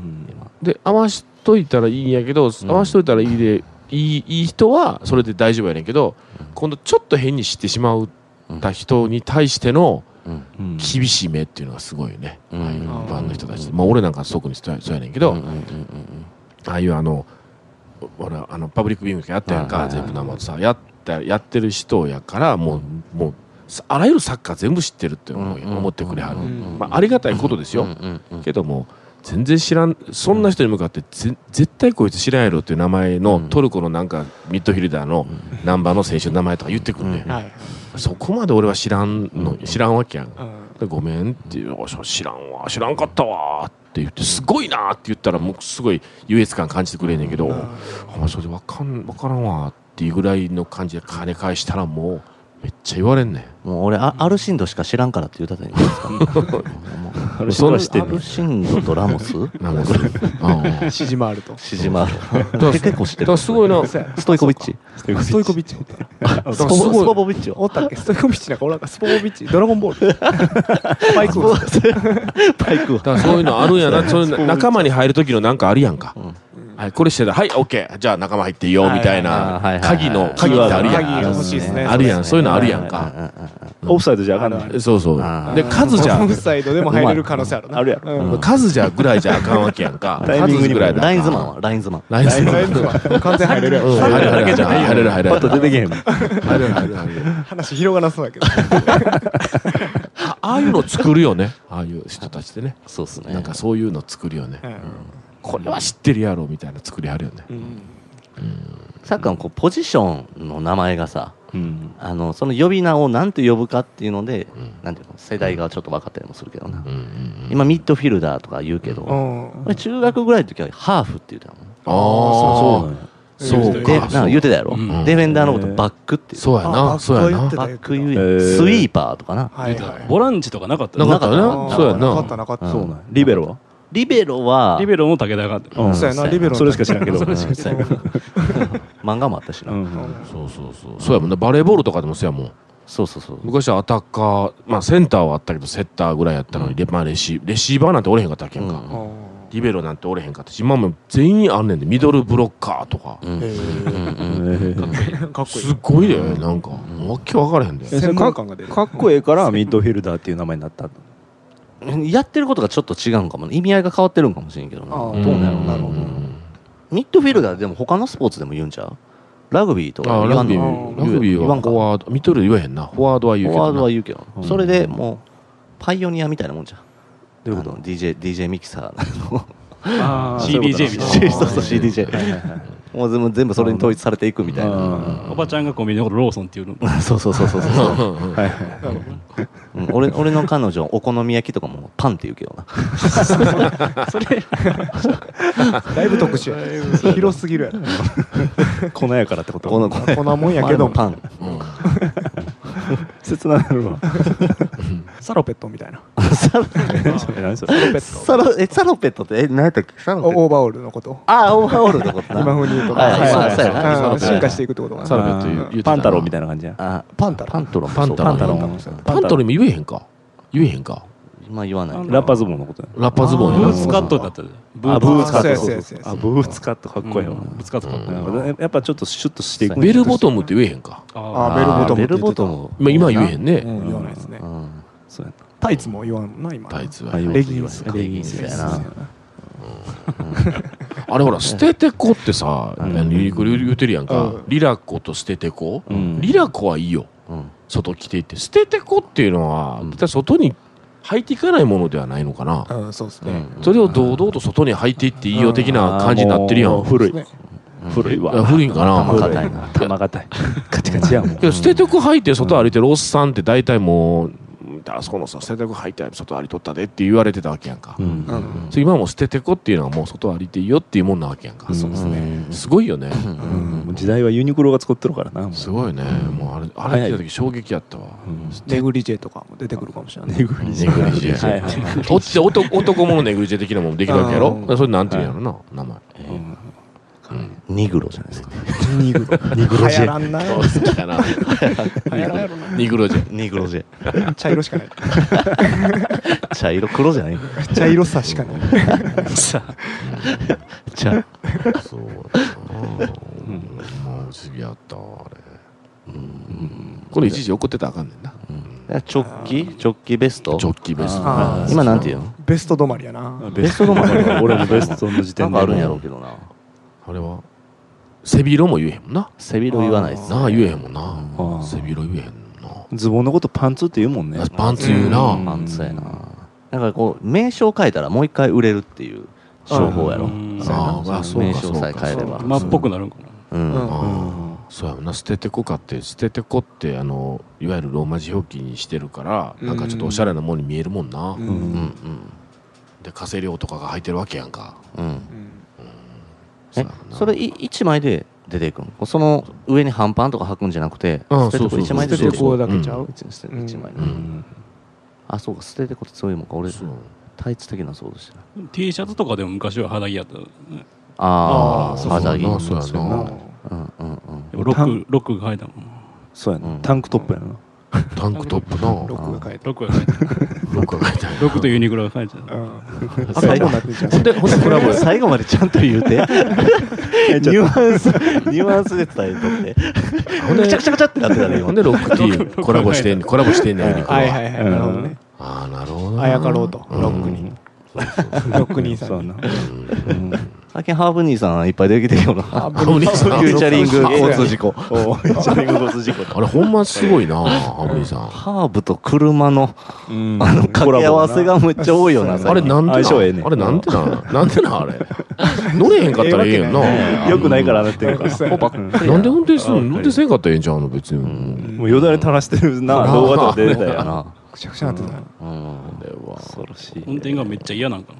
Speaker 2: で合わしといたらいいんやけど、合わしといたらいいでいいいい人はそれで大丈夫やねんけど、今度ちょっと変に知ってしまうた人に対しての
Speaker 3: うん
Speaker 1: うん
Speaker 2: 厳しい目っていうのがすごいよね、
Speaker 3: うん
Speaker 2: ああいうバンドの人たち、まあ、俺なんか特にそうやそうやねんけど、
Speaker 3: うんうんうん
Speaker 2: ああいうあのほらあのパブリックビューイングやったやんか、
Speaker 3: はいはいはい
Speaker 2: 全部生でさやったやってる人やからもう,、もうさあらゆるサッカー全部知ってるって思うよ
Speaker 3: うん
Speaker 2: 思ってくれはる、
Speaker 3: ん
Speaker 2: まあ、ありがたいことですよ、
Speaker 3: うんうんうん
Speaker 2: けども全然知らんそんな人に向かってぜ絶対こいつ知らんやろっていう名前の、
Speaker 3: うん
Speaker 2: トルコのなんかミッドフィルダーのナンバーの選手の名前とか言ってくんね、
Speaker 6: はい
Speaker 2: そこまで俺は知らんの知らんわけやん、
Speaker 6: うん
Speaker 2: でごめんっていうおし知らんわ知らんかったわって言ってすごいなって言ったらもうすごい優越感感じてくれんねんけど、お前それで分かん分からんわっていうぐらいの感じで金返したらもうめっちゃ言われんねん
Speaker 3: もう俺あアルシンドしか知らんからって言うたじゃないですかもう
Speaker 1: ある人は知って
Speaker 3: ア
Speaker 1: んね
Speaker 3: ル
Speaker 1: ん
Speaker 3: シンドとラモス
Speaker 2: なんかそれうん
Speaker 6: 指示回る と
Speaker 3: シジマ
Speaker 2: ら
Speaker 3: 結構知
Speaker 2: だから
Speaker 3: ってる
Speaker 2: すごいな
Speaker 3: ストイコビッチ
Speaker 6: ストイコビッチおった
Speaker 2: だか
Speaker 3: スポ
Speaker 2: らすごい
Speaker 3: スポボビッチを
Speaker 6: おったっけストイコビッチなんかおらんかスポボビッチドラゴンボールバイクを
Speaker 3: パイクは
Speaker 2: だからそういうのあるんやなそういうの仲間に入る時のなんかあるやんか、はい、これしてたはいオッケーじゃあ仲間入っていいよみたい
Speaker 3: はいはいはい
Speaker 2: な
Speaker 3: はい
Speaker 2: 鍵の
Speaker 3: キ
Speaker 2: 鍵
Speaker 3: ー
Speaker 2: っ
Speaker 3: ワー
Speaker 2: て
Speaker 3: ド
Speaker 2: あるやん
Speaker 6: 鍵欲しいですね
Speaker 2: あるやんそういうのあるやん
Speaker 3: うんうん
Speaker 2: か
Speaker 3: うんうん
Speaker 1: オフサイドじゃあかんない
Speaker 2: そうそう
Speaker 3: あー
Speaker 2: で数 じゃ
Speaker 6: オフサイドでも入れる可能性あるな
Speaker 1: あるやろ
Speaker 6: うん
Speaker 2: 数じゃぐらいじゃあかんわけやんか
Speaker 1: タイミング
Speaker 2: 数
Speaker 1: に
Speaker 2: ぐ
Speaker 1: も
Speaker 2: らいだ
Speaker 3: ラインズマンはラインズマン
Speaker 2: ラインズマン
Speaker 6: ライブは完全入れるや
Speaker 2: うん
Speaker 6: ろ
Speaker 2: 入れる入れる入れる入れ
Speaker 1: パ
Speaker 2: る
Speaker 1: ッと出てけへんもん
Speaker 2: 入れる入れる入れる
Speaker 6: 話広がらそうやけど
Speaker 2: あああいうの作るよねああいう人たちでね
Speaker 3: そうっすね
Speaker 2: なんかそういうの作るよね
Speaker 6: うん
Speaker 2: これは知ってるやろみたいな作りあるよね
Speaker 3: サッカーのこうポジションの名前がさ
Speaker 1: うん
Speaker 3: あのその呼び名をなんて呼ぶかっていうので、なんていうの世代がちょっと分かったりもするけどな、
Speaker 2: うんうん
Speaker 3: 今ミッドフィルダーとか言うけど、
Speaker 6: うん
Speaker 3: 俺中学ぐらいの時はハーフって言うてたのね
Speaker 2: ああ
Speaker 6: そう
Speaker 2: そう
Speaker 3: で
Speaker 2: か
Speaker 3: なんか言うてたやろ、
Speaker 5: うん
Speaker 3: ディフェンダーのことバックっていう
Speaker 2: そうやな
Speaker 6: あ
Speaker 2: そうやな
Speaker 6: バ
Speaker 3: バック言う、
Speaker 1: えー
Speaker 3: スイーパーとかな
Speaker 6: はいはい
Speaker 5: ボランチとかなかった
Speaker 2: なかったよ
Speaker 3: なかっ
Speaker 2: な
Speaker 3: た
Speaker 2: そうや
Speaker 6: なかった
Speaker 2: な
Speaker 6: なかった
Speaker 1: そうなんやリベロは
Speaker 3: リベロは
Speaker 5: リベロの武田が
Speaker 1: うん
Speaker 6: そうやなリベロ
Speaker 1: それしか知らんけど
Speaker 6: そう
Speaker 1: それ
Speaker 3: しか知らん 漫画もあったしな、
Speaker 1: うん
Speaker 2: そうそうそうそうやもんなバレーボールとかでもそうやもん
Speaker 3: そうそうそう
Speaker 2: 昔はアタッカーまあセンターはあったけどセッターぐらいやったのにレ,、まあ、レシレシーバーなんておれへんかったわけやんか、
Speaker 3: うん
Speaker 6: うん
Speaker 2: リベロなんておれへんかったし今も全員あんねんでミドルブロッカーとか、
Speaker 3: うん
Speaker 6: へーかっこい
Speaker 2: す
Speaker 6: い
Speaker 2: ごいでなんか、わけわからへんで、
Speaker 6: 専門感が出る
Speaker 1: かっこええからミッドフィルダーっていう名前になった
Speaker 3: やってることがちょっと違うんかもね意味合いが変わってるんかもしれんけどな
Speaker 6: あー
Speaker 3: どうなの
Speaker 6: なるほど
Speaker 3: ミッドフィルダーでも他のスポーツでも言うんちゃうラグビーとか
Speaker 2: あー
Speaker 3: 言
Speaker 2: ラ
Speaker 3: わ
Speaker 2: グ
Speaker 3: ん
Speaker 2: ビ
Speaker 3: の
Speaker 2: ーラグビー
Speaker 3: 言わ
Speaker 2: は
Speaker 3: ん
Speaker 2: フ
Speaker 3: か
Speaker 2: ォワードミドル言わへんなフォワードは言う
Speaker 3: フォ
Speaker 2: けど
Speaker 3: ワードは
Speaker 2: な
Speaker 3: 言うけど、それでもうパイオニアみたいなもんじゃん
Speaker 1: どういう
Speaker 3: あ
Speaker 1: こと
Speaker 3: の DJ, DJ ミキサー の
Speaker 1: あー
Speaker 5: CDJ みたいな
Speaker 1: そういう
Speaker 3: そうそう CDJ もう全部全部それに統一されていくみ
Speaker 1: こ
Speaker 3: たい
Speaker 1: と
Speaker 3: な
Speaker 1: な
Speaker 5: おばちゃんがコンビニのことローソンっていうの
Speaker 3: そうそうそうそうそう、うん、俺俺の彼女お好み焼きとかもパンって言う けどな
Speaker 6: だいぶ特殊や広すぎるやろ
Speaker 1: うん粉やからってこと
Speaker 3: このこ
Speaker 6: 粉もんやけ
Speaker 3: れ
Speaker 6: ど
Speaker 3: もパン
Speaker 1: 切なるわ
Speaker 6: サロペットみたいな
Speaker 3: サロ
Speaker 1: え 何それ
Speaker 3: サロえサロペットってえ何やったっけサロペット
Speaker 6: オーバーオールのこと
Speaker 3: ああオーバーオールのことな
Speaker 6: 今風に言うと
Speaker 3: はい
Speaker 2: はい
Speaker 6: はい
Speaker 2: そうやな
Speaker 6: はい進化していくってことか
Speaker 2: サ
Speaker 6: な
Speaker 2: ロペット言う
Speaker 1: あー
Speaker 2: 言うてたな
Speaker 1: パンタロウみたいな感じや
Speaker 3: あ
Speaker 6: パンタ
Speaker 3: パ
Speaker 6: ロ
Speaker 3: ントロン
Speaker 2: パン
Speaker 1: パ
Speaker 2: タロ
Speaker 1: ン
Speaker 2: ン
Speaker 1: タロ
Speaker 2: パ
Speaker 1: ウ
Speaker 2: パンタロン今言えへんか言えへんか
Speaker 3: 今言わない
Speaker 1: ラッパズボンのことや
Speaker 2: ラッパズ
Speaker 5: ブ
Speaker 2: ボンやな
Speaker 5: ーツカットだったじゃんブ
Speaker 1: あブーツカ
Speaker 6: そ
Speaker 1: ッ
Speaker 6: うや
Speaker 1: ト
Speaker 6: そうやそうや
Speaker 1: あブーツカットかっこいいわ
Speaker 5: うんブーツカットかっこいい
Speaker 1: なんかやっぱちょっとシュッとしていくんや
Speaker 2: ベルボトムって言えへんか
Speaker 5: あ
Speaker 6: あベルボトムって言ってた
Speaker 3: ベルボトム
Speaker 2: まあ今は言えへん
Speaker 6: う
Speaker 2: ね
Speaker 6: ん言わないですね
Speaker 3: うん
Speaker 1: そうや
Speaker 6: タイツも言わんもんな今
Speaker 2: タイツは
Speaker 1: あ言わん
Speaker 6: レギンスか
Speaker 3: レギンスやな
Speaker 2: あれほら捨ててこってさ
Speaker 1: うん
Speaker 2: ユニクロ言うてるやんか
Speaker 6: うん
Speaker 2: リラコと捨ててこ
Speaker 1: うん
Speaker 2: リラコはいいよ
Speaker 3: うん
Speaker 2: 外着ていって捨ててこっていうのは
Speaker 3: うん
Speaker 2: 絶対外に履いていかないものではないのかな
Speaker 6: うんそうです
Speaker 3: う
Speaker 6: ね
Speaker 3: ん
Speaker 2: それを堂々と外に履いていっていいよ的な感じになってるや
Speaker 1: あーもうん古い
Speaker 6: ね
Speaker 1: 古い
Speaker 2: あ
Speaker 1: わ
Speaker 2: 古いんかな
Speaker 3: 頭硬 いな
Speaker 1: 玉硬いカチカチやもん
Speaker 2: けど捨ててく履いて外歩いてるおっさんって大体もううんあそこのさ捨ててく履いて外歩いとったでって言われてたわけやんか、
Speaker 1: う
Speaker 2: そ
Speaker 1: ん
Speaker 6: うん
Speaker 2: う今はもう捨ててこっていうのはもう外歩いていいよっていうもんなわけやんか、
Speaker 1: うん
Speaker 2: そう
Speaker 3: うんうん
Speaker 2: すごいよね、
Speaker 1: うんもう時代はユニクロが作ってるからなもう
Speaker 2: すごいね、もうあれあれ
Speaker 1: 早い
Speaker 2: 聞いた時衝撃やったわ、
Speaker 1: うん
Speaker 6: ネグリジェとかも出てくるかもしれない
Speaker 1: ネグリジ
Speaker 2: ネグリジェ
Speaker 1: はいはい
Speaker 2: とって男男物のネグリジェ的なもんできるわけやろ
Speaker 6: うん
Speaker 2: それなんていうんやろな、名前
Speaker 1: うん
Speaker 3: ニグロじゃないですか
Speaker 6: ニグロ
Speaker 1: ニグロ
Speaker 6: 流
Speaker 1: ジェ
Speaker 6: 行らんな
Speaker 2: 好きやな
Speaker 6: 流行らんやろな
Speaker 2: ニグロジェ
Speaker 3: ニグロジェ
Speaker 6: 茶色しかない
Speaker 3: 茶色黒じゃない
Speaker 6: 茶色さしかない
Speaker 3: 茶
Speaker 2: そうやなもう不思議やったわあれこれ一時怒ってたらあかんねんな
Speaker 3: チョッキチョッキベスト
Speaker 2: ジョッキベスト
Speaker 6: あー
Speaker 3: 今なんていうの
Speaker 6: ベスト止まりやな
Speaker 1: ベストのまま俺もベストの時
Speaker 3: な
Speaker 1: 点
Speaker 3: ん
Speaker 1: で
Speaker 3: かあるんやろうけどな
Speaker 2: あれは背広も言えへんもんな
Speaker 3: 背広言わないですね
Speaker 2: なあ言えへんもん
Speaker 1: あ
Speaker 2: な
Speaker 1: ー
Speaker 2: 背広言えへんもん
Speaker 1: ズボンのことパンツって言うもんね
Speaker 2: なパンツ言うな
Speaker 1: うん
Speaker 3: パンツやななんかこう名称変えたらもう一回売れるっていう商法やろ
Speaker 5: うん
Speaker 3: そうやな
Speaker 2: あーあそうか
Speaker 3: 名称さえ変えれば
Speaker 5: 今っぽくなるんかな
Speaker 3: うん
Speaker 6: うん
Speaker 2: あーそうやもんな捨ててこかって捨ててこってあのいわゆるローマ字表記にしてるからなんかちょっとおしゃれなもんに見えるもんな
Speaker 6: う
Speaker 3: うん
Speaker 6: ん
Speaker 3: うん
Speaker 2: で加勢量とかが入ってるわけやんか
Speaker 3: うん
Speaker 6: うん
Speaker 3: え
Speaker 2: うやな
Speaker 3: それい一枚で出ていくのその上に半パンとか履くんじゃなくて
Speaker 2: あ
Speaker 3: 捨てて
Speaker 2: そ
Speaker 3: こ
Speaker 2: うそうそう
Speaker 3: 一枚で
Speaker 6: 捨
Speaker 3: 出
Speaker 6: て
Speaker 3: て
Speaker 6: て
Speaker 3: く
Speaker 6: こ
Speaker 3: る
Speaker 6: うだけちゃう
Speaker 3: 一一
Speaker 6: うん
Speaker 3: 一枚で
Speaker 2: うん
Speaker 3: あそうか捨ててこってそういうもんか俺
Speaker 2: そう
Speaker 3: タイツ的なそうでした
Speaker 5: T シャツとかでも昔は肌着やったよね
Speaker 3: あ
Speaker 6: あー
Speaker 3: あ
Speaker 6: そう
Speaker 3: 肌着
Speaker 2: なそうや
Speaker 6: う
Speaker 2: なん
Speaker 3: うんうんうん
Speaker 5: ロックロックが入ったもん
Speaker 1: そうやな、
Speaker 3: うん
Speaker 1: タンクトップやな、
Speaker 2: タンクトップな
Speaker 6: ロックが変えて
Speaker 5: ロックが入った
Speaker 2: ロックが入ってる
Speaker 5: ロックとユニクロが入った
Speaker 6: うんあ
Speaker 3: 最
Speaker 6: 最
Speaker 3: 後
Speaker 6: 後になってんじゃん
Speaker 2: でほんでコラボや
Speaker 3: 最後までちゃんと言うてニュアンスニュアンスで伝えと
Speaker 2: ほん
Speaker 3: って
Speaker 2: で
Speaker 3: くちゃくちゃくちゃってなってたね
Speaker 2: ほ
Speaker 3: 今
Speaker 2: んでロック T コラボしてんねんコラボしてんねんユニクロ
Speaker 6: はいは
Speaker 2: はい
Speaker 6: はいなるほどね
Speaker 2: ああなるほどな
Speaker 6: あやかろうとロックにロック兄さ
Speaker 1: そうや
Speaker 6: んに
Speaker 1: な、
Speaker 3: 最近ハーブ兄さんいっぱい出てきてるよな
Speaker 2: あお兄さ
Speaker 3: フ
Speaker 2: ん
Speaker 3: ューチャリング交通
Speaker 6: 事
Speaker 3: 事故フューチャリング交通事故
Speaker 2: あれほんますごいなハーブリーさん
Speaker 3: ハーブと車の
Speaker 1: うん
Speaker 3: あの掛け合わせがめっちゃ多いよな
Speaker 2: あれなんで
Speaker 1: 相性ええね
Speaker 2: なんあれなんでなんなんでなんあれ乗れへんかったらええやんな
Speaker 1: よくないからなってるから、
Speaker 2: ばっかりなんで運転するの運転せんかったらええんちゃうの別に
Speaker 3: ん
Speaker 1: もうよだれ垂らしてるな、動画とか出てた
Speaker 3: だ
Speaker 1: や
Speaker 3: か
Speaker 1: ん
Speaker 3: な
Speaker 6: くちゃくちゃなってた
Speaker 3: うん
Speaker 2: あれは
Speaker 1: 恐ろしい
Speaker 5: 運転がめっちゃ嫌なんかな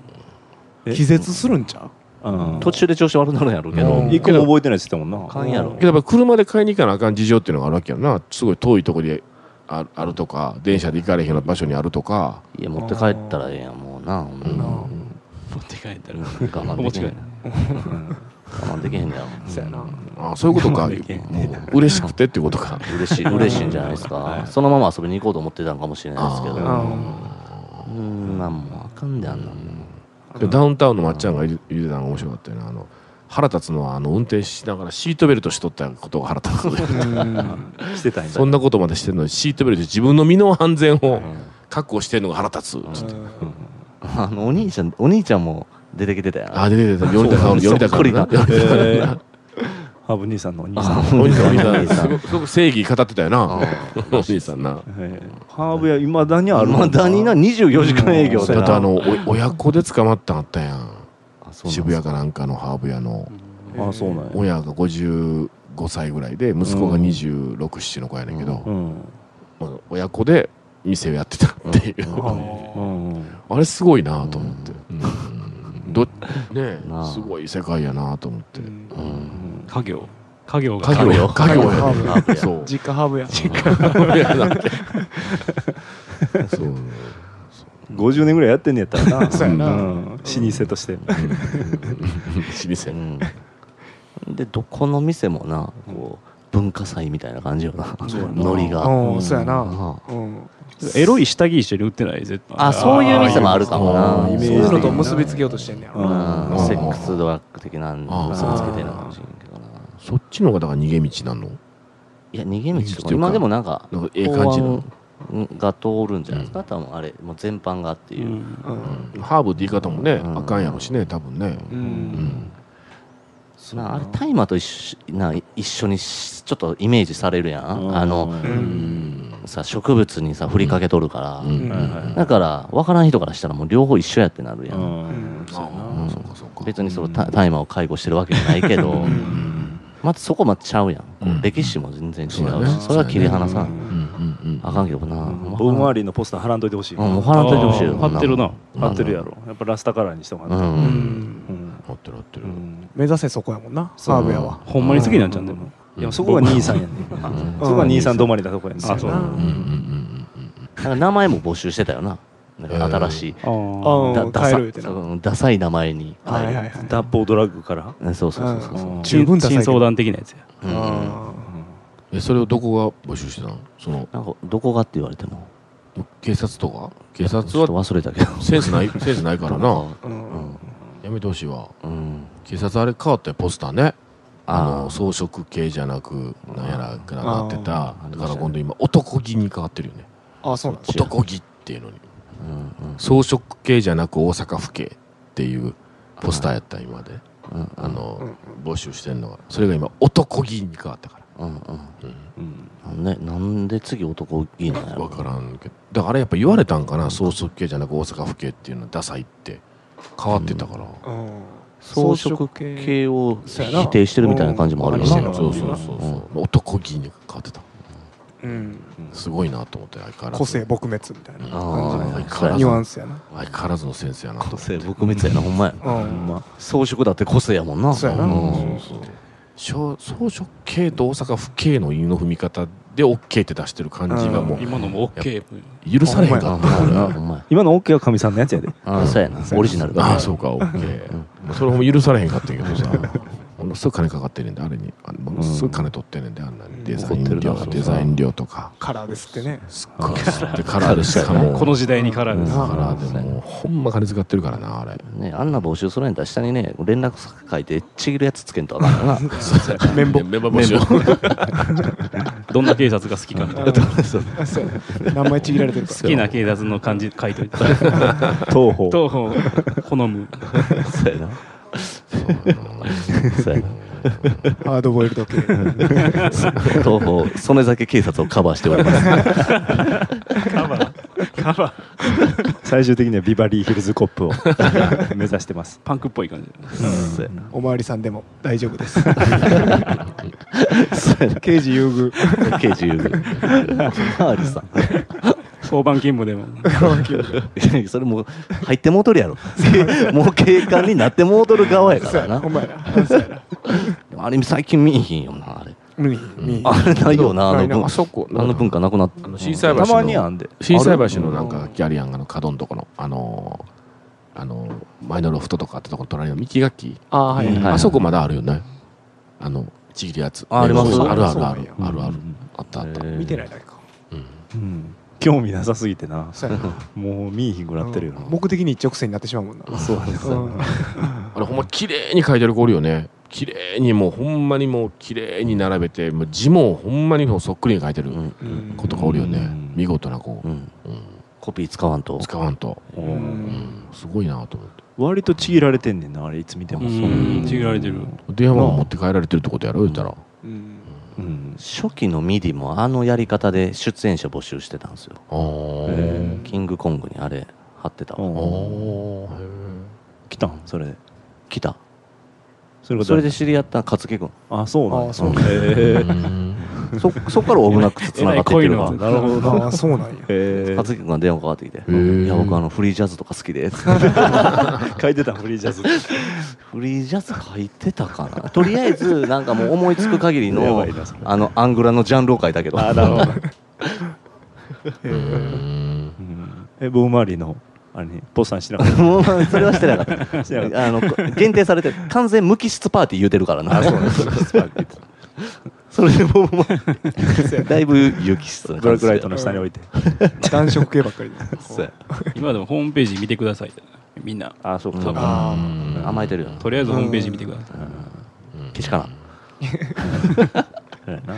Speaker 1: え
Speaker 6: 気絶するんちゃう
Speaker 1: うん
Speaker 3: 途中で調子悪なるんやろうけど
Speaker 6: うん
Speaker 1: 一個も覚えてないって言ってたもんな
Speaker 3: あかんやろ
Speaker 2: けどやっぱ車で買いに行かなあかん事情っていうのがあるわけやんなすごい遠いとこでああるとか電車で行かれへんような場所にあるとか
Speaker 3: いや持って帰ったらええやんもうなほんま
Speaker 2: うん
Speaker 6: あ
Speaker 5: 持って帰ったら
Speaker 3: 我慢できへん我慢できへんねや
Speaker 6: あそうやな
Speaker 2: ああそういうことか
Speaker 1: できへん
Speaker 2: もう嬉しくてってことか
Speaker 3: ろ嬉しい嬉しいんじゃないですかそのまま遊びに行こうと思ってたんかもしれないですけど
Speaker 6: あ
Speaker 3: うんなんもあかんであんなんも
Speaker 2: でダウンタウンのまっちゃんが言う言うてたのが面白かったよなあの腹立つのはあの運転しながらシートベルトしとったことが腹立つ
Speaker 1: してたんや
Speaker 2: そんなことまでしてんのにシートベルト自分の身の安全を確保してんのが腹立つつって
Speaker 3: あのお兄ちゃんお兄ちゃんも出てきてたやん
Speaker 2: あ出て出て寄りたか寄りたかな
Speaker 3: そ
Speaker 1: えーハーブ兄さんのお兄さん
Speaker 3: あ
Speaker 2: お兄さんお
Speaker 3: お
Speaker 2: 兄
Speaker 3: 兄
Speaker 2: さ
Speaker 3: さん
Speaker 2: んすごくすごく正義語ってたよなお兄さんな
Speaker 1: えーハーブやいまだにあるもん
Speaker 3: まだにな24時間営業
Speaker 2: そ
Speaker 3: で
Speaker 2: れ
Speaker 3: な
Speaker 2: とあのお親子で捕まったんあったやん
Speaker 3: あそうなん
Speaker 2: 渋谷かなんかのハーブ屋の
Speaker 1: あそうなんや
Speaker 2: 親が55歳ぐらいで息子が267の子やねんけど
Speaker 1: うん
Speaker 2: まあ親子で店をやってたっていう
Speaker 1: うん
Speaker 2: あれすごいなと思って、うんどねえ
Speaker 3: なあ
Speaker 2: すごい世界やなと思って
Speaker 3: うん
Speaker 5: 家業家業が
Speaker 2: 家業や家業
Speaker 3: ハーブや
Speaker 2: やねそう
Speaker 6: 実家ハーブや
Speaker 2: 家業やなってそう
Speaker 1: 50年ぐらいやってんねやったらな
Speaker 6: そうやな
Speaker 1: うん老舗として
Speaker 2: 老舗
Speaker 3: うん、でどこの店もなこう文化祭みたいな感じよな
Speaker 1: そうやな
Speaker 3: ノリが、
Speaker 6: うんそうやな
Speaker 3: あ
Speaker 6: うん
Speaker 5: エロい下着一緒に売ってない絶対
Speaker 3: あそういう店もあるかも
Speaker 2: あ
Speaker 3: な
Speaker 2: ーイメー
Speaker 6: そう
Speaker 2: ジ
Speaker 6: いうのと結びつけようとしてんねやろな
Speaker 3: うん
Speaker 2: うん
Speaker 3: セックスドラッグ的なんで
Speaker 2: あー
Speaker 3: 結びつけてるのかもしれんけどな
Speaker 2: そっちの方がだから逃げ道なの
Speaker 3: いや逃げ道
Speaker 2: 逃げ
Speaker 3: と
Speaker 2: 道という
Speaker 3: か
Speaker 2: か
Speaker 3: 今でもなんか
Speaker 2: なんかええ感じなの
Speaker 3: 法案が通るんじゃないですか、多分あれもう全般がっていう、
Speaker 5: うん
Speaker 6: うん
Speaker 2: うんハーブって言い方もね、
Speaker 3: うん
Speaker 2: あかんやろしね多分ね、
Speaker 6: う
Speaker 2: うん
Speaker 6: ん
Speaker 3: なあれ大麻と一緒な一緒にしちょっとイメージされるやん、あの
Speaker 6: う
Speaker 2: うんん
Speaker 3: さ植物にさ振りかけとるから、
Speaker 2: うん
Speaker 6: うん
Speaker 1: はいはい
Speaker 3: だから分からん人からしたらもう両方一緒やってなるや、
Speaker 1: うんんそうや
Speaker 2: あ
Speaker 1: な
Speaker 2: あそうかそうか
Speaker 3: 別にそのた大麻を介護してるわけじゃないけど、まずそこまでちゃうやん、こう
Speaker 2: うん
Speaker 3: 歴史も全然違うし、
Speaker 2: そうだね
Speaker 3: それは切り離さん、
Speaker 2: うんうん
Speaker 3: あかんけどな、
Speaker 1: ボブマー
Speaker 3: り
Speaker 1: リーのポスター貼らんといてほしい
Speaker 3: うんもう
Speaker 1: 貼
Speaker 3: 貼らんといてほしいよ
Speaker 5: あー貼ってるな
Speaker 1: ってるやろやっぱラスタカラーにしても
Speaker 3: う
Speaker 1: らって
Speaker 6: うんん
Speaker 1: うん
Speaker 2: 合ってる合ってる、
Speaker 1: うん
Speaker 6: 目指せそこやもんな
Speaker 3: そう
Speaker 6: ハーブやは
Speaker 5: ほんまに好きなんちゃうんでも
Speaker 1: いやそこが兄さんやねん
Speaker 3: うん
Speaker 1: そこが兄さん止まりだとこやねん
Speaker 5: あそう
Speaker 6: うん
Speaker 2: うんうんうん
Speaker 3: なんか名前も募集してたよななんか新しい、
Speaker 5: あー
Speaker 6: あ
Speaker 3: だ
Speaker 6: あ
Speaker 3: ダサ
Speaker 6: 帰るってな
Speaker 3: そうダサい名前に変え
Speaker 6: はい
Speaker 3: る
Speaker 6: はいはい
Speaker 1: 脱法ドラッグから
Speaker 3: うんそうそうそうそう、
Speaker 1: うん
Speaker 6: 十分ダサい
Speaker 5: 珍
Speaker 6: けど
Speaker 5: 相談的なやつや
Speaker 3: うん
Speaker 6: あ
Speaker 2: えそれをどこが募集してたのその
Speaker 3: なんかどこがって言われても
Speaker 2: 警察とか警
Speaker 3: ちょ
Speaker 2: 察
Speaker 3: っと
Speaker 2: は
Speaker 3: 忘れたけど
Speaker 2: センスないセンスないからな
Speaker 6: ーうん
Speaker 2: やめてほしいわ
Speaker 3: うん
Speaker 2: 警察あれ変わったよポスターねあの
Speaker 3: あー
Speaker 2: 装飾系じゃなくなんやらかななってた
Speaker 3: あー
Speaker 2: だから今度今男気に変わってるよね
Speaker 6: あそうなんだ
Speaker 3: 違う
Speaker 2: 男気っていうのに
Speaker 3: うんうん
Speaker 2: 装飾系じゃなく大阪府警っていうポスターやった今まで
Speaker 3: うん
Speaker 2: あ
Speaker 6: うん
Speaker 2: の募集してんのがそれが今男気に変わったから
Speaker 3: うんうん
Speaker 1: うん
Speaker 3: なんでなんで次男いいのや
Speaker 2: 分
Speaker 3: ろ
Speaker 2: からんけどだからあれやっぱ言われたんかな装飾系じゃなく大阪府警っていうのはダサいって変わってたから、
Speaker 6: うん
Speaker 3: 装飾系を否定してるみたいな感じもあるよ
Speaker 6: そう
Speaker 3: な
Speaker 6: やな
Speaker 2: そうそうそうそう、男気に変わってた
Speaker 6: うん
Speaker 2: すごいなと思って相変わらず
Speaker 6: 個性撲滅みたいな
Speaker 3: あ
Speaker 2: はい
Speaker 3: あそうや
Speaker 6: ニュ
Speaker 3: な
Speaker 6: アンスやな
Speaker 2: 相変わらずのセンスやなと
Speaker 3: 個性僕みたいなほんまや
Speaker 6: う
Speaker 1: ほん
Speaker 6: ん
Speaker 1: ま
Speaker 3: 装飾だって個性やもんな
Speaker 6: そうやな
Speaker 3: うん
Speaker 2: そうそう装飾系と大阪府警の犬の踏み方で OK って出してる感じがもう
Speaker 5: 今のも OK
Speaker 2: 許されへんか
Speaker 3: あ
Speaker 2: っ
Speaker 3: ほ
Speaker 2: た
Speaker 3: んまや
Speaker 2: な
Speaker 3: ほんまや
Speaker 1: 今の OK はかみさんのやつやで
Speaker 3: あそうやなオリジナル
Speaker 2: あ
Speaker 3: だ
Speaker 2: あそうか OK もうそれも許されへんかったけどさ ものすごい金かかってんねんであれにあのものすごい金取ってんねんであんなにデザイン
Speaker 3: 怒って
Speaker 2: 料
Speaker 3: るな
Speaker 2: デザイン料とか
Speaker 6: カラーですってね
Speaker 2: すっごいでカラーでしかも
Speaker 5: この時代にカラーです
Speaker 2: カラーでもうほんま金使ってるからなあれ
Speaker 3: ねあんな募集するんやったら下にね連絡先書いてちぎるやつつけんとあかんよな
Speaker 2: 綿棒綿棒募集
Speaker 5: どんな警察が好きかみたい な
Speaker 6: あそうやな名前ちぎられ てるか
Speaker 5: 好きな警察の感じ書 いといた
Speaker 1: 東方
Speaker 5: と好む
Speaker 3: そうやなそうやな
Speaker 6: らハードボイ ルド系
Speaker 3: 東方曽根崎警察をカバーしております
Speaker 1: 最終的にはビバリーヒルズコップを 目指してます
Speaker 5: パンクっぽい感じ
Speaker 3: そうやな
Speaker 6: おまわりさんでも大丈夫で す
Speaker 3: そうやな
Speaker 6: 刑事優遇
Speaker 3: 刑事優遇マーリさ
Speaker 5: 交番勤務でも
Speaker 3: んそれもう入ってもうとるやろもう警官になってもうとる側やからな
Speaker 6: お前らそうやな
Speaker 3: あれ最近見えひんよなあれ
Speaker 6: 無理に
Speaker 3: あれないよなあ
Speaker 6: な
Speaker 3: の
Speaker 6: いな
Speaker 3: 文
Speaker 2: あそこ
Speaker 3: あの文化なくなった
Speaker 2: あのシーサイ橋
Speaker 1: た
Speaker 2: の
Speaker 1: まにあんで
Speaker 2: 心斎橋のなんかギャリアンがの角のとこのあのーあのー前のロフトとかあったところの隣の幹楽器
Speaker 6: あはい
Speaker 3: うんはい
Speaker 2: あそこまだあるよねあのちぎるやつ
Speaker 3: ああります
Speaker 2: そうあるあるあ
Speaker 6: そうなん
Speaker 2: る
Speaker 6: や
Speaker 2: あるあ
Speaker 1: う
Speaker 2: る
Speaker 1: ん
Speaker 2: あったあった
Speaker 6: 見てないだけか
Speaker 2: うん
Speaker 1: うん興味なさすぎてな
Speaker 6: そうやな
Speaker 1: もう見えひんくなってるよな
Speaker 6: 目的に一直線になってしまうもんな
Speaker 1: そうやね
Speaker 6: うん
Speaker 2: あれほんま綺麗に書いてる子おるよね綺麗にもうほんまにもう綺麗に並べてもう字もほんまにもうそっくりに書いてる
Speaker 3: うん
Speaker 6: うん
Speaker 2: 子とかおるよ
Speaker 1: う
Speaker 2: ね
Speaker 1: ん
Speaker 2: 見事な子
Speaker 3: うん
Speaker 2: うん
Speaker 3: コピー使わんと
Speaker 2: 使わんと
Speaker 1: う
Speaker 6: うん
Speaker 2: うんすごいなと思って
Speaker 1: 割とちぎられてんねんなあれいつ見ても
Speaker 5: うんちぎられてる
Speaker 2: 電話も持って帰られてるってことやろ言ったら
Speaker 6: うん
Speaker 1: うん
Speaker 3: 初期のミディもあのやり方で出演者募集してたんですよ
Speaker 2: あー
Speaker 1: へ
Speaker 3: キングコングにあれ貼ってたわ
Speaker 1: うん
Speaker 2: あーへー
Speaker 1: 来たんそれ
Speaker 3: 来た
Speaker 1: それが
Speaker 3: それで知り合った勝樹君
Speaker 1: あそうなん
Speaker 6: あ
Speaker 1: や
Speaker 6: そう
Speaker 1: へえ
Speaker 3: そそっからオブナックスつながっていってるわ
Speaker 5: えらい濃いの
Speaker 1: なるほど
Speaker 6: ああそうなんや
Speaker 1: へえ
Speaker 3: 勝樹君が電話かかってきて「
Speaker 2: ー
Speaker 3: いや僕あのフリージャズとか好きで」
Speaker 1: 書いてたフリージャズ
Speaker 3: フリージャズ書いてたかなとりあえずなんかもう思いつく限り
Speaker 1: や
Speaker 3: の
Speaker 1: ばいなそれ
Speaker 3: あのアングラのジャンルを書いたけど
Speaker 1: あなるほど
Speaker 2: うん
Speaker 1: えボブ・マーリーのあれにポスターにしてなか っ
Speaker 3: もうそれはしてなかった
Speaker 1: たしてなかった
Speaker 3: あのこ限定されてる完全無機質パーティー言うてるからなそれでもうまあだいぶ有機質な
Speaker 1: ブラック
Speaker 3: 感じ
Speaker 1: ライトの下に置いて
Speaker 6: 暖色系ばっかりで
Speaker 3: そうや
Speaker 5: 今でもホームページ見てくださいみんな
Speaker 1: あそう
Speaker 5: 多分
Speaker 6: あ
Speaker 3: うん甘えてるよな
Speaker 5: とりあえずホームページ見てください
Speaker 3: けしからん
Speaker 1: そうやな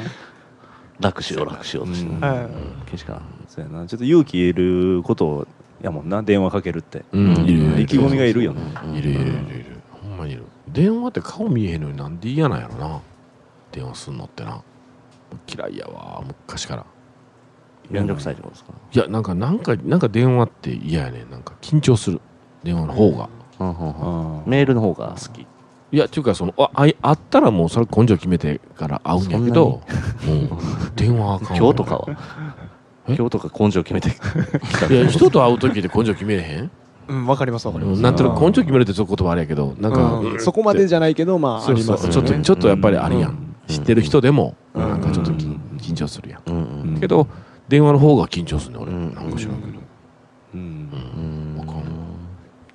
Speaker 3: 楽しよう楽しようとして
Speaker 6: あ、はい
Speaker 3: けしからん
Speaker 1: そうやなちょっと勇気いることやもんな電話かけるって
Speaker 2: うん、いるよ
Speaker 1: 意気込みがいるよね
Speaker 2: いるいるいるいるほんまにいる電話って顔見えへんのになんで嫌なんやろな電話すんのってな嫌いやわ昔から
Speaker 3: めんどくさいってことですか
Speaker 2: いやなんかなんかなんか電話って嫌やねんなんか緊張する電話の方が
Speaker 3: うんうんうん
Speaker 1: あ
Speaker 3: メールの方が好き
Speaker 2: いやっていうかそのああい会ったらもうそれ根性決めてから会うんやけどうん 電話あかんわ
Speaker 3: 今日とかは
Speaker 2: え
Speaker 3: 今日とか根性決めて
Speaker 2: いや人と会う時って根性決めれへん
Speaker 6: うん、わかりますわかります、
Speaker 2: なんとなく根性決めるってそういう言葉あれやけどなんか、
Speaker 6: うんそこまでじゃないけどまああ
Speaker 2: そう
Speaker 6: り
Speaker 2: そ
Speaker 6: ま
Speaker 2: う
Speaker 6: すよ
Speaker 2: ちょっと
Speaker 6: ね
Speaker 2: ちょっとやっぱりあるやん知ってる人でも
Speaker 3: うん
Speaker 2: なんかちょっとき緊張するやん
Speaker 3: うんうん
Speaker 2: けど電話の方が緊張するね俺
Speaker 3: うん
Speaker 2: なんか知らんけど
Speaker 1: うん
Speaker 3: うん
Speaker 2: わかんない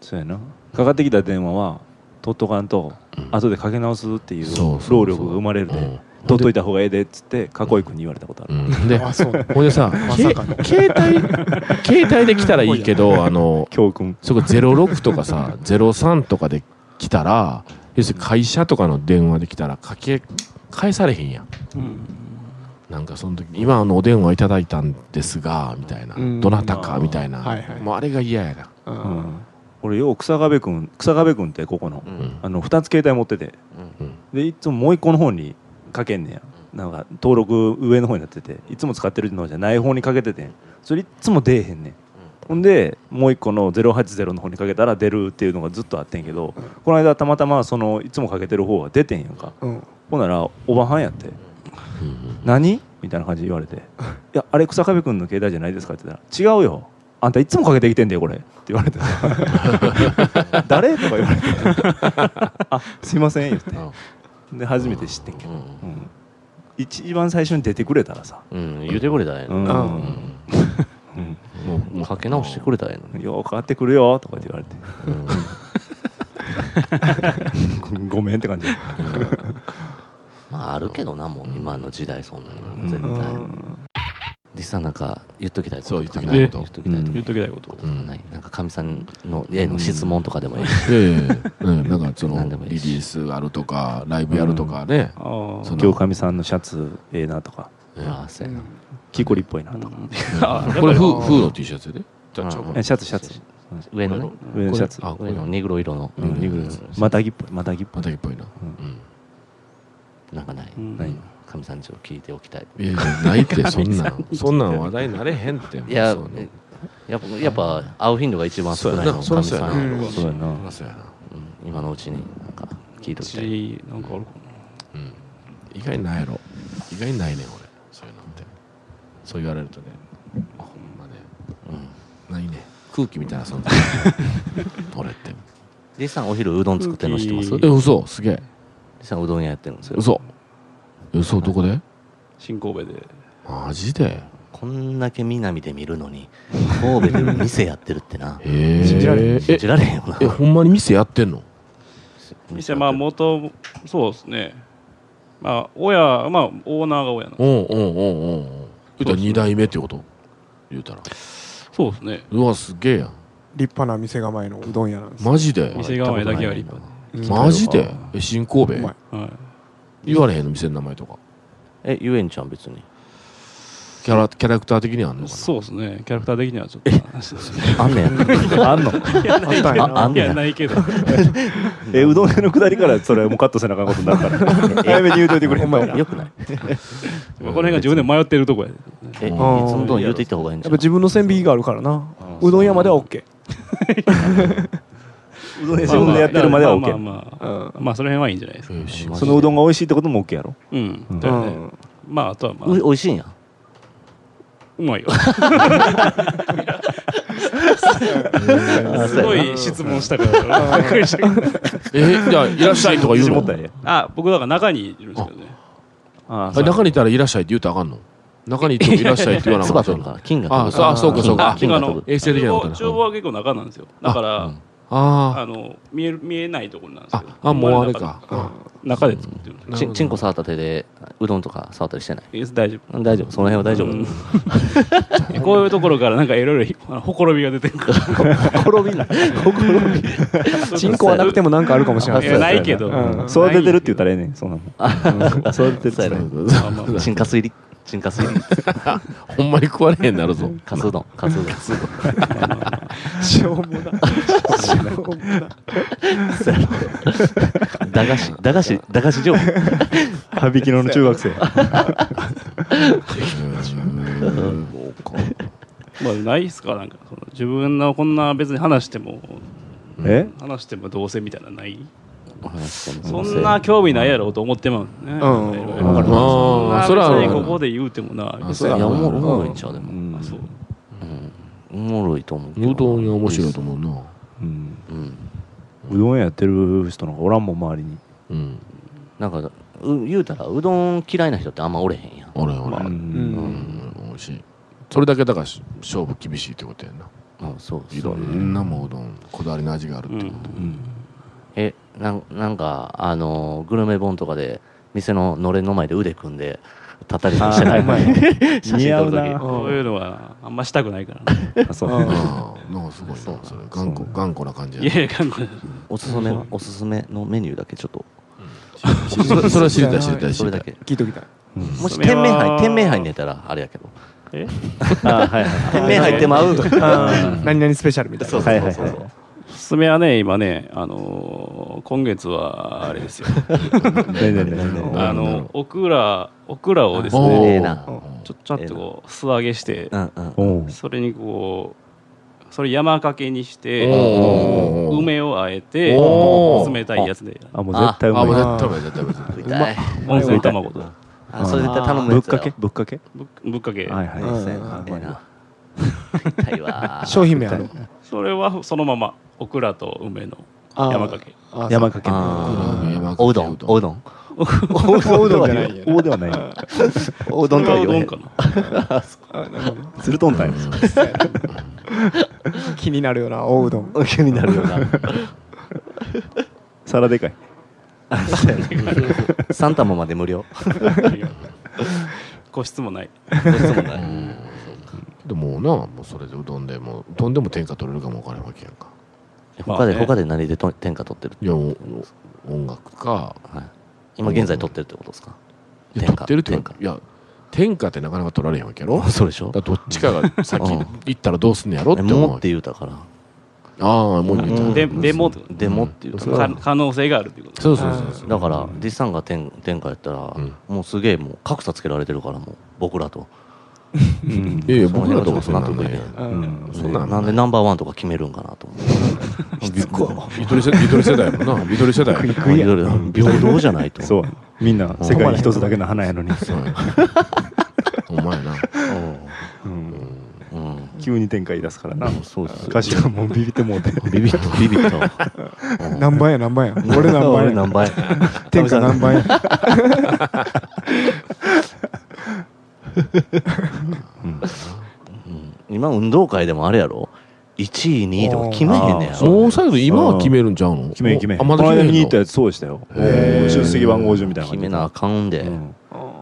Speaker 1: そうやなかかってきた電話は取っとかんと
Speaker 2: うん
Speaker 1: 後でかけ直すっていう
Speaker 2: そうそうそ
Speaker 1: 労
Speaker 2: う
Speaker 1: 力が生まれる
Speaker 2: うん
Speaker 1: で取っといた方がええでっつってかこいくんに言われたことあ
Speaker 2: う
Speaker 1: る
Speaker 2: ん で
Speaker 6: あそうね
Speaker 2: ほんでさけ
Speaker 6: さか
Speaker 2: 携帯携帯で来たらいいけどあの
Speaker 1: 教訓
Speaker 2: そこ06とかさ03とかで来たら要するに会社とかの電話で来たらかけ返されへんやんなんかその時今あのお電話いただいたんですがみたいな
Speaker 6: うん
Speaker 2: どなたかみたいな
Speaker 6: はいはい
Speaker 2: もうあれが嫌やな
Speaker 6: う
Speaker 1: うんん俺よう草壁くん草壁くんってここの
Speaker 3: う
Speaker 2: うんん
Speaker 1: あの2つ携帯持っててでいつももう一個の方にかけんねやなんか登録上の方になってていつも使ってるのじゃない方にかけててんそれいつも出えへんねんほんでもう一個の080の方にかけたら出るっていうのがずっとあってんけどこの間たまたまそのいつもかけてる方が出てんやんか
Speaker 6: うん
Speaker 1: ほんならおばはんやって
Speaker 2: うん
Speaker 1: 「何?」みたいな感じで言われて「いやあれ草壁君の携帯じゃないですか?」って言ったら「違うよあんたいつもかけてきてんだよこれ」って言われて「誰?」とか言われて「あすいません」言ってで初めて知ってんけど、
Speaker 3: うん
Speaker 1: うん一番最初に出てくれたらさ、
Speaker 3: うん言うてくれたらええ
Speaker 1: う
Speaker 3: の
Speaker 1: ん
Speaker 6: う
Speaker 1: うん
Speaker 6: ん
Speaker 2: もうもう
Speaker 3: かけ直してくれたらええのに
Speaker 1: よう変わってくるよとかって言われて ごめんって感じ
Speaker 3: まああるけどなもう今の時代そんな
Speaker 1: う
Speaker 3: の
Speaker 1: ん
Speaker 3: 絶
Speaker 6: う
Speaker 3: 対
Speaker 6: ん
Speaker 3: 実際なんか言っときたいこと
Speaker 2: そう言っときた
Speaker 5: い
Speaker 3: 言っ
Speaker 5: こと
Speaker 3: ときたいと
Speaker 5: 言っときたいこと
Speaker 3: こないなんかかみさんのへの質問とかでもいいし
Speaker 2: いやいやいやうんなんかその
Speaker 3: 何でもい
Speaker 2: リ
Speaker 3: い
Speaker 2: リ
Speaker 3: し
Speaker 2: ースあるとかライブやるとかね
Speaker 5: あ
Speaker 2: その
Speaker 1: 今日かみさんのシャツええなとか
Speaker 3: ああそうやな
Speaker 1: キコリっぽいなとか、
Speaker 5: あ
Speaker 2: これフーフーの T シャツやでじゃあちゃうか
Speaker 3: うん
Speaker 2: な
Speaker 1: えシャツシャツ
Speaker 3: 上のね
Speaker 1: 上のシャツ
Speaker 2: あこれ
Speaker 3: 上のネグロ色の
Speaker 2: うんネグロ
Speaker 1: またぎっぽいまたぎっぽ
Speaker 2: またぎっぽいな
Speaker 1: う
Speaker 3: なんかない
Speaker 5: うん
Speaker 1: ない
Speaker 3: かみさんちを聞いておきたい
Speaker 2: いいやいやないってそんなんそんなん話題になれへんって
Speaker 3: いや
Speaker 2: そうね
Speaker 3: やっぱやっぱ会う頻度が一番少ないの
Speaker 2: そら
Speaker 3: かみ
Speaker 2: そ
Speaker 3: さ
Speaker 2: ら
Speaker 3: ん
Speaker 2: そう
Speaker 3: の
Speaker 2: やな
Speaker 1: うんそうやな
Speaker 2: そらそうやな
Speaker 3: うん今のうちになんか聞いときたい
Speaker 5: ちなんかあるか
Speaker 2: うん意外にないやろ意外にないねん俺そういうのってそう言われるとねほんまね
Speaker 3: うん
Speaker 2: ないね空気みたいな存在俺って
Speaker 3: リさんお昼うどん作ってるの知ってます
Speaker 5: 空
Speaker 3: リ
Speaker 5: 気
Speaker 2: え嘘すげえ
Speaker 3: さんうどん屋やってるんですよ
Speaker 2: 嘘嘘どこで
Speaker 5: な新神戸で
Speaker 2: マジで
Speaker 3: こんだけ南で見るのに神戸で店やってるってな
Speaker 2: へえ
Speaker 6: 信じられへ
Speaker 3: 信じられへんよな
Speaker 2: えほんまに店やってんの
Speaker 5: 店まあ元そうですねまあ親まあオーナーが親なんで
Speaker 2: うんうんうんうんうん言うたら2
Speaker 5: そうですね
Speaker 2: 代目ってこと言うたら
Speaker 5: そうですね
Speaker 2: うわすげえやん
Speaker 6: 立派な店構えのうどん屋なんですよ
Speaker 2: マジで
Speaker 5: 店構えだけは立派
Speaker 2: マジでえ新神
Speaker 6: うま
Speaker 2: 戸
Speaker 6: い
Speaker 5: はい
Speaker 2: 言われへんの店の名前とか
Speaker 3: えゆえんちゃん別に
Speaker 2: キャラキャラクター的にはあんのかな
Speaker 5: そうですねキャラクター的にはちょっと
Speaker 3: あんねん
Speaker 1: あんの
Speaker 6: あったんや
Speaker 3: ああ
Speaker 6: なん
Speaker 5: い
Speaker 3: ね
Speaker 5: や
Speaker 3: ん
Speaker 5: ないけど
Speaker 1: えうどん屋の下りからそれもうカットせなあかんことになるから早めに言うといてくれ
Speaker 6: ほんまや
Speaker 3: よくない
Speaker 5: まあこの辺が自分で迷ってるとこやで
Speaker 3: えいつ
Speaker 6: ん
Speaker 3: もどん言うていった方がいいん
Speaker 6: や
Speaker 3: じゃ
Speaker 6: っぱ
Speaker 3: ない
Speaker 6: 自分の線引きがあるからな
Speaker 1: あ
Speaker 6: うどん屋までは OK
Speaker 1: う どん屋自分でやってるまでは OK、
Speaker 5: まあまあまあ
Speaker 6: うん
Speaker 5: まあその辺はいいんじゃないですか
Speaker 2: えー新
Speaker 1: そのうどんが美味しいってことも OK やろ
Speaker 5: うん
Speaker 1: うん
Speaker 5: だよ
Speaker 6: う
Speaker 5: ね
Speaker 6: ん
Speaker 5: まああとはまあ
Speaker 3: うおいしいんや
Speaker 5: うまいよ
Speaker 3: あ
Speaker 5: すごい質問したからびっく りしたけど
Speaker 2: えーじゃあいらっしゃいとか言う
Speaker 1: 自信持
Speaker 2: の
Speaker 1: ったらええ
Speaker 5: あ僕だから中にいるんですけどね
Speaker 1: あ
Speaker 2: あ中にいたらいらっしゃいって言うたらあかんの中にいつもいらっしゃいって言わな
Speaker 3: ツ
Speaker 2: か
Speaker 3: バ
Speaker 2: った
Speaker 3: 飛
Speaker 2: の
Speaker 3: ぶから金が
Speaker 2: ああ
Speaker 3: 飛ぶ
Speaker 2: そうあそうかそうか
Speaker 3: 金が飛ぶ
Speaker 2: 衛生的なことね
Speaker 5: 厨房は結構中なんですよだから、
Speaker 3: うん
Speaker 2: あ
Speaker 5: あの見える見えないところなんですけど
Speaker 2: ああもうあれかあ
Speaker 5: 中で作ってるんで
Speaker 2: なるほ
Speaker 3: ち
Speaker 2: ど
Speaker 3: んちんこ触った手でうどんとか触ったりしてない
Speaker 5: いいです大丈夫
Speaker 3: うん大丈夫その辺は大丈夫、
Speaker 5: うん こういうところからなんかいろいろあのほころびが出てく るから
Speaker 3: ほころびなほころび
Speaker 6: チンコはなくてもなんかあるかもしれない
Speaker 5: いやないけど、
Speaker 6: うん
Speaker 1: そう育ててるって言ったらええねんそんな のそう育て
Speaker 3: そう
Speaker 1: て
Speaker 3: や
Speaker 1: る
Speaker 3: ね
Speaker 5: あま あ
Speaker 3: チンカス入りチンカス入り
Speaker 2: ほんまに食われへんなるぞ
Speaker 3: カスうどんカスうどん
Speaker 6: しょうもなしょうもな
Speaker 3: そうやろ 駄菓 子駄菓子駄菓子情報
Speaker 1: はびきの中学生
Speaker 5: まあないっすかなんかその自分のこんな別に話しても
Speaker 1: え
Speaker 5: 話してもどうせみたいなのないそ
Speaker 3: そ
Speaker 5: んな興味ないやろうと思ってまうね
Speaker 6: うん
Speaker 5: いろいろ
Speaker 6: うんわかる
Speaker 2: ああそれはあ
Speaker 5: 別
Speaker 2: る
Speaker 5: にここで言うてもな
Speaker 2: あ
Speaker 5: 別
Speaker 2: そ
Speaker 5: に
Speaker 2: う
Speaker 3: いやおも
Speaker 2: う
Speaker 3: ろ
Speaker 2: ん
Speaker 3: おもろいんちゃう
Speaker 1: う
Speaker 3: でも
Speaker 1: ん
Speaker 5: あそう
Speaker 3: おもろいと思うけ
Speaker 2: うどん屋面白いと思うな
Speaker 1: うん
Speaker 3: うん
Speaker 1: うどん屋やってる人なんかおらんもん周りに
Speaker 2: うん
Speaker 3: なんかう言うたらうどん嫌いな人ってあんまおれへんやん
Speaker 2: あれあれ
Speaker 1: う
Speaker 6: うん
Speaker 2: うんん美味しいそれだけだからし勝負厳しいってことやんな
Speaker 3: あそう
Speaker 2: い
Speaker 3: そう
Speaker 2: ろんなもううどんこだわりの味があるってこ
Speaker 1: うん
Speaker 3: えなんなんかあのーグルメ本とかで店ののれんの前で腕組んで立ったりとかしてない
Speaker 1: あーほんまや
Speaker 3: 写
Speaker 1: 似
Speaker 3: 真
Speaker 1: 合
Speaker 3: 撮
Speaker 1: うな
Speaker 3: る時
Speaker 5: そういうのはあんましたくないからね
Speaker 1: あそう
Speaker 2: と
Speaker 6: うん
Speaker 2: ああなんかすごいなそれ頑固頑固な感じ
Speaker 5: い
Speaker 2: や
Speaker 5: やいや韓国
Speaker 3: おすすめはおすすめのメニューだけちょっと
Speaker 2: それそれは知りたい知りたい知
Speaker 3: そ
Speaker 2: り
Speaker 3: れ
Speaker 2: た
Speaker 3: だ
Speaker 2: い
Speaker 3: け
Speaker 6: 聞いときたい
Speaker 3: もし
Speaker 5: それ
Speaker 3: 店
Speaker 5: は
Speaker 3: 名杯店名杯に出たらあれやけど
Speaker 5: え
Speaker 1: あ はいは
Speaker 3: 店名杯ってまう
Speaker 6: 何々スペシャルみたいな
Speaker 1: うはいはいはい
Speaker 5: おすすめはね今ねあのー今月はあれですよ
Speaker 1: いねえねえねえね
Speaker 5: あのオクラオクラをです
Speaker 2: おー
Speaker 3: え
Speaker 5: ね
Speaker 3: えな
Speaker 5: ちょちょっとこう素揚げして
Speaker 3: うんうん
Speaker 1: えおう
Speaker 5: それにこうそれ山かけにして
Speaker 2: おー
Speaker 5: 梅をあえて
Speaker 2: おー
Speaker 5: 冷たいやつで
Speaker 1: あもう絶対う
Speaker 2: あもう
Speaker 1: まい
Speaker 2: 絶対無理絶対無理
Speaker 3: 食いたい
Speaker 5: 温泉卵と
Speaker 3: あそれ絶対頼む
Speaker 1: ぶ
Speaker 3: や
Speaker 1: っ
Speaker 3: つや
Speaker 1: かけぶっかけ
Speaker 5: ぶぶっかけ
Speaker 1: はいはい
Speaker 6: うん
Speaker 3: そうやなええな食いたいわ
Speaker 6: 商品名ある
Speaker 5: それはそのままオクラと梅の
Speaker 6: あー
Speaker 5: 山かけ
Speaker 6: あー
Speaker 1: 山かけ
Speaker 3: あ
Speaker 2: うん
Speaker 3: ーおうどんおうどん
Speaker 6: そうおうどんじゃないよ
Speaker 1: おうではない
Speaker 3: おうどんとは
Speaker 5: そ
Speaker 3: 言
Speaker 5: れ
Speaker 3: わ
Speaker 5: は
Speaker 3: へ
Speaker 5: うど
Speaker 3: ん
Speaker 5: んかな
Speaker 1: つるとんたんや
Speaker 6: 気になるよなおうどん
Speaker 3: 気になるよな
Speaker 1: 皿でかい
Speaker 3: 三玉まで無料
Speaker 5: 個室もない
Speaker 2: でもなもうそれでうどんでもうどんでも天下取れるかもわからんわけやんか
Speaker 3: 他で
Speaker 5: まあね
Speaker 3: 他で何でと天下取ってる
Speaker 2: いやもう音楽か
Speaker 3: はい今現在取ってるってことですか
Speaker 2: いや
Speaker 3: 天下
Speaker 2: 取ってる
Speaker 3: 天
Speaker 2: って
Speaker 3: 下
Speaker 2: いや天下ってなかなか取られへんわけやろ
Speaker 3: そうでしょ
Speaker 2: だからどっちかが先
Speaker 3: うん
Speaker 2: 行ったらどうすんのやろって
Speaker 3: え
Speaker 2: 思う
Speaker 3: もう
Speaker 2: わ
Speaker 3: って
Speaker 2: け
Speaker 3: 言うたから
Speaker 2: ああもう言う
Speaker 5: で
Speaker 2: て
Speaker 5: でも
Speaker 3: でもって言うた
Speaker 2: そう
Speaker 3: か
Speaker 5: か可能性があるっていうこと
Speaker 2: そうそうそうそう
Speaker 3: らだからディさんが天天下やったら
Speaker 2: うん
Speaker 3: もうすげえもう格差つけられてるからもう僕らと
Speaker 1: うん
Speaker 2: いやいや僕らとかそんなとこ
Speaker 3: 納得い
Speaker 2: ね
Speaker 3: け
Speaker 1: うん
Speaker 2: そんなん
Speaker 3: なんでナンバーワンとか決めるんかなと思
Speaker 2: ゆとり世ゆとり世代や もんなゆとり世代
Speaker 3: うまあいろいろ平等じゃないと
Speaker 1: そうみんな世界に一つだけの花やのに
Speaker 2: お前な
Speaker 1: うん
Speaker 3: うんうん
Speaker 1: 急に展開出すからな
Speaker 3: そうっす
Speaker 1: 歌詞がもうビビってもうて
Speaker 3: ビビったビビったうん
Speaker 6: 何番や何番や 俺何
Speaker 3: 俺
Speaker 6: 番や
Speaker 3: 何倍
Speaker 6: 天下何番や
Speaker 3: 今運動会でもあれやろ1位2位とか決めへんねやろ
Speaker 2: もうサイド今は決めるんちゃうの
Speaker 1: 決めん決めん
Speaker 2: あ
Speaker 1: こ
Speaker 2: まだ
Speaker 1: の間
Speaker 2: 決め
Speaker 1: に
Speaker 2: へ
Speaker 1: 行
Speaker 2: ん
Speaker 1: った
Speaker 2: の
Speaker 1: やつそうでしたよ
Speaker 2: へー
Speaker 1: 出席番号順みたいな
Speaker 3: 決
Speaker 1: 感じ
Speaker 3: めなあかんで
Speaker 1: うん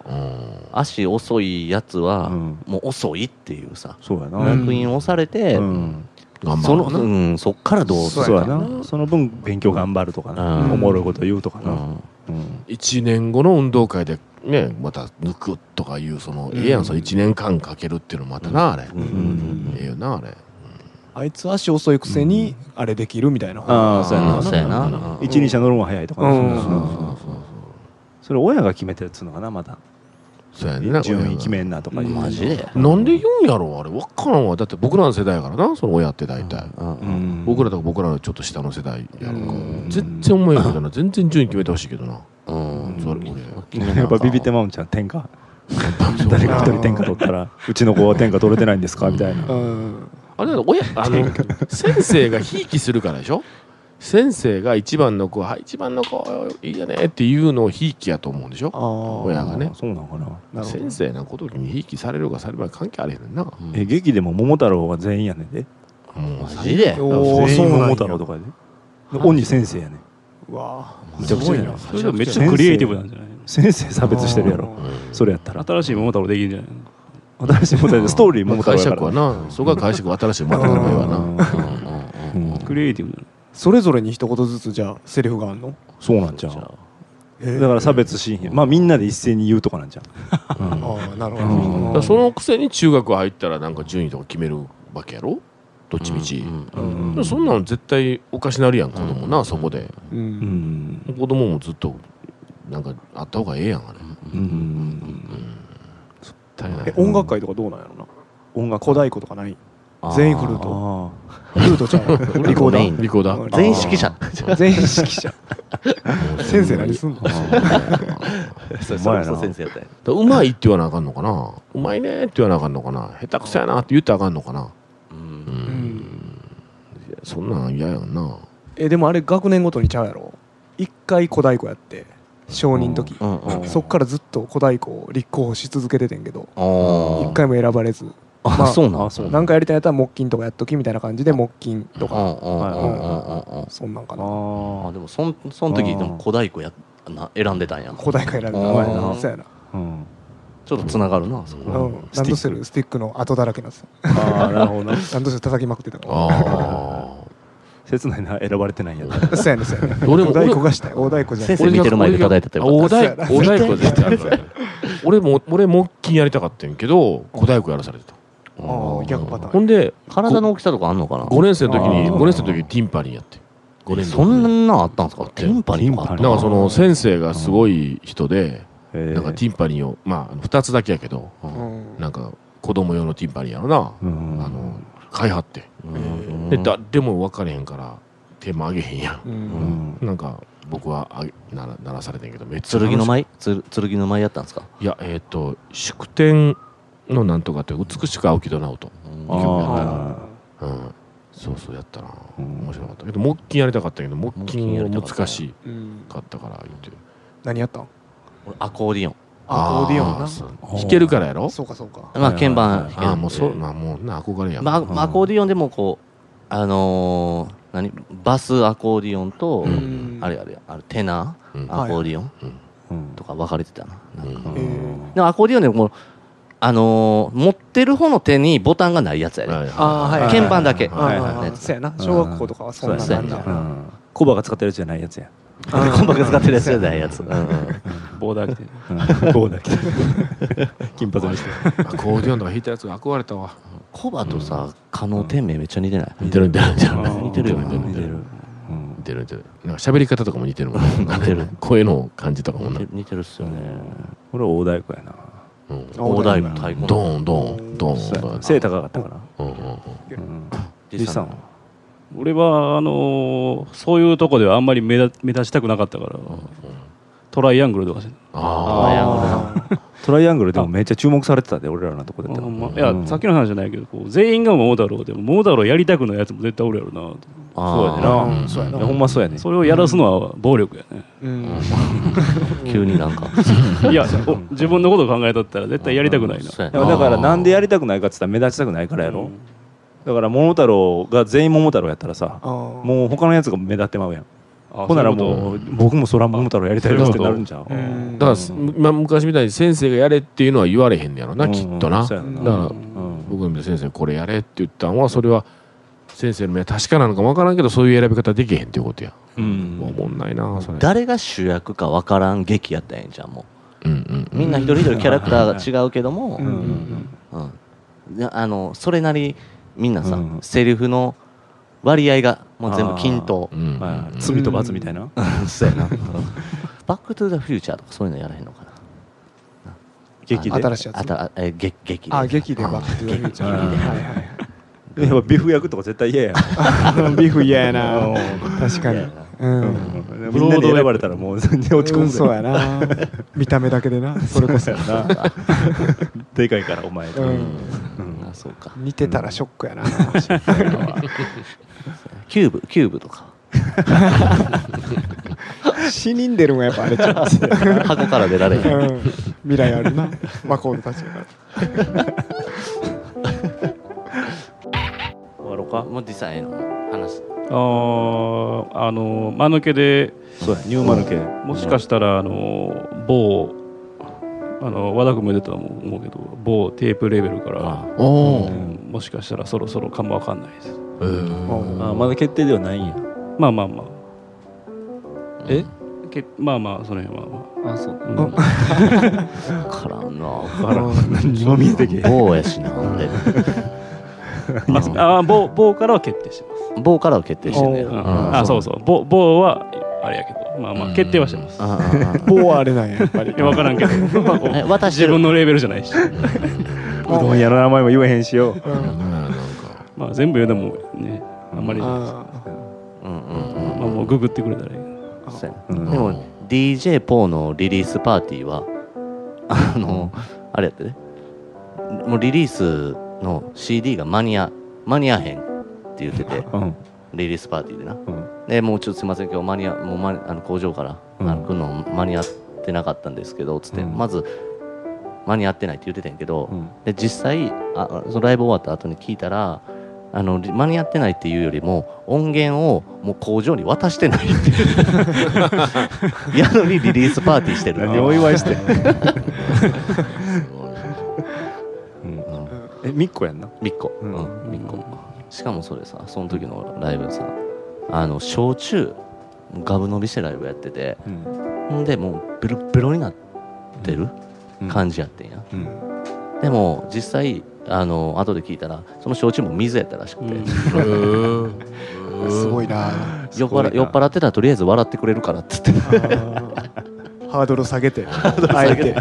Speaker 2: うん
Speaker 3: 足遅いやつは
Speaker 1: うん
Speaker 3: もう遅いっていうさ
Speaker 1: そうやな
Speaker 3: ランクイン押されて
Speaker 1: うん
Speaker 2: 頑張
Speaker 3: そ
Speaker 2: ろ
Speaker 3: の
Speaker 2: うな
Speaker 3: うんそっからどうす
Speaker 1: そう
Speaker 3: る
Speaker 1: やなその分勉強頑張るとかな
Speaker 3: うん
Speaker 1: おもろいこと言うとか
Speaker 3: う
Speaker 1: なんうん
Speaker 2: 1年後の運動会でねまた抜くとかいうそのええやんその1年間かけるっていうのまたなあれええよなあれ
Speaker 6: あいつ足遅いくせにあれできるみたいな方が
Speaker 1: ああそうや
Speaker 3: あ
Speaker 1: な
Speaker 3: あそうやなうん
Speaker 1: 一輪車乗るのが早いとかな
Speaker 6: うん
Speaker 1: うんそれ親が決めたやつのかなまた
Speaker 2: そうやねんな
Speaker 1: 順位決めんなとかいう
Speaker 3: マジで
Speaker 2: なんで言うんやろうあれ分からんわだって僕らの世代やからなその親って大体
Speaker 3: うん
Speaker 1: うん
Speaker 2: 僕らとか僕らのちょっと下の世代やろうか
Speaker 1: ん
Speaker 2: 全然思えへんけどな全然順位決めてほしいけどな
Speaker 3: うん
Speaker 2: それ俺
Speaker 1: やっぱビビってまうんちゃん天下 誰か一人天下取ったらうちの子は天下取れてないんですかみたいな
Speaker 6: うん
Speaker 2: あれだ親あの先生がひいきするからでしょ先生が一番の子は一番の子いいよねっていうのをひいきやと思うんでしょ
Speaker 6: ああ
Speaker 2: 親がね
Speaker 1: そうなのかな
Speaker 6: なるほど
Speaker 2: 先生なんことにひいきされるかされないか関係あれへんねんなも
Speaker 1: え劇でも桃太郎は全員やねんで
Speaker 2: う
Speaker 3: マジで
Speaker 6: おお
Speaker 1: 全
Speaker 6: そう
Speaker 1: 員
Speaker 6: なん
Speaker 1: 桃
Speaker 6: や
Speaker 1: 太郎とかやでで鬼先生やねん
Speaker 6: うわ
Speaker 1: めちゃくちゃやな
Speaker 5: それでもめっちゃクリエイティブなんじゃない
Speaker 1: 先生差別してるやろそれやったら
Speaker 5: 新しい桃太郎できるんじゃない
Speaker 1: 新しい桃太郎でストーリー
Speaker 2: ま
Speaker 1: 桃太
Speaker 2: あ
Speaker 1: 郎
Speaker 2: 解
Speaker 1: やか
Speaker 2: 釈は
Speaker 1: ら
Speaker 2: なそこは解釈は新しいもらったからもいいわな
Speaker 1: うんうん
Speaker 5: クリエイティブな
Speaker 6: それぞれに一言ずつじゃあセリフがあるの
Speaker 1: そうなんちゃうだから差別しひんまあみんなで一斉に言うとかなんちゃううん
Speaker 6: ああなる
Speaker 1: うん
Speaker 2: だ
Speaker 6: ほ
Speaker 2: から
Speaker 6: ど
Speaker 2: そのくせに中学入ったらなんか順位とか決めるわけやろどっちみち、
Speaker 1: うん
Speaker 2: でもそんなの絶対おかしなるやん子供な、そこで
Speaker 6: う
Speaker 1: うんん
Speaker 2: 子供もずっとなんかあった方がええやんあれ、
Speaker 1: うん
Speaker 2: 大変
Speaker 6: え 音楽会とかどうなんやろな
Speaker 1: 音楽
Speaker 6: 小太鼓とかない全員フルート
Speaker 1: あ
Speaker 6: フルートちゃ うリコーダー
Speaker 2: リコーダ
Speaker 6: うん
Speaker 2: ー
Speaker 3: 全員指揮者
Speaker 6: 全員指揮 者先生何すんの
Speaker 3: そう
Speaker 1: ほんまやな
Speaker 3: それこそ先生やったんや
Speaker 2: うまいって言わなあかんのかなうまいねって言わなあかんのかな下手くそやなって言ったらあかんのかな
Speaker 3: うん
Speaker 2: いやそんなん嫌やんな
Speaker 6: えでもあれ学年ごとにちゃうやろ一回小太鼓やって小2の時
Speaker 3: うんうんうん
Speaker 6: そっからずっと小太鼓を立候補し続けててんけど
Speaker 3: あー
Speaker 6: 一回も選ばれず
Speaker 3: あ
Speaker 6: まあ
Speaker 3: そうなん
Speaker 1: あそう
Speaker 6: なんかやりたいんやったら木琴とかやっときみたいな感じで木琴
Speaker 3: う
Speaker 6: と
Speaker 3: ん
Speaker 6: か
Speaker 3: うんうんうんうんうんうん
Speaker 6: そんなんか
Speaker 1: あ
Speaker 6: な
Speaker 3: あ
Speaker 1: あ
Speaker 3: でもそんその時
Speaker 1: あー
Speaker 3: でも小太鼓やな選んでたんや
Speaker 6: 小太鼓選んだ
Speaker 3: あー
Speaker 6: そうやな
Speaker 1: あうん
Speaker 3: ちょっとつながるなそこ
Speaker 6: う
Speaker 1: うん
Speaker 6: んランドセルスティックの跡だらけなんですよ
Speaker 1: ああなるほどな
Speaker 6: ランドセル叩きまくってたから
Speaker 2: あ
Speaker 1: 切ないな選ばれてないんやった
Speaker 6: そうやねそうやね
Speaker 2: 俺も
Speaker 6: 小太鼓がしたい大太鼓じゃない
Speaker 3: 先生見てる前で叩いてた
Speaker 2: あ
Speaker 3: よか
Speaker 2: お
Speaker 3: っ
Speaker 2: 太鼓お太鼓でやるから俺も俺木琴やりたかったんやけど小太鼓やらされてた
Speaker 3: た
Speaker 6: あー逆パター
Speaker 2: ほ
Speaker 6: ン
Speaker 2: んで
Speaker 3: 体の大きさとかあんのかな
Speaker 2: 5年生の時に
Speaker 1: あー
Speaker 2: 5年生の時にティンパニーやって5年
Speaker 3: そんなんあったんですかティンパニーとかあった
Speaker 2: なんかその先生がすごい人で
Speaker 1: え
Speaker 2: なんかティンパニーをまあ2つだけやけど
Speaker 6: うん
Speaker 2: なんか子供用のティンパニーやろな
Speaker 1: うん
Speaker 2: あの買い張って
Speaker 3: うん
Speaker 2: で誰も分かれへんから手も上げへんやん
Speaker 6: うん
Speaker 1: うん
Speaker 2: なんか僕はあげなら鳴らされてんけどめっちゃ
Speaker 3: 剣
Speaker 2: 楽
Speaker 3: の
Speaker 2: し
Speaker 3: 舞つ剣の舞やったんですか
Speaker 2: いやえっ、と祝典のなんとかって美しく青木と直人、
Speaker 1: ああ
Speaker 2: うん、そうそうやったな
Speaker 1: うん
Speaker 2: 面白かったけど木琴やりたかったけど木
Speaker 3: 木琴やりた
Speaker 2: 琴
Speaker 3: かった
Speaker 2: 難し
Speaker 6: うん
Speaker 2: かったから言って
Speaker 6: 何やったん
Speaker 3: 俺アコーディオン
Speaker 6: あアコーディオン
Speaker 2: あー
Speaker 6: な
Speaker 2: そう弾けるからやろ
Speaker 6: そうかそうか
Speaker 3: まあ鍵
Speaker 1: はいはいは
Speaker 3: 盤弾ける
Speaker 2: ああもうそうまあもうな憧れやん、
Speaker 3: まあまあアコーディオンでもこうあのー何バスアコーディオンと
Speaker 6: うん
Speaker 3: あれあれあれテナ
Speaker 2: うん
Speaker 3: ーアコーディオン
Speaker 1: うん
Speaker 3: とか分かれてたな
Speaker 2: うん
Speaker 6: え
Speaker 3: でもアコーディオンでもこのあのー持ってる方の手にボタンがないやつやね、
Speaker 2: はいは
Speaker 6: ああはいはい
Speaker 3: 鍵盤だけ、
Speaker 2: はいはい
Speaker 6: ああそうやな小学校とかはそんな
Speaker 3: そうやね
Speaker 6: 感じや
Speaker 1: う
Speaker 6: なん
Speaker 1: コバが使ってるやつじゃないやつや
Speaker 3: コンパクト使ってるやつじゃないやつ、うんうん
Speaker 5: ボーダー着て
Speaker 1: うん棒だけ金髪にして
Speaker 2: いアコーディオンとか弾いたやつが憧れたわ
Speaker 3: コバとさ可能天命めっちゃ似てない、
Speaker 2: 似てる似てる似てる
Speaker 3: 似てるよな
Speaker 2: 似てる似て
Speaker 1: 出
Speaker 2: る
Speaker 1: るうん
Speaker 2: 似てる似てるなんか喋り方とかも似てるもんな
Speaker 3: 似てる
Speaker 2: 声の感じとかも
Speaker 3: 似
Speaker 2: な
Speaker 3: て、似てるっすよね
Speaker 1: 俺は大太鼓やな
Speaker 2: うん、
Speaker 3: 大太鼓太鼓
Speaker 2: ドーンドーンド
Speaker 1: そうや
Speaker 2: ーン
Speaker 1: な背高かったか
Speaker 2: うんうんうん
Speaker 1: らうん
Speaker 3: 実
Speaker 1: 実
Speaker 3: さ
Speaker 1: さ
Speaker 3: ん
Speaker 1: ん
Speaker 3: は
Speaker 1: は
Speaker 5: 俺はあのーそういうとこではあんまり目立目立ちたくなかったからトライアングルとかして
Speaker 2: ああ
Speaker 1: トライアングルでもめっちゃ注目されてたで俺らのとこで
Speaker 5: ほんまい
Speaker 1: や
Speaker 5: やさっきの話じゃないけどこう全員が桃太郎でも桃太郎やりたくないやつも絶対おるやろなと
Speaker 1: そうやでな
Speaker 6: うんそうや
Speaker 1: いやほんまそうやね
Speaker 5: それをやらすのは暴力やね、
Speaker 6: うん
Speaker 3: 急になんか
Speaker 5: いやお自分のことを考えとったら絶対やりたくないな、
Speaker 3: そうや
Speaker 1: いやだからなんでやりたくないかっつったら目立ちたくないからやろだから桃太郎が全員桃太郎やったらさ
Speaker 6: あー
Speaker 1: もう他のやつが目立ってまうやん
Speaker 5: あ
Speaker 1: ほんなら
Speaker 5: そういうこ
Speaker 1: もう僕もそら桃太郎やりたいですってなるんちゃう
Speaker 6: うん
Speaker 2: だからす、まあ、昔みたいに先生がやれっていうのは言われへんねやろな、
Speaker 1: うん
Speaker 2: きっとな
Speaker 1: そう
Speaker 2: だ
Speaker 1: や
Speaker 2: か
Speaker 1: ろな
Speaker 2: ら
Speaker 1: うん
Speaker 2: 僕の先生これやれって言ったんはそれは先生の目は確かなのかもわからんけどそういう選び方できへんっていうことや、
Speaker 1: うん
Speaker 2: もうおもんないなそれ
Speaker 3: 誰が主役かわからん劇やったんやんじゃんも
Speaker 2: うんうん
Speaker 3: うみんな一人一人キャラクターが違うけども、
Speaker 1: うん
Speaker 3: うんであのそれなりみんなさ、
Speaker 1: うん
Speaker 3: セリフの割合がもう全部均等
Speaker 2: うんうん
Speaker 1: はいはい罪と罰みたいな
Speaker 3: そうやなバック・トゥ・ザ・フューチャーとかそういうのやらへんのかな
Speaker 1: 劇で
Speaker 6: 新しいやつ
Speaker 3: あたあえ劇劇で
Speaker 6: あ劇でバック・トゥ・ザ・フューチャー
Speaker 1: 劇で
Speaker 6: はいはい
Speaker 1: やっぱビフ役とか絶対嫌や
Speaker 6: ビーフ嫌やな確かにうん
Speaker 1: んみんなに選ばれたらもう全然落ち込
Speaker 6: うんんそう
Speaker 1: ぜ
Speaker 6: やな見た目だけでなそれこそやな
Speaker 1: でかいからお前
Speaker 6: う
Speaker 1: うん
Speaker 6: ん
Speaker 3: あそうか
Speaker 6: 似てたらショックやな
Speaker 3: キューブキューブとか
Speaker 6: 死人出るんがやっぱあれちゃう
Speaker 3: 箱から出られへん
Speaker 6: うん未来あるなマコールたちだから
Speaker 5: 終わろうか
Speaker 3: もう実際の話
Speaker 5: あーあの間抜けで
Speaker 1: そうやニューマル系
Speaker 5: もしかしたらあの某あの和田君も出てたと思うけど某テープレベルから、
Speaker 2: お
Speaker 5: う
Speaker 2: ー
Speaker 5: んもしかしたらそろそろかもわかんないです
Speaker 2: えー
Speaker 1: あまだ決定ではないんや
Speaker 5: まあまあまあ
Speaker 1: え
Speaker 5: けまあまあその辺はま
Speaker 1: あそう
Speaker 5: あ、うん
Speaker 3: わからんな
Speaker 1: 何にも見えてけえへん
Speaker 3: 棒やしなほんでうん
Speaker 5: ああ某某からは決定してます、
Speaker 3: 棒からは決定してんね
Speaker 5: う
Speaker 3: や
Speaker 5: んあそうそう某某はあれやけどまあまあ決定はしてます
Speaker 3: あああ
Speaker 6: 棒はあれなんややっぱり
Speaker 5: いや分からんけどまあこ
Speaker 3: あえ
Speaker 5: う
Speaker 3: 渡して
Speaker 5: 自
Speaker 3: る
Speaker 5: 分のレベルじゃないし、
Speaker 1: うどん屋の名前も言えへんしよ
Speaker 2: なんか
Speaker 5: まあ、全部言うのもねあんまりじゃないです
Speaker 6: あ
Speaker 3: う
Speaker 6: ー
Speaker 3: んうんうん
Speaker 5: まあもうググってくれたらいい
Speaker 3: そうやな
Speaker 1: うん
Speaker 3: でも DJ ポーのリリースパーティーはあのあれやってねもうリリースの CD が間に合間に合わへんって言ってて
Speaker 1: うん
Speaker 3: リリースパーティーでな
Speaker 1: うん
Speaker 3: でもうちょっとすいません今日間に合もう間にあの工場から、
Speaker 1: うん
Speaker 3: あの来るの間に合ってなかったんですけどつって、
Speaker 1: うん
Speaker 3: まず間に合ってないって言ってたんやけど、
Speaker 1: うん
Speaker 3: で実際あそのライブ終わった後に聞いたらあのり間に合ってないっていうよりも音源をもう工場に渡してない ってやのにリリースパーティーしてる
Speaker 1: 何をお祝いしてん
Speaker 3: うん
Speaker 1: えみっこやんな
Speaker 3: みっこ、う
Speaker 1: うん
Speaker 3: んみっこしかもそれさその時のライブさあの焼酎ガブ伸びしてライブやってて
Speaker 1: うん
Speaker 3: んでもうベロッベロになってる
Speaker 1: うん
Speaker 3: 感じやってんや、
Speaker 1: うん
Speaker 3: でも実際あの後で聞いたらその焼酎も水やったらしくて、
Speaker 5: うん
Speaker 6: すごいな
Speaker 3: 酔っ払酔っ払ってたらとりあえず笑ってくれるからって言って
Speaker 6: あーハードル下げてあえて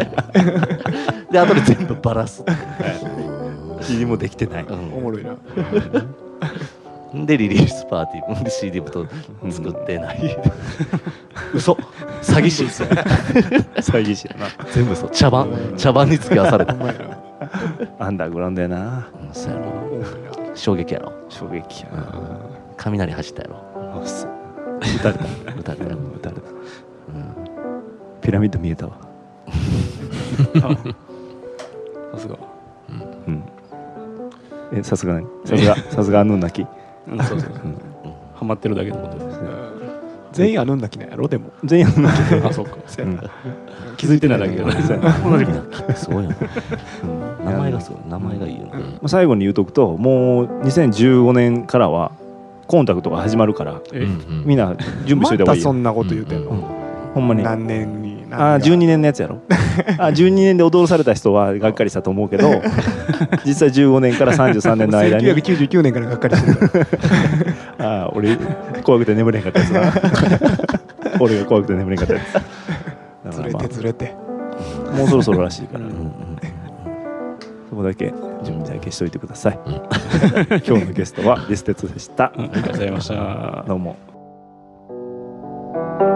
Speaker 3: で後で全部バラす、
Speaker 1: CD もできてないう
Speaker 6: おもろいな
Speaker 3: うんでリリースパーティーで CD もと作ってない、嘘詐欺師ですよ
Speaker 1: 詐欺師やな
Speaker 3: 全部嘘茶番茶番に付き合わされた、
Speaker 6: お前ら
Speaker 1: アンダーグラウンドやな
Speaker 3: うんそうやろ
Speaker 6: おもろいな
Speaker 3: 衝撃やろ
Speaker 1: 衝撃やな
Speaker 3: 雷走ったやろ
Speaker 1: あそう撃たれた
Speaker 3: 撃たれたやろ
Speaker 1: うん撃たれたピラミッド見えたわ
Speaker 5: さすが
Speaker 1: うんえさすが何さすがさすがあの泣き
Speaker 5: うんそうそうハマってるだけのことです
Speaker 6: 全員あるんだきなんやろでも
Speaker 1: 全員あの泣き
Speaker 5: あそっか
Speaker 6: せやな
Speaker 5: 気づいてないだけだね
Speaker 3: 同じくすごいよね
Speaker 1: うん
Speaker 3: 名前がすごい名前がいいよね、
Speaker 1: まあ最後に言うとくともう2015年からはコンタクトが始まるから
Speaker 5: え
Speaker 1: みんな準備しといた方
Speaker 6: ま
Speaker 1: がい
Speaker 6: た
Speaker 1: い
Speaker 6: そ
Speaker 1: よ
Speaker 6: んなこと言うてん
Speaker 2: う
Speaker 6: の
Speaker 2: ん
Speaker 1: ほんまにあ
Speaker 6: 何年に
Speaker 1: あー12年のやつやろあー12年で踊らされた人はがっかりしたと思うけ ど実際15年から33年の間に
Speaker 6: 1999年からがっかりしてる から
Speaker 1: ああ俺怖くて眠れんかったやつ な俺が怖くて眠れんかったやつだか
Speaker 6: ず
Speaker 1: ら
Speaker 6: れ
Speaker 1: ま
Speaker 6: てずれて
Speaker 1: あもうそろそろらしいから
Speaker 3: うんうん
Speaker 1: そこだけ準備だけしといてください 今日のゲストはリステツでした
Speaker 5: うんありがとうございました
Speaker 1: どうも
Speaker 7: 「